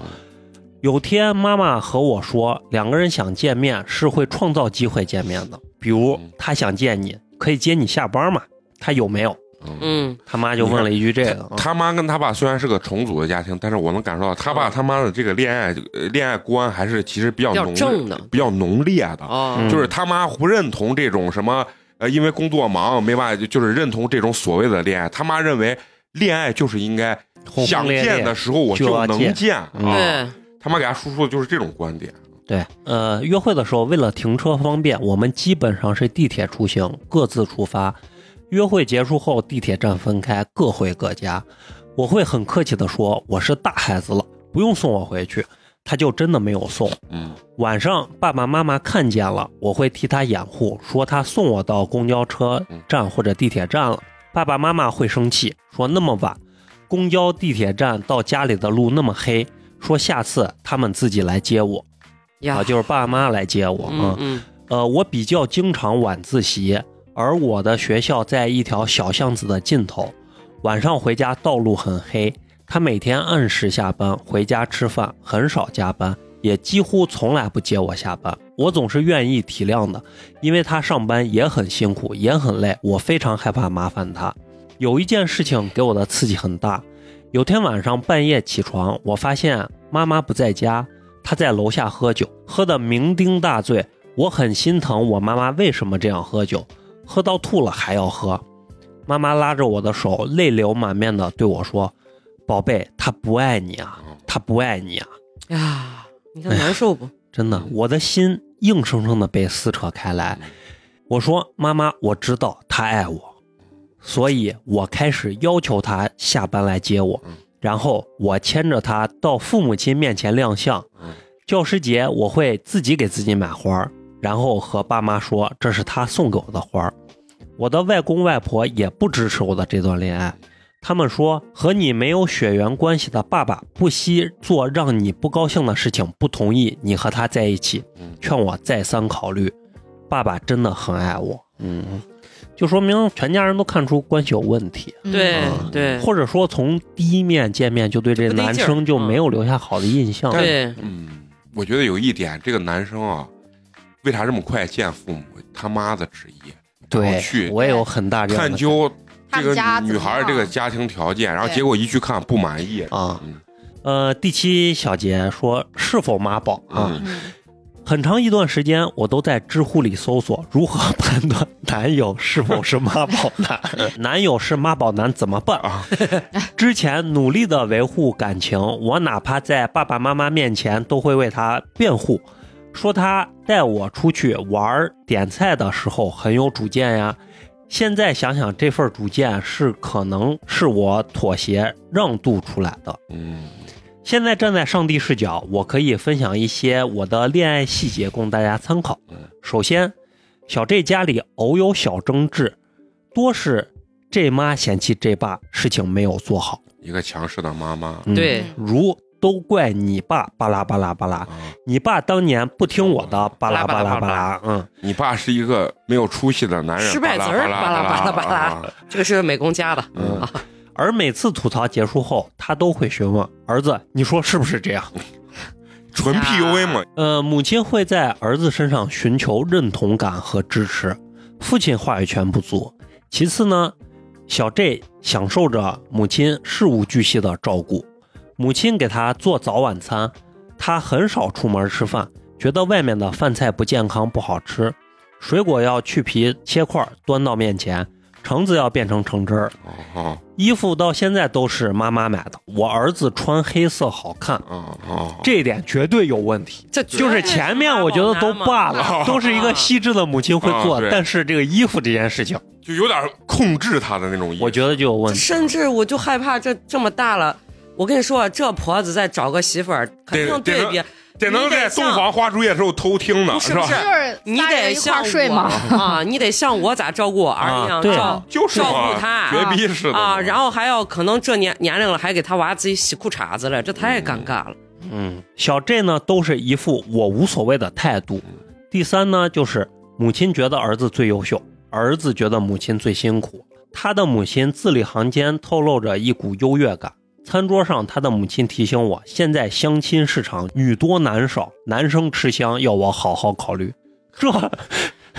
[SPEAKER 4] 有天妈妈和我说，两个人想见面是会创造机会见面的，比如他想见你，可以接你下班嘛，他有没有？
[SPEAKER 2] 嗯，
[SPEAKER 4] 他妈就问了一句这个， 啊
[SPEAKER 1] 他妈跟他爸虽然是个重组的家庭，但是我能感受到他爸他妈的这个恋爱呃恋爱观还是其实比较
[SPEAKER 2] 嗯比较
[SPEAKER 1] 浓
[SPEAKER 2] 正的
[SPEAKER 1] 比较浓烈的，
[SPEAKER 2] 哦
[SPEAKER 4] 嗯，
[SPEAKER 1] 就是他妈不认同这种什么呃，因为工作忙没办法，就就是认同这种所谓的恋爱。他妈认为恋爱就是应该
[SPEAKER 4] 轰
[SPEAKER 1] 想
[SPEAKER 4] 轰烈
[SPEAKER 1] 见的
[SPEAKER 4] 烈。
[SPEAKER 1] 时候我
[SPEAKER 4] 就
[SPEAKER 1] 就
[SPEAKER 4] 要
[SPEAKER 1] 能
[SPEAKER 4] 见
[SPEAKER 1] 见
[SPEAKER 4] 嗯
[SPEAKER 1] 啊。
[SPEAKER 2] 对，
[SPEAKER 1] 他妈给他输出的就是这种观点，
[SPEAKER 4] 对，呃，约会的时候为了停车方便，我们基本上是地铁出行，各自出发。约会结束后，地铁站分开，各回各家。我会很客气的说我是大孩子了，不用送我回去。他就真的没有送。
[SPEAKER 1] 嗯，
[SPEAKER 4] 晚上爸爸妈妈看见了，我会替他掩护，说他送我到公交车站或者地铁站了。爸爸妈妈会生气，说那么晚，公交、地铁站到家里的路那么黑，说下次他们自己来接我
[SPEAKER 2] 呀
[SPEAKER 4] 啊，，就是爸妈来接我
[SPEAKER 2] 嗯
[SPEAKER 4] 啊。
[SPEAKER 2] 嗯，
[SPEAKER 4] 呃，我比较经常晚自习，而我的学校在一条小巷子的尽头。晚上回家道路很黑，他每天按时下班回家吃饭，很少加班，也几乎从来不接我下班。我总是愿意体谅的，因为他上班也很辛苦，也很累，我非常害怕麻烦他。有一件事情给我的刺激很大，有天晚上半夜起床，我发现妈妈不在家，她在楼下喝酒，喝得酩酊大醉。我很心疼我妈妈为什么这样喝酒，喝到吐了还要喝。妈妈拉着我的手，泪流满面的对我说：“宝贝，他不爱你啊，他不爱你啊！”
[SPEAKER 2] 呀，你看难受不？
[SPEAKER 4] 真
[SPEAKER 1] 嗯
[SPEAKER 4] 的，我的心硬生生的被撕扯开来。我说：“妈妈，我知道他爱我，所以我开始要求他下班来接我
[SPEAKER 1] 嗯，
[SPEAKER 4] 然后我牵着他到父母亲面前亮相
[SPEAKER 1] 嗯。
[SPEAKER 4] 教师节我会自己给自己买花儿，然后和爸妈说这是他送给我的花儿。我的外公外婆也不支持我的这段恋爱，他们说和你没有血缘关系的爸爸不惜做让你不高兴的事情，不同意你和他在一起
[SPEAKER 1] 嗯，
[SPEAKER 4] 劝我再三考虑。爸爸真的很爱我，嗯，就说明全家人都看出关系有问题，
[SPEAKER 1] 哎
[SPEAKER 2] 对
[SPEAKER 4] 嗯
[SPEAKER 2] 对
[SPEAKER 4] 或者说从第一面见面就对这
[SPEAKER 2] 就不得
[SPEAKER 4] 男
[SPEAKER 2] 劲儿嗯
[SPEAKER 4] 生就没有留下好的印象，
[SPEAKER 2] 对，
[SPEAKER 1] 嗯，我觉得有一点，这个男生啊，为啥这么快见父母？他妈的旨意，然后
[SPEAKER 4] 对，
[SPEAKER 1] 去
[SPEAKER 4] 我也有很大这样的
[SPEAKER 1] 探究
[SPEAKER 3] 他
[SPEAKER 1] 这
[SPEAKER 3] 们
[SPEAKER 1] 个
[SPEAKER 3] 家
[SPEAKER 1] 女
[SPEAKER 3] 怎么
[SPEAKER 1] 孩儿这
[SPEAKER 3] 样
[SPEAKER 1] 个家庭条件，然后
[SPEAKER 3] 对
[SPEAKER 1] 结果一去看不满意。
[SPEAKER 4] 啊
[SPEAKER 1] 嗯，
[SPEAKER 4] 呃，第七小节说是否妈宝啊，
[SPEAKER 1] 嗯
[SPEAKER 3] 嗯
[SPEAKER 4] 很长一段时间，我都在知乎里搜索如何判断男友是否是妈宝男，男友是妈宝男怎么办
[SPEAKER 1] 啊？
[SPEAKER 4] 之前努力的维护感情，我哪怕在爸爸妈妈面前都会为他辩护，说他带我出去玩儿点菜的时候很有主见呀。现在想想，这份主见是可能是我妥协让渡出来的。
[SPEAKER 1] 嗯
[SPEAKER 4] 现在站在上帝视角，我可以分享一些我的恋爱细节供大家参考
[SPEAKER 1] 嗯。
[SPEAKER 4] 首先，小 J 家里偶有小争执，多是 J 妈嫌弃 J 爸事情没有做好，
[SPEAKER 1] 一个强势的妈妈
[SPEAKER 4] 嗯
[SPEAKER 2] 对
[SPEAKER 4] 如都怪你爸巴拉巴拉巴拉，
[SPEAKER 1] 啊，
[SPEAKER 4] 你爸当年不听我的巴拉巴拉巴
[SPEAKER 2] 巴拉
[SPEAKER 4] 拉，嗯，
[SPEAKER 1] 你爸是一个没有出息的男人，
[SPEAKER 2] 失败
[SPEAKER 1] 巴
[SPEAKER 2] 子儿
[SPEAKER 1] 拉
[SPEAKER 2] 巴
[SPEAKER 1] 拉
[SPEAKER 2] 拉巴拉
[SPEAKER 1] 啊啊
[SPEAKER 2] 这个是美工家的，
[SPEAKER 1] 嗯
[SPEAKER 4] 而每次吐槽结束后，他都会询问儿子：“你说是不是这样？”
[SPEAKER 1] 纯 PUA 嘛，
[SPEAKER 4] 呃，母亲会在儿子身上寻求认同感和支持，父亲话语权不足。其次呢，小 J 享受着母亲事无巨细的照顾，母亲给他做早晚餐，他很少出门吃饭，觉得外面的饭菜不健康不好吃，水果要去皮切块儿端到面前，橙子要变成橙汁儿，
[SPEAKER 1] 哦
[SPEAKER 4] 衣服到现在都是妈妈买的，我儿子穿黑色好看，
[SPEAKER 1] 哦哦哦，
[SPEAKER 4] 这一点绝对有问题。
[SPEAKER 2] 这
[SPEAKER 4] 就是前面我觉得都
[SPEAKER 2] 嗯
[SPEAKER 4] 罢
[SPEAKER 1] 嗯
[SPEAKER 4] 了，都是一
[SPEAKER 2] 啊
[SPEAKER 4] 个细致的母亲会
[SPEAKER 1] 啊
[SPEAKER 4] 做
[SPEAKER 1] 对，
[SPEAKER 4] 但是这个衣服这件事情，
[SPEAKER 1] 就有点控制他的那种意思。
[SPEAKER 4] 我觉得就有问题。
[SPEAKER 2] 甚至我就害怕这这么大了，我跟你说啊，这婆子再找个媳妇儿，肯定
[SPEAKER 1] 对
[SPEAKER 2] 对
[SPEAKER 1] 对
[SPEAKER 2] 比
[SPEAKER 1] 得能在洞房花烛夜的时候偷听呢，
[SPEAKER 2] 不
[SPEAKER 1] 是
[SPEAKER 2] 是不
[SPEAKER 1] 吧？
[SPEAKER 2] 是
[SPEAKER 3] 就是
[SPEAKER 2] 你
[SPEAKER 3] 仨
[SPEAKER 2] 得
[SPEAKER 3] 人一块
[SPEAKER 2] 像
[SPEAKER 3] 儿睡
[SPEAKER 2] 我
[SPEAKER 3] 嘛，
[SPEAKER 2] 啊， 你得像我咋照顾我儿一
[SPEAKER 4] 啊
[SPEAKER 2] 样
[SPEAKER 4] 对
[SPEAKER 2] 照
[SPEAKER 1] 就是
[SPEAKER 2] 照
[SPEAKER 1] 嘛
[SPEAKER 2] 顾他
[SPEAKER 1] 绝逼是的
[SPEAKER 2] 啊，然后还要可能这年年龄了，还给他娃自己洗裤衩子了，这太尴尬了。
[SPEAKER 4] 嗯，小 J 呢都是一副我无所谓的态度。第三呢，就是母亲觉得儿子最优秀，儿子觉得母亲最辛苦。他的母亲字里行间透露着一股优越感。餐桌上，他的母亲提醒我，现在相亲市场女多男少，男生吃香，要我好好考虑。这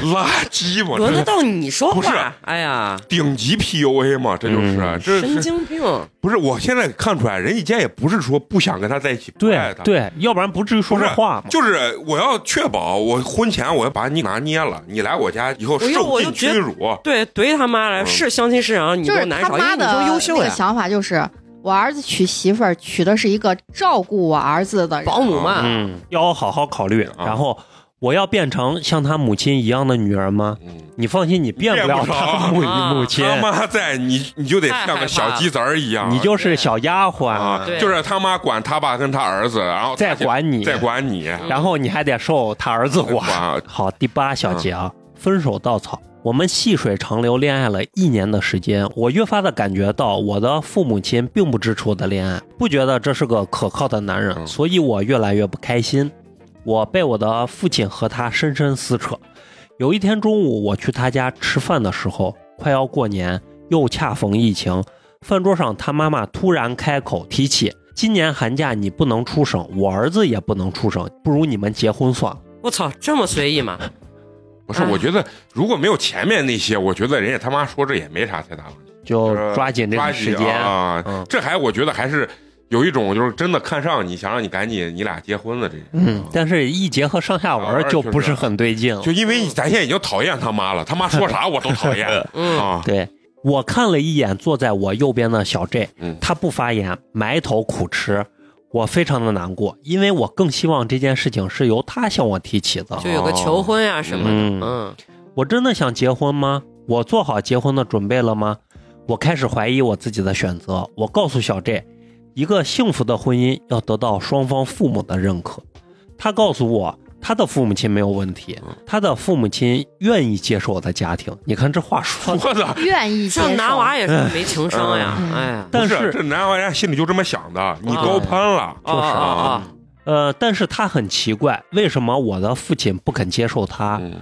[SPEAKER 1] 垃圾嘛，
[SPEAKER 2] 轮
[SPEAKER 1] 这
[SPEAKER 2] 得到你说
[SPEAKER 1] 嗯不是
[SPEAKER 2] 话？哎呀，
[SPEAKER 1] 顶级 PUA 嘛，这就是、啊
[SPEAKER 4] 嗯
[SPEAKER 1] 这
[SPEAKER 2] 神
[SPEAKER 1] 是嗯
[SPEAKER 2] 经病！
[SPEAKER 1] 不是？我现在看出来，人家家也不是说不想跟他在一起，不爱
[SPEAKER 4] 对
[SPEAKER 1] 他，
[SPEAKER 4] 对，要不然不至于说
[SPEAKER 1] 不
[SPEAKER 4] 这
[SPEAKER 1] 是
[SPEAKER 4] 话嘛。
[SPEAKER 1] 就是我要确保我婚前我要把你拿捏了，你来我家以后
[SPEAKER 2] 我又
[SPEAKER 1] 受
[SPEAKER 2] 我
[SPEAKER 1] 尽
[SPEAKER 2] 又觉
[SPEAKER 1] 屈
[SPEAKER 2] 得
[SPEAKER 1] 辱。
[SPEAKER 2] 对，怼他妈了，
[SPEAKER 1] 嗯
[SPEAKER 2] 是相亲市场，你
[SPEAKER 3] 就
[SPEAKER 2] 都
[SPEAKER 3] 是
[SPEAKER 2] 难
[SPEAKER 3] 他
[SPEAKER 2] 少，因为
[SPEAKER 3] 妈
[SPEAKER 2] 你
[SPEAKER 3] 的
[SPEAKER 2] 都优秀
[SPEAKER 3] 那个
[SPEAKER 2] 呀，
[SPEAKER 3] 想法就是，我儿子娶媳妇儿娶的是一个照顾我儿子的人
[SPEAKER 2] 保姆嘛，
[SPEAKER 4] 嗯，要我好好考虑。
[SPEAKER 1] 啊
[SPEAKER 4] 然后我要变成像他母亲一样的女人吗？
[SPEAKER 1] 嗯，
[SPEAKER 4] 你放心，你变不了
[SPEAKER 1] 变不着
[SPEAKER 4] 他母
[SPEAKER 2] 啊
[SPEAKER 4] 母亲，
[SPEAKER 1] 他妈在你，你就得
[SPEAKER 2] 太
[SPEAKER 1] 像
[SPEAKER 2] 害
[SPEAKER 1] 个小
[SPEAKER 2] 怕
[SPEAKER 1] 鸡子儿一样，
[SPEAKER 4] 你就是小丫鬟
[SPEAKER 1] 啊，，
[SPEAKER 2] 对
[SPEAKER 1] 就是他妈管他爸跟他儿子，然后
[SPEAKER 4] 再管你
[SPEAKER 1] 再管你，
[SPEAKER 2] 嗯
[SPEAKER 4] 然后你还得受他儿子管。
[SPEAKER 1] 管
[SPEAKER 4] 好，第八小节啊，分手稻草。我们细水长流恋爱了一年的时间，我越发的感觉到我的父母亲并不支持我的恋爱，不觉得这是个可靠的男人，
[SPEAKER 1] 嗯
[SPEAKER 4] 所以我越来越不开心。我被我的父亲和他深深撕扯。有一天中午，我去他家吃饭的时候，快要过年，又恰逢疫情，饭桌上他妈妈突然开口提起，今年寒假你不能出省，我儿子也不能出省，不如你们结婚算了。
[SPEAKER 2] 我操，这么随意吗？
[SPEAKER 1] 不是，
[SPEAKER 2] 啊
[SPEAKER 1] 我觉得如果没有前面那些，我觉得人家他妈说这也没啥太大问题，
[SPEAKER 4] 就抓紧这
[SPEAKER 1] 呃抓
[SPEAKER 4] 个
[SPEAKER 1] 紧
[SPEAKER 4] 时间。
[SPEAKER 1] 啊，
[SPEAKER 4] 嗯
[SPEAKER 1] 这还我觉得还是有一种就是真的看上你，想让你赶紧你俩结婚了，这人
[SPEAKER 4] 嗯，但是一结合上下文
[SPEAKER 1] 啊
[SPEAKER 4] 儿就不是很对劲了。
[SPEAKER 1] 就因为咱现在已经讨厌他妈了，他妈说啥我都讨 厌
[SPEAKER 2] 嗯，
[SPEAKER 1] 啊。
[SPEAKER 4] 对我看了一眼坐在我右边的小 J，
[SPEAKER 1] 嗯
[SPEAKER 4] 他不发言，埋头苦吃，我非常的难过，因为我更希望这件事情是由他向我提起的。
[SPEAKER 2] 就有个求婚呀、什么
[SPEAKER 4] 嗯
[SPEAKER 2] 的，嗯
[SPEAKER 4] 我真的想结婚吗？我做好结婚的准备了吗？我开始怀疑我自己的选择。我告诉小 J，一个幸福的婚姻要得到双方父母的认可。他告诉我，他的父母亲没有问题，
[SPEAKER 1] 嗯
[SPEAKER 4] 他的父母亲愿意接受我的家庭。你看这话说 的，
[SPEAKER 1] 我操！
[SPEAKER 3] 愿意接
[SPEAKER 2] 像拿
[SPEAKER 3] 受。
[SPEAKER 2] 娃也是没情商呀，
[SPEAKER 3] 嗯
[SPEAKER 2] 哎呀，
[SPEAKER 4] 但
[SPEAKER 1] 不
[SPEAKER 4] 是
[SPEAKER 1] 这男娃人家心里就这么想的，你高攀了，
[SPEAKER 2] 啊啊啊！
[SPEAKER 4] 呃，但是他很奇怪，为什么我的父亲不肯接受他？
[SPEAKER 1] 嗯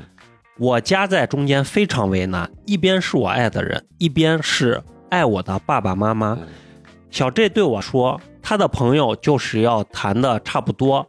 [SPEAKER 4] 我夹在中间非常为难，一边是我爱的人，一边是爱我的爸爸妈妈
[SPEAKER 1] 嗯。
[SPEAKER 4] 小 J 对我说，他的朋友就是要谈的差不多，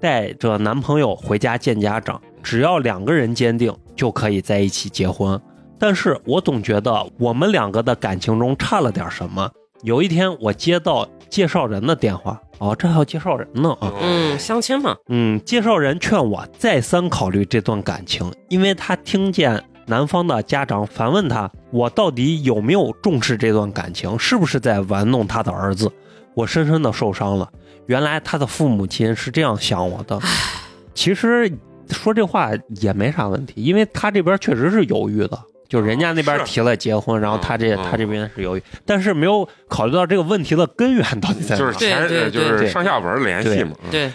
[SPEAKER 4] 带着男朋友回家见家长，只要两个人坚定，就可以在一起结婚。但是我总觉得我们两个的感情中差了点什么。有一天，我接到介绍人的电话，哦，这还有介绍人呢啊！
[SPEAKER 2] 嗯，相亲嘛，
[SPEAKER 4] 嗯，介绍人劝我再三考虑这段感情，因为他听见男方的家长反问他，我到底有没有重视这段感情，是不是在玩弄他的儿子？我深深的受伤了。原来他的父母亲是这样想我的。其实说这话也没啥问题，因为他这边确实是犹豫的，就人家那边
[SPEAKER 1] 啊是
[SPEAKER 4] 提了结婚，然后他这、
[SPEAKER 1] 嗯
[SPEAKER 4] 他这边是犹豫，但是没有考虑到这个问题的根源到底在哪。
[SPEAKER 1] 就是前呃
[SPEAKER 2] 对对对
[SPEAKER 1] 就是上下文联系嘛。嗯，
[SPEAKER 2] 对，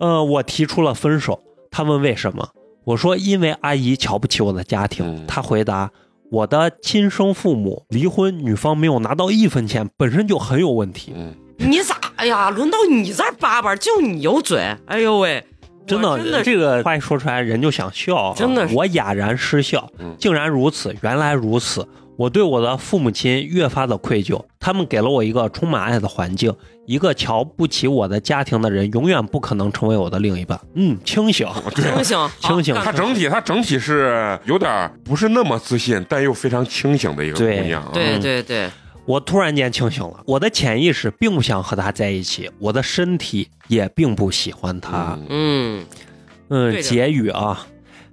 [SPEAKER 4] 呃，我提出了分手，他问为什么，我说因为阿姨瞧不起我的家庭。
[SPEAKER 1] 嗯
[SPEAKER 4] 他回答，我的亲生父母离婚，女方没有拿到一分钱，本身就很有问题。
[SPEAKER 1] 嗯，
[SPEAKER 2] 你咋？哎呀，轮到你这儿叭叭，就你有嘴，哎呦喂，我
[SPEAKER 4] 真的，
[SPEAKER 2] 真的是
[SPEAKER 4] 这个话一说出来，人就想笑啊、
[SPEAKER 2] 真的是
[SPEAKER 4] 我哑然失笑
[SPEAKER 1] 嗯，
[SPEAKER 4] 竟然如此，原来如此。我对我的父母亲越发的愧疚，他们给了我一个充满爱的环境，一个瞧不起我的家庭的人，永远不可能成为我的另一半。嗯，清醒，
[SPEAKER 2] 清醒，好
[SPEAKER 4] 清醒
[SPEAKER 2] 干
[SPEAKER 1] 他整体他整体是有点不是那么自信，但又非常清醒的一个
[SPEAKER 4] 对
[SPEAKER 1] 姑娘啊。
[SPEAKER 4] 嗯
[SPEAKER 2] 对对对，
[SPEAKER 4] 我突然间清醒了，我的潜意识并不想和他在一起，我的身体也并不喜欢他。
[SPEAKER 1] 嗯，
[SPEAKER 2] 嗯，
[SPEAKER 4] 嗯，
[SPEAKER 2] 对的
[SPEAKER 4] 结语啊，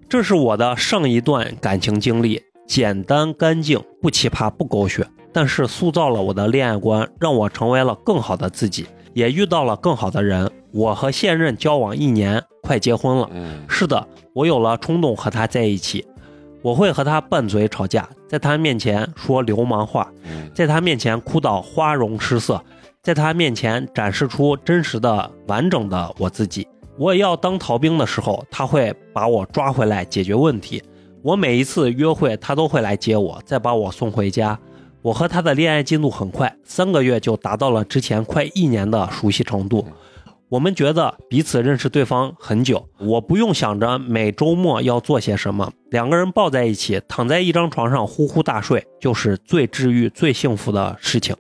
[SPEAKER 4] 这是我的上一段感情经历，简单干净，不奇葩，不狗血，但是塑造了我的恋爱观，让我成为了更好的自己，也遇到了更好的人。我和现任交往一年，快结婚了。
[SPEAKER 1] 嗯
[SPEAKER 4] 是的，我有了冲动和他在一起，我会和他拌嘴吵架，在他面前说流氓话。
[SPEAKER 1] 嗯
[SPEAKER 4] 在他面前哭到花容失色，在他面前展示出真实的、完整的我自己。我也要当逃兵的时候，他会把我抓回来解决问题。我每一次约会，他都会来接我，再把我送回家。我和他的恋爱进度很快，三个月就达到了之前快一年的熟悉程度。我们觉得彼此认识对方很久，我不用想着每周末要做些什么，两个人抱在一起，躺在一张床上呼呼大睡，就是最治愈、最幸福的事情。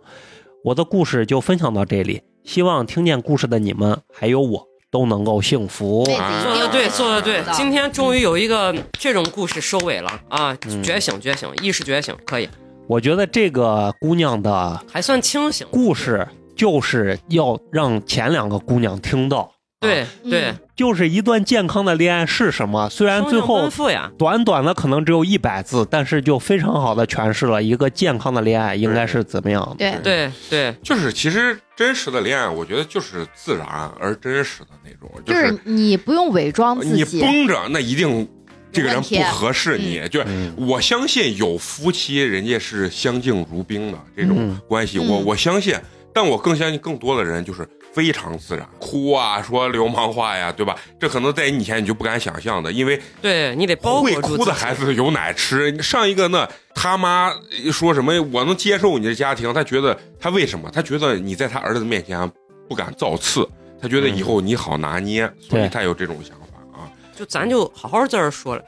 [SPEAKER 4] 我的故事就分享到这里，希望听见故事的你们还有我都能够幸福。
[SPEAKER 3] 对
[SPEAKER 1] 啊
[SPEAKER 2] 做的对，做的对
[SPEAKER 3] 是的，
[SPEAKER 1] 嗯
[SPEAKER 2] 今天终于有一个这种故事收尾了啊！
[SPEAKER 4] 嗯
[SPEAKER 2] 觉醒，觉醒，意识觉醒，可以，
[SPEAKER 4] 我觉得这个姑娘的
[SPEAKER 2] 还算清醒。
[SPEAKER 4] 故事就是要让前两个姑娘听到，
[SPEAKER 2] 对
[SPEAKER 3] 嗯
[SPEAKER 2] 对，
[SPEAKER 4] 就是一段健康的恋爱是什么。虽然最
[SPEAKER 2] 双向
[SPEAKER 4] 后嗯
[SPEAKER 2] 奔赴呀，
[SPEAKER 4] 短短的可能只有一百字，但是就非常好的诠释了一个健康的恋爱应该是怎么样的。
[SPEAKER 3] 对
[SPEAKER 2] 对对，
[SPEAKER 1] 就是其实真实的恋爱，我觉得就是自然而真实的那种，
[SPEAKER 3] 就是是你不用伪装
[SPEAKER 1] 你
[SPEAKER 3] 自己，
[SPEAKER 1] 绷着，那一定这个人
[SPEAKER 3] 问题嗯
[SPEAKER 1] 不合适你。就是我相信有夫妻，人家是相敬如宾的这种
[SPEAKER 4] 嗯
[SPEAKER 1] 关系，我
[SPEAKER 3] 嗯
[SPEAKER 1] 我相信。但我更相信更多的人就是非常自然，哭啊，说流氓话呀，对吧？这可能在你以前你就不敢想象的，因为
[SPEAKER 2] 对你得包裹
[SPEAKER 1] 会
[SPEAKER 2] 住自己
[SPEAKER 1] 哭的孩子有奶吃。上一个那他妈说什么，我能接受你的家庭，他觉得他为什么？他觉得你在他儿子面前啊不敢造次，他觉得以后你好拿捏，所以
[SPEAKER 4] 对
[SPEAKER 1] 他有这种想法啊。
[SPEAKER 2] 就咱就好好在这儿说了。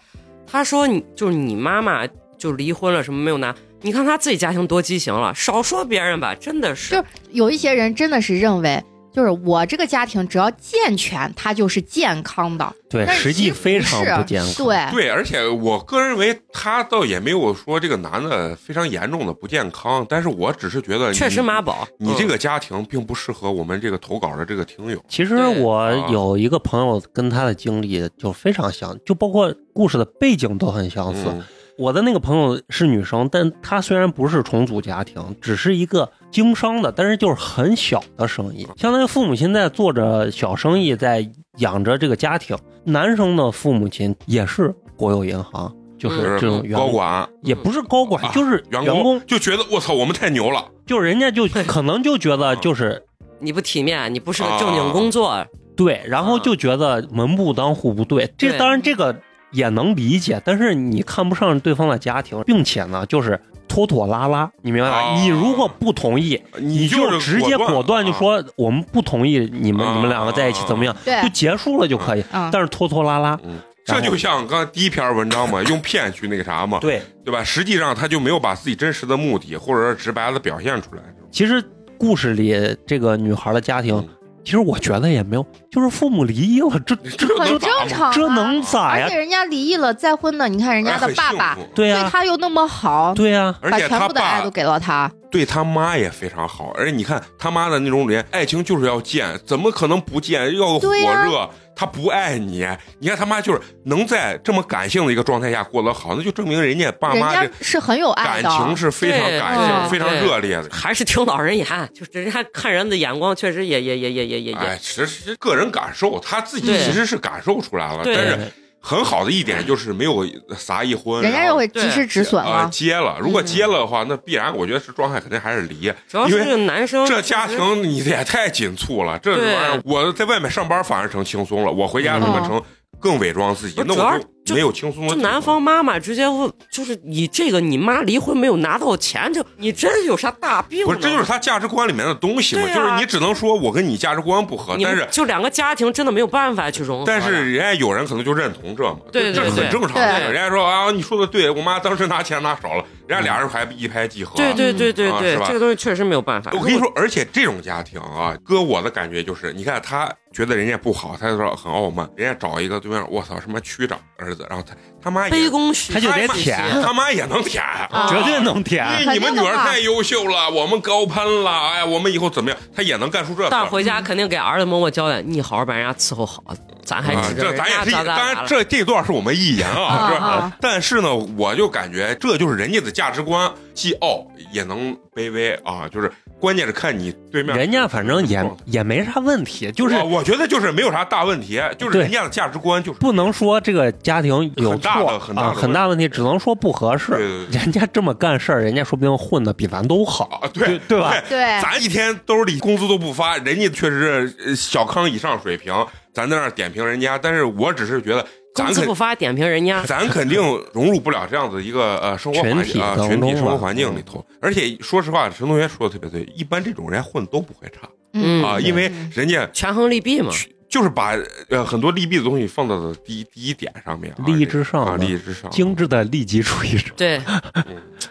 [SPEAKER 2] 他说你就是你妈妈就离婚了，什么没有拿？你看他自己家庭多畸形了，少说别人吧，真的是
[SPEAKER 3] 就。有一些人真的是认为就是我这个家庭只要健全，它就是健康的。
[SPEAKER 4] 对，
[SPEAKER 3] 但
[SPEAKER 4] 实际
[SPEAKER 3] 其实
[SPEAKER 4] 非常
[SPEAKER 3] 是
[SPEAKER 4] 不健康。
[SPEAKER 3] 对，
[SPEAKER 1] 对，而且我个人认为他倒也没有说这个男的非常严重的不健康，但是我只是觉得
[SPEAKER 2] 确实
[SPEAKER 1] 你
[SPEAKER 2] 妈宝。
[SPEAKER 1] 你这
[SPEAKER 2] 嗯
[SPEAKER 1] 个家庭并不适合我们这个投稿的这个听友。
[SPEAKER 4] 其实
[SPEAKER 2] 对
[SPEAKER 4] 我
[SPEAKER 1] 啊
[SPEAKER 4] 有一个朋友跟他的经历就非常像，就包括故事的背景都很相似。
[SPEAKER 1] 嗯，
[SPEAKER 4] 我的那个朋友是女生，但她虽然不是重组家庭，只是一个经商的，但是就是很小的生意，相当于父母亲在做着小生意，在养着这个家庭。男生的父母亲也是国有银行，就是
[SPEAKER 1] 就
[SPEAKER 4] 嗯这种
[SPEAKER 1] 是
[SPEAKER 4] 员
[SPEAKER 1] 高
[SPEAKER 4] 工，
[SPEAKER 1] 管
[SPEAKER 4] 也不是高管，
[SPEAKER 1] 啊
[SPEAKER 4] 就是员
[SPEAKER 1] 员就觉得我操，我们太牛了，
[SPEAKER 4] 就人家就可能就觉得就是
[SPEAKER 2] 嗯你不体面，你不是个正经工
[SPEAKER 1] 啊
[SPEAKER 2] 作，
[SPEAKER 4] 对，然后就觉得门不当户不嗯对。这
[SPEAKER 2] 对
[SPEAKER 4] 当然这个也能理解，但是你看不上对方的家庭，并且呢，就是拖拖拉拉，你明白吧？
[SPEAKER 1] 啊
[SPEAKER 4] 你如果不同意，
[SPEAKER 1] 你
[SPEAKER 4] 哦就是直接果断就
[SPEAKER 1] 啊
[SPEAKER 4] 说我们不同意你们、
[SPEAKER 1] 啊
[SPEAKER 4] 你们两个在一起怎么样，
[SPEAKER 3] 嗯对
[SPEAKER 4] 就结束了就可以。
[SPEAKER 3] 嗯，
[SPEAKER 4] 但是拖拖拉拉，
[SPEAKER 1] 嗯，
[SPEAKER 4] 然
[SPEAKER 1] 这
[SPEAKER 4] 后
[SPEAKER 1] 就像刚才第一篇文章嘛，用骗去那个啥嘛，
[SPEAKER 4] 对，
[SPEAKER 1] 对吧？实际上他就没有把自己真实的目的，或者是直白的表现出来。
[SPEAKER 4] 其实故事里这个女孩的家庭，
[SPEAKER 1] 嗯
[SPEAKER 4] 其实我觉得也没有，就是父母离异了，这这
[SPEAKER 1] 这
[SPEAKER 3] 很
[SPEAKER 1] 能
[SPEAKER 4] 这
[SPEAKER 1] 咋
[SPEAKER 3] 正常、啊，
[SPEAKER 4] 这能咋
[SPEAKER 3] 而
[SPEAKER 4] 呀
[SPEAKER 3] 且？人家离异了再婚的，你看人家的爸
[SPEAKER 1] 还
[SPEAKER 3] 爸
[SPEAKER 1] 哎很幸福
[SPEAKER 4] 对呀、
[SPEAKER 3] 对他又那么好，
[SPEAKER 4] 对呀、
[SPEAKER 1] 而
[SPEAKER 3] 把
[SPEAKER 1] 且
[SPEAKER 3] 全
[SPEAKER 1] 他
[SPEAKER 3] 部的爱
[SPEAKER 1] 爸
[SPEAKER 3] 都给了他。
[SPEAKER 1] 对他妈也非常好，而且你看他妈的那种脸，爱情就是要见，怎么可能不见？要火
[SPEAKER 3] 对呀
[SPEAKER 1] 热，他不爱你。你看他妈就是能在这么感性的一个状态下过得好，那就证明人家爸
[SPEAKER 3] 人
[SPEAKER 1] 妈
[SPEAKER 3] 家
[SPEAKER 1] 这
[SPEAKER 3] 是很有爱
[SPEAKER 1] 感
[SPEAKER 3] 的，
[SPEAKER 1] 情是非常
[SPEAKER 2] 对
[SPEAKER 1] 感性、
[SPEAKER 3] 嗯
[SPEAKER 1] 非常
[SPEAKER 2] 对
[SPEAKER 1] 热烈的。
[SPEAKER 2] 还是听老人言，就是人家看人的眼光确实也也也也也也
[SPEAKER 1] 哎，
[SPEAKER 2] 也，
[SPEAKER 1] 其实是个人感受，他自己
[SPEAKER 2] 对
[SPEAKER 1] 其实是感受出来了，
[SPEAKER 2] 对
[SPEAKER 1] 但是很好的一点就是没有撒一婚，
[SPEAKER 3] 人家
[SPEAKER 1] 然
[SPEAKER 3] 又
[SPEAKER 1] 后
[SPEAKER 3] 会及时止损
[SPEAKER 1] 呃
[SPEAKER 3] 了。
[SPEAKER 1] 接了。如果接了的话，那必然我觉得是状态肯定还是离，
[SPEAKER 2] 嗯主要
[SPEAKER 1] 因
[SPEAKER 2] 是这个
[SPEAKER 1] 为。
[SPEAKER 2] 男生
[SPEAKER 1] 这家
[SPEAKER 2] 确实
[SPEAKER 1] 庭你也太紧促了，这玩
[SPEAKER 2] 对
[SPEAKER 1] 意儿我在外面上班反而成轻松了，我回家他妈
[SPEAKER 3] 嗯
[SPEAKER 1] 成更伪装自己，
[SPEAKER 2] 不
[SPEAKER 1] 那
[SPEAKER 2] 主要
[SPEAKER 1] 我
[SPEAKER 2] 是
[SPEAKER 1] 就没有轻松了。
[SPEAKER 2] 这男方妈妈直接问，就是你这个你妈离婚没有拿到钱，这你真是有啥大病
[SPEAKER 1] 不
[SPEAKER 2] 呢？
[SPEAKER 1] 是，这就是他价值观里面的东西嘛，
[SPEAKER 2] 对啊
[SPEAKER 1] 就是你只能说我跟你价值观不合，
[SPEAKER 2] 你
[SPEAKER 1] 但
[SPEAKER 2] 们
[SPEAKER 1] 是
[SPEAKER 2] 就两个家庭真的没有办法去融合的。
[SPEAKER 1] 但是人家有人可能就认同这嘛，
[SPEAKER 2] 对
[SPEAKER 1] 这
[SPEAKER 2] 对
[SPEAKER 1] 很
[SPEAKER 2] 对
[SPEAKER 1] 正常
[SPEAKER 3] 对
[SPEAKER 1] 人家说啊，你说的对，我妈当时拿钱拿少了，人家俩人还一拍即合。
[SPEAKER 2] 对对对对
[SPEAKER 1] 啊
[SPEAKER 2] 对
[SPEAKER 1] 是，吧
[SPEAKER 2] 这个东西确实没有办法。
[SPEAKER 1] 我跟你说，而且这种家庭啊，哥我的感觉就是，你看他觉得人家不好，他就说很傲慢，人家找一个对面，我操什么区长儿子，然后他他妈
[SPEAKER 2] 卑
[SPEAKER 1] 也
[SPEAKER 2] 躬屈膝，
[SPEAKER 4] 他就得舔
[SPEAKER 1] 他妈也能舔。
[SPEAKER 3] 啊
[SPEAKER 4] 绝对能舔。
[SPEAKER 1] 哎
[SPEAKER 3] 肯定
[SPEAKER 1] 你们女
[SPEAKER 3] 的
[SPEAKER 1] 儿
[SPEAKER 3] 嘛
[SPEAKER 1] 太优秀了，我们高攀了，哎，我们以后怎么样？他也能干出这事
[SPEAKER 2] 但是
[SPEAKER 1] 儿。
[SPEAKER 2] 回家肯定给儿子默默交代，你好好把人家伺候好，咱还
[SPEAKER 1] 啊
[SPEAKER 2] 指，着
[SPEAKER 1] 这
[SPEAKER 2] 人
[SPEAKER 1] 咱也
[SPEAKER 2] 家
[SPEAKER 1] 是一，
[SPEAKER 2] 咋
[SPEAKER 1] 当
[SPEAKER 2] 咋咋
[SPEAKER 1] 然
[SPEAKER 2] 了。
[SPEAKER 1] 这这段是我们一言啊，
[SPEAKER 3] 啊
[SPEAKER 1] 是
[SPEAKER 3] 啊
[SPEAKER 1] 吧？但是呢，我就感觉这就是人家的价值观，既傲也能卑微啊，就是关键是看你对面
[SPEAKER 4] 人家反正也
[SPEAKER 1] 状态
[SPEAKER 4] 也没啥问题，就是
[SPEAKER 1] 我我觉得就是没有啥大问题，就是
[SPEAKER 4] 对
[SPEAKER 1] 人家的价值观就是
[SPEAKER 4] 不能说这个家庭有
[SPEAKER 1] 很大
[SPEAKER 4] 错
[SPEAKER 1] 的很大的
[SPEAKER 4] 啊，很大问题，只能说不合
[SPEAKER 1] 对
[SPEAKER 4] 适。
[SPEAKER 1] 对对
[SPEAKER 4] 人家这么干事儿，人家说不定混的比咱都好，
[SPEAKER 1] 啊，
[SPEAKER 4] 对
[SPEAKER 1] 对
[SPEAKER 4] 对吧？
[SPEAKER 3] 对，
[SPEAKER 1] 咱一天兜里工资都不发，人家确实是呃小康以上水平，咱在那儿点评人家，但是我只是觉得咱
[SPEAKER 2] 工资
[SPEAKER 1] 肯
[SPEAKER 2] 不发，点评人家。
[SPEAKER 1] 咱肯定融入不了这样子一个呃生活环
[SPEAKER 4] 群体
[SPEAKER 1] 境啊、
[SPEAKER 4] 当
[SPEAKER 1] 群
[SPEAKER 4] 中
[SPEAKER 1] 体
[SPEAKER 4] 嗯吧
[SPEAKER 1] 生活环境里头。而且说实话，陈同学说的特别对，一般这种人家混得都不会差
[SPEAKER 2] 嗯
[SPEAKER 1] 啊，因为
[SPEAKER 3] 嗯
[SPEAKER 1] 人家
[SPEAKER 2] 权衡利弊嘛，
[SPEAKER 1] 就是把呃很多利弊的东西放到了第一第一点上面啊，
[SPEAKER 4] 利益至上
[SPEAKER 1] 啊，
[SPEAKER 4] 嘛
[SPEAKER 1] 利益至上，
[SPEAKER 4] 精致的利己主义者。
[SPEAKER 2] 对，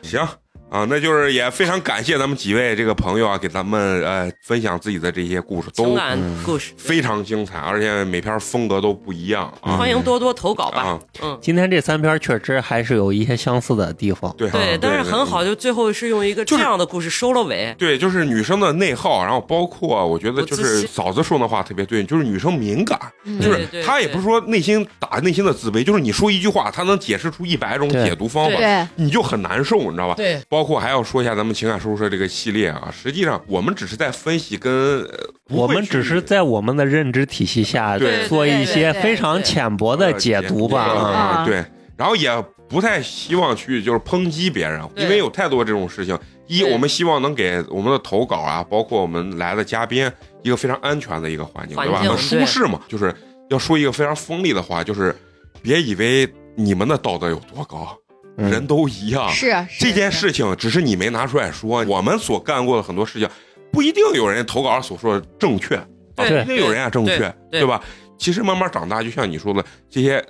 [SPEAKER 1] 行啊，那就是也非常感谢咱们几位这个朋友啊，给咱们呃分享自己的这些故事，
[SPEAKER 2] 情
[SPEAKER 1] 都嗯
[SPEAKER 2] 感故事，
[SPEAKER 1] 非常精彩，而且每篇风格都不一样啊。
[SPEAKER 2] 欢迎多多投稿吧
[SPEAKER 1] 啊。
[SPEAKER 2] 嗯，
[SPEAKER 4] 今天这三篇确实还是有一些相似的地方，
[SPEAKER 1] 对
[SPEAKER 2] 对，但是很好，。就最后是用一个
[SPEAKER 1] 就
[SPEAKER 2] 这
[SPEAKER 1] 是
[SPEAKER 2] 样的故事收了尾。
[SPEAKER 1] 对，就是女生的内耗，然后包括我觉得就
[SPEAKER 2] 不自
[SPEAKER 1] 是
[SPEAKER 2] 信
[SPEAKER 1] 嫂子说那话特别对，就是女生敏感，
[SPEAKER 3] 嗯
[SPEAKER 1] 就
[SPEAKER 2] 对
[SPEAKER 1] 是
[SPEAKER 2] 对
[SPEAKER 1] 她也不是说内心打内心的自卑，就是你说一句话，她能解释出一百种
[SPEAKER 4] 对
[SPEAKER 1] 解读方法，
[SPEAKER 3] 对
[SPEAKER 1] 你就很难受，你知道吧？
[SPEAKER 2] 对，
[SPEAKER 1] 包括还要说一下咱们情感收社这个系列啊，实际上我们只是在分析跟，呃不
[SPEAKER 4] 我
[SPEAKER 1] 会
[SPEAKER 4] 们只
[SPEAKER 1] 去
[SPEAKER 4] 是在我们的认知体系下
[SPEAKER 1] 对
[SPEAKER 4] 做一
[SPEAKER 2] 对对
[SPEAKER 4] 些
[SPEAKER 2] 对
[SPEAKER 4] 非常浅薄
[SPEAKER 1] 呃
[SPEAKER 4] 的解读吧
[SPEAKER 1] 对
[SPEAKER 4] 啊。
[SPEAKER 3] 啊
[SPEAKER 1] 对，然后也不太希望去就是抨击别人，
[SPEAKER 2] 对
[SPEAKER 1] 因为有太多这种事情。一，
[SPEAKER 2] 对
[SPEAKER 1] 我们希望能给我们的投稿啊，包括我们来的嘉宾一个非常安全的一个环境，
[SPEAKER 2] 环
[SPEAKER 1] 对吧？
[SPEAKER 2] 境
[SPEAKER 1] 很舒适嘛。就是要说一个非常锋利的话，就是别以为你们的道德有多高，
[SPEAKER 4] 嗯
[SPEAKER 1] 人都一样。
[SPEAKER 3] 是
[SPEAKER 1] 这件，事情只是你没拿出来说，我们所干过的很多事情，不一定有人投稿所说的正确，啊
[SPEAKER 2] 对
[SPEAKER 1] 不一定有人家正确，
[SPEAKER 2] 对
[SPEAKER 1] 吧？其实慢慢长大，就像你说的，这些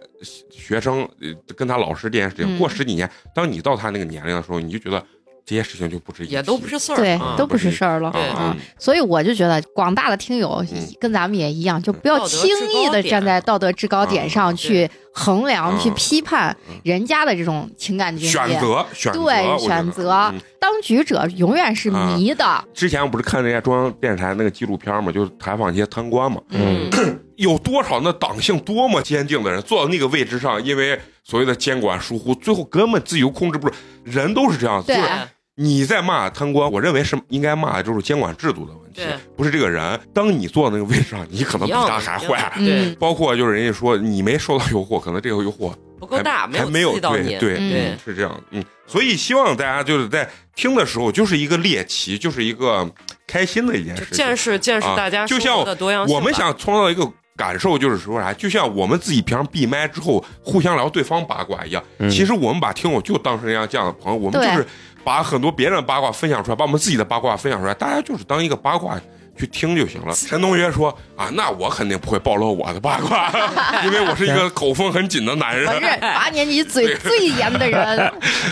[SPEAKER 1] 学生呃跟他老师这件事情，
[SPEAKER 3] 嗯
[SPEAKER 1] 过十几年，当你到他那个年龄的时候，你就觉得这些事情就不值一提，
[SPEAKER 2] 也都不是事儿，
[SPEAKER 3] 对
[SPEAKER 2] 啊，
[SPEAKER 3] 都不是事儿了。
[SPEAKER 1] 啊啊
[SPEAKER 3] 嗯，所以我就觉得广大的听友
[SPEAKER 1] 嗯
[SPEAKER 3] 跟咱们也一样，就不要
[SPEAKER 2] 道德
[SPEAKER 3] 轻
[SPEAKER 2] 制
[SPEAKER 3] 易
[SPEAKER 2] 高
[SPEAKER 3] 的
[SPEAKER 2] 点
[SPEAKER 3] 站在道德制高点
[SPEAKER 1] 啊
[SPEAKER 3] 上去衡
[SPEAKER 1] 啊
[SPEAKER 3] 量、去批判
[SPEAKER 1] 嗯
[SPEAKER 3] 人家的这种情感经
[SPEAKER 1] 选
[SPEAKER 3] 历。
[SPEAKER 1] 择选择
[SPEAKER 3] 对，
[SPEAKER 1] 我觉得
[SPEAKER 3] 选择、
[SPEAKER 1] 嗯
[SPEAKER 3] 当局者永远是
[SPEAKER 1] 啊
[SPEAKER 3] 迷的。
[SPEAKER 1] 之前我不是看人家中央电视台那个纪录片嘛，就是采访一些贪官嘛，
[SPEAKER 2] 嗯，
[SPEAKER 1] 有多少那党性多么坚定的人坐到那个位置上，因为所谓的监管疏忽，最后根本自由控制不住。人都是这样，就
[SPEAKER 3] 对
[SPEAKER 1] 是
[SPEAKER 2] 对
[SPEAKER 1] 你在骂贪官，我认为是应该骂的就是监管制度的问题
[SPEAKER 2] 对，
[SPEAKER 1] 不是这个人。当你坐到那个位置上，你可能
[SPEAKER 2] 一
[SPEAKER 1] 比
[SPEAKER 2] 样的
[SPEAKER 1] 他还
[SPEAKER 2] 一样
[SPEAKER 1] 坏。啊
[SPEAKER 2] 的对，
[SPEAKER 3] 嗯
[SPEAKER 1] 包括就是人家说你没受到诱惑，可能这个诱惑
[SPEAKER 2] 不够
[SPEAKER 1] 还
[SPEAKER 2] 大，
[SPEAKER 1] 还没
[SPEAKER 2] 有
[SPEAKER 1] 有
[SPEAKER 2] 刺激到你，
[SPEAKER 1] 对对、
[SPEAKER 3] 嗯
[SPEAKER 2] 对
[SPEAKER 1] 是这样，嗯，所以希望大家就是在听的时候，就是一个猎奇，就是一个开心的一件
[SPEAKER 2] 就
[SPEAKER 1] 事情。
[SPEAKER 2] 见识见识
[SPEAKER 1] 啊
[SPEAKER 2] 大家
[SPEAKER 1] 就
[SPEAKER 2] 生
[SPEAKER 1] 像
[SPEAKER 2] 活的多样性吧。
[SPEAKER 1] 我们想创造一个感受，就是说啥，就像我们自己平常闭麦之后互相聊对方八卦一样。
[SPEAKER 4] 嗯
[SPEAKER 1] 其实我们把听友就当成人家这样的朋友，我们
[SPEAKER 3] 对
[SPEAKER 1] 就是把很多别人的八卦分享出来，把我们自己的八卦分享出来，大家就是当一个八卦。去听就行了。陈同学说啊，那我肯定不会暴露我的八卦，因为我是一个口风很紧的男人
[SPEAKER 3] 我是八年 级嘴最严的人，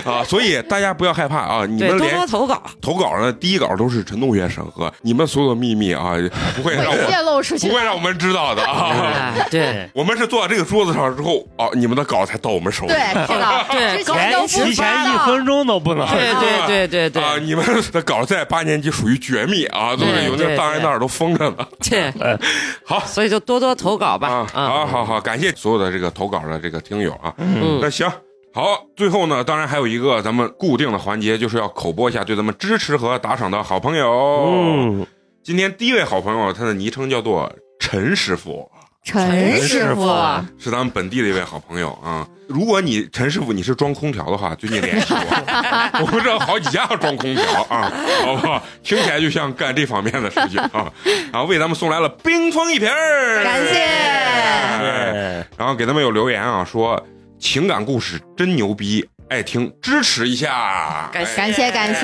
[SPEAKER 1] 啊，所以大家不要害怕啊！你
[SPEAKER 2] 对
[SPEAKER 1] 们
[SPEAKER 2] 多
[SPEAKER 1] 连
[SPEAKER 2] 多投稿，
[SPEAKER 1] 投稿呢，第一稿都是陈同学审核，你们所有的秘密啊，不会让
[SPEAKER 3] 会泄
[SPEAKER 1] 我
[SPEAKER 3] 露出
[SPEAKER 1] 不
[SPEAKER 3] 去。
[SPEAKER 1] 会让我们知道的啊。
[SPEAKER 2] 哎，对。
[SPEAKER 1] 我们是坐在这个桌子上之后，哦，你们的稿才到我们手里。
[SPEAKER 3] 对， 知道，
[SPEAKER 2] 对
[SPEAKER 3] 之前
[SPEAKER 4] 前
[SPEAKER 3] 都不
[SPEAKER 4] 提前一
[SPEAKER 3] 发
[SPEAKER 4] 分
[SPEAKER 3] 的。
[SPEAKER 4] 钟都不能。
[SPEAKER 2] 对对对对
[SPEAKER 1] 啊，
[SPEAKER 2] 对
[SPEAKER 1] 你们的稿在八年级属于绝密啊，都是
[SPEAKER 2] 对
[SPEAKER 1] 有那
[SPEAKER 2] 对
[SPEAKER 1] 档案
[SPEAKER 2] 对
[SPEAKER 1] 那儿都封着呢。
[SPEAKER 2] 对，
[SPEAKER 1] 好
[SPEAKER 2] 所以就多多投稿吧
[SPEAKER 1] 啊，好好好，感谢所有的这个投稿的这个听友啊。
[SPEAKER 2] 嗯
[SPEAKER 1] 那行。好，最后呢，当然还有一个咱们固定的环节，就是要口播一下对咱们支持和打赏的好朋友。，
[SPEAKER 4] 嗯，
[SPEAKER 1] 今天第一位好朋友，他的昵称叫做陈师傅，哎
[SPEAKER 3] 陈
[SPEAKER 2] 陈
[SPEAKER 3] 哎师
[SPEAKER 2] 师
[SPEAKER 3] 傅
[SPEAKER 2] 傅啊
[SPEAKER 1] 是咱们本地的一位好朋友啊。如果你陈师傅你是装空调的话，最近联系我， 我们这好几家装空调啊，好不好？听起来就像干这方面的事情啊。然后为咱们送来了冰封一瓶儿，
[SPEAKER 3] 感谢
[SPEAKER 1] 哎
[SPEAKER 4] 哎
[SPEAKER 1] 然后给他们有留言啊，说情感故事真牛逼，爱听，支持一下。
[SPEAKER 2] 感谢
[SPEAKER 1] 哎
[SPEAKER 3] 感谢感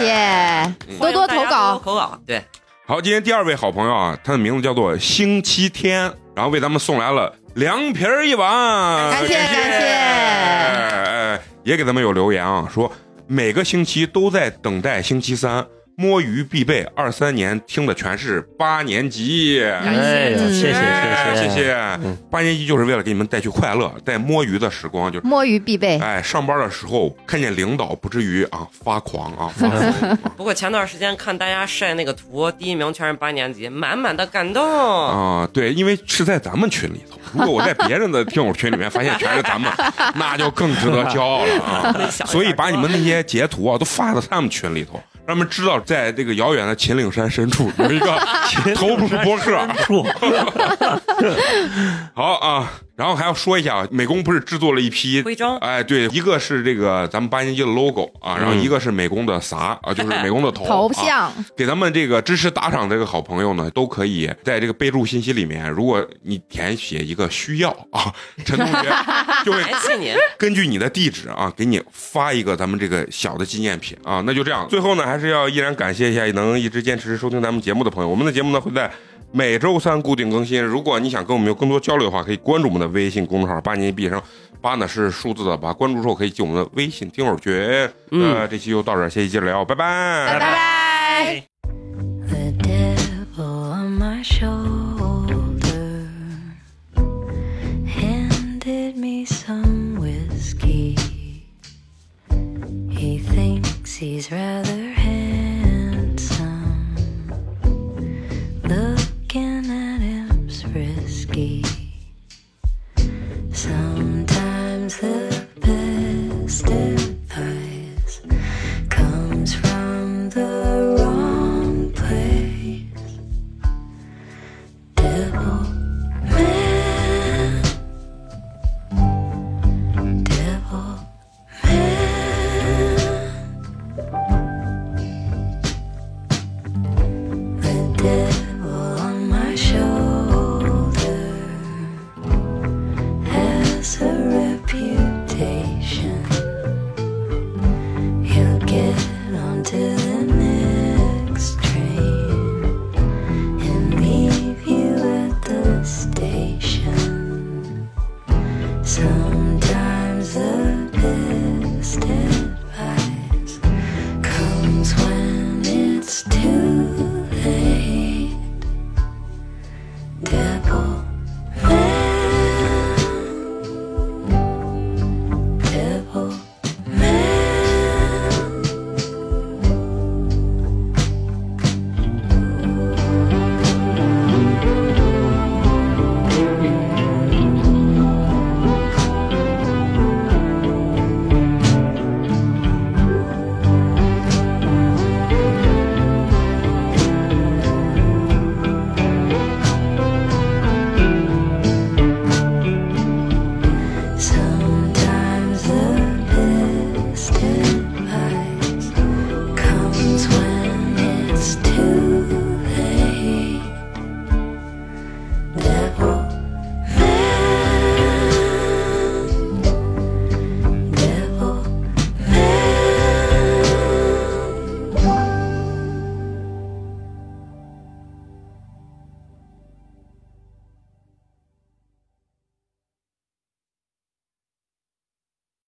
[SPEAKER 3] 谢，多多投稿，
[SPEAKER 2] 投稿，对，
[SPEAKER 1] 好，今天第二位好朋友啊，他的名字叫做星期天，然后为咱们送来了凉皮儿一碗，
[SPEAKER 3] 感谢
[SPEAKER 1] 感
[SPEAKER 3] 感谢
[SPEAKER 1] 哎哎也给咱们有留言啊，说每个星期都在等待星期三，摸鱼必备，二三年听的全是八年级。
[SPEAKER 4] 哎呀，谢谢
[SPEAKER 1] 哎
[SPEAKER 4] 谢
[SPEAKER 1] 谢谢
[SPEAKER 4] 嗯
[SPEAKER 1] 八年级就是为了给你们带去快乐，带摸鱼的时光，就是
[SPEAKER 3] 摸鱼必
[SPEAKER 4] 嗯
[SPEAKER 3] 备。
[SPEAKER 1] 哎，上班的时候看见领导不至于啊发狂 啊 发疯啊
[SPEAKER 2] 不过前段时间看大家晒那个图，第一名全是八年级，满满的感动。
[SPEAKER 1] 啊，对，因为是在咱们群里头。如果我在别人的听友群里面发现全是咱 们，那就更值得骄傲了啊！所以把你 们那些截图啊都发到他们群里头，让他们知道，在这个遥远的秦岭山深处有一 个 头部博客。
[SPEAKER 4] 树，
[SPEAKER 1] 好啊，然后还要说一下，美工不是制作了一批
[SPEAKER 2] 徽章
[SPEAKER 1] 哎，对，一个是这个咱们八年级的 logo 啊，然后一个是美工的啥啊，就是美工的头
[SPEAKER 3] 头
[SPEAKER 1] 啊
[SPEAKER 3] 像，
[SPEAKER 1] 给咱们这个支持打赏这个好朋友呢，都可以在这个备注信息里面，如果你填写一个需要啊， 陈同学就会
[SPEAKER 2] 感谢你，
[SPEAKER 1] 根据你的地址啊，给你发一个咱们这个小的纪念品啊。那就这样，最后呢，还是要依然感谢一下能一直坚持收听咱们节目的朋友。我们的节目呢会在每周三固定更新。如果你想跟我们有更多交流的话，可以关注我们的微信公众号“八年级毕业生”，八呢是数字的八，关注之后可以进我们的微信听友群。
[SPEAKER 2] 嗯
[SPEAKER 1] 呃，这期就到这儿，下期接着聊，拜拜
[SPEAKER 3] 拜拜。
[SPEAKER 5] The devil on my shoulder handed me some whiskey. He thinks he's rather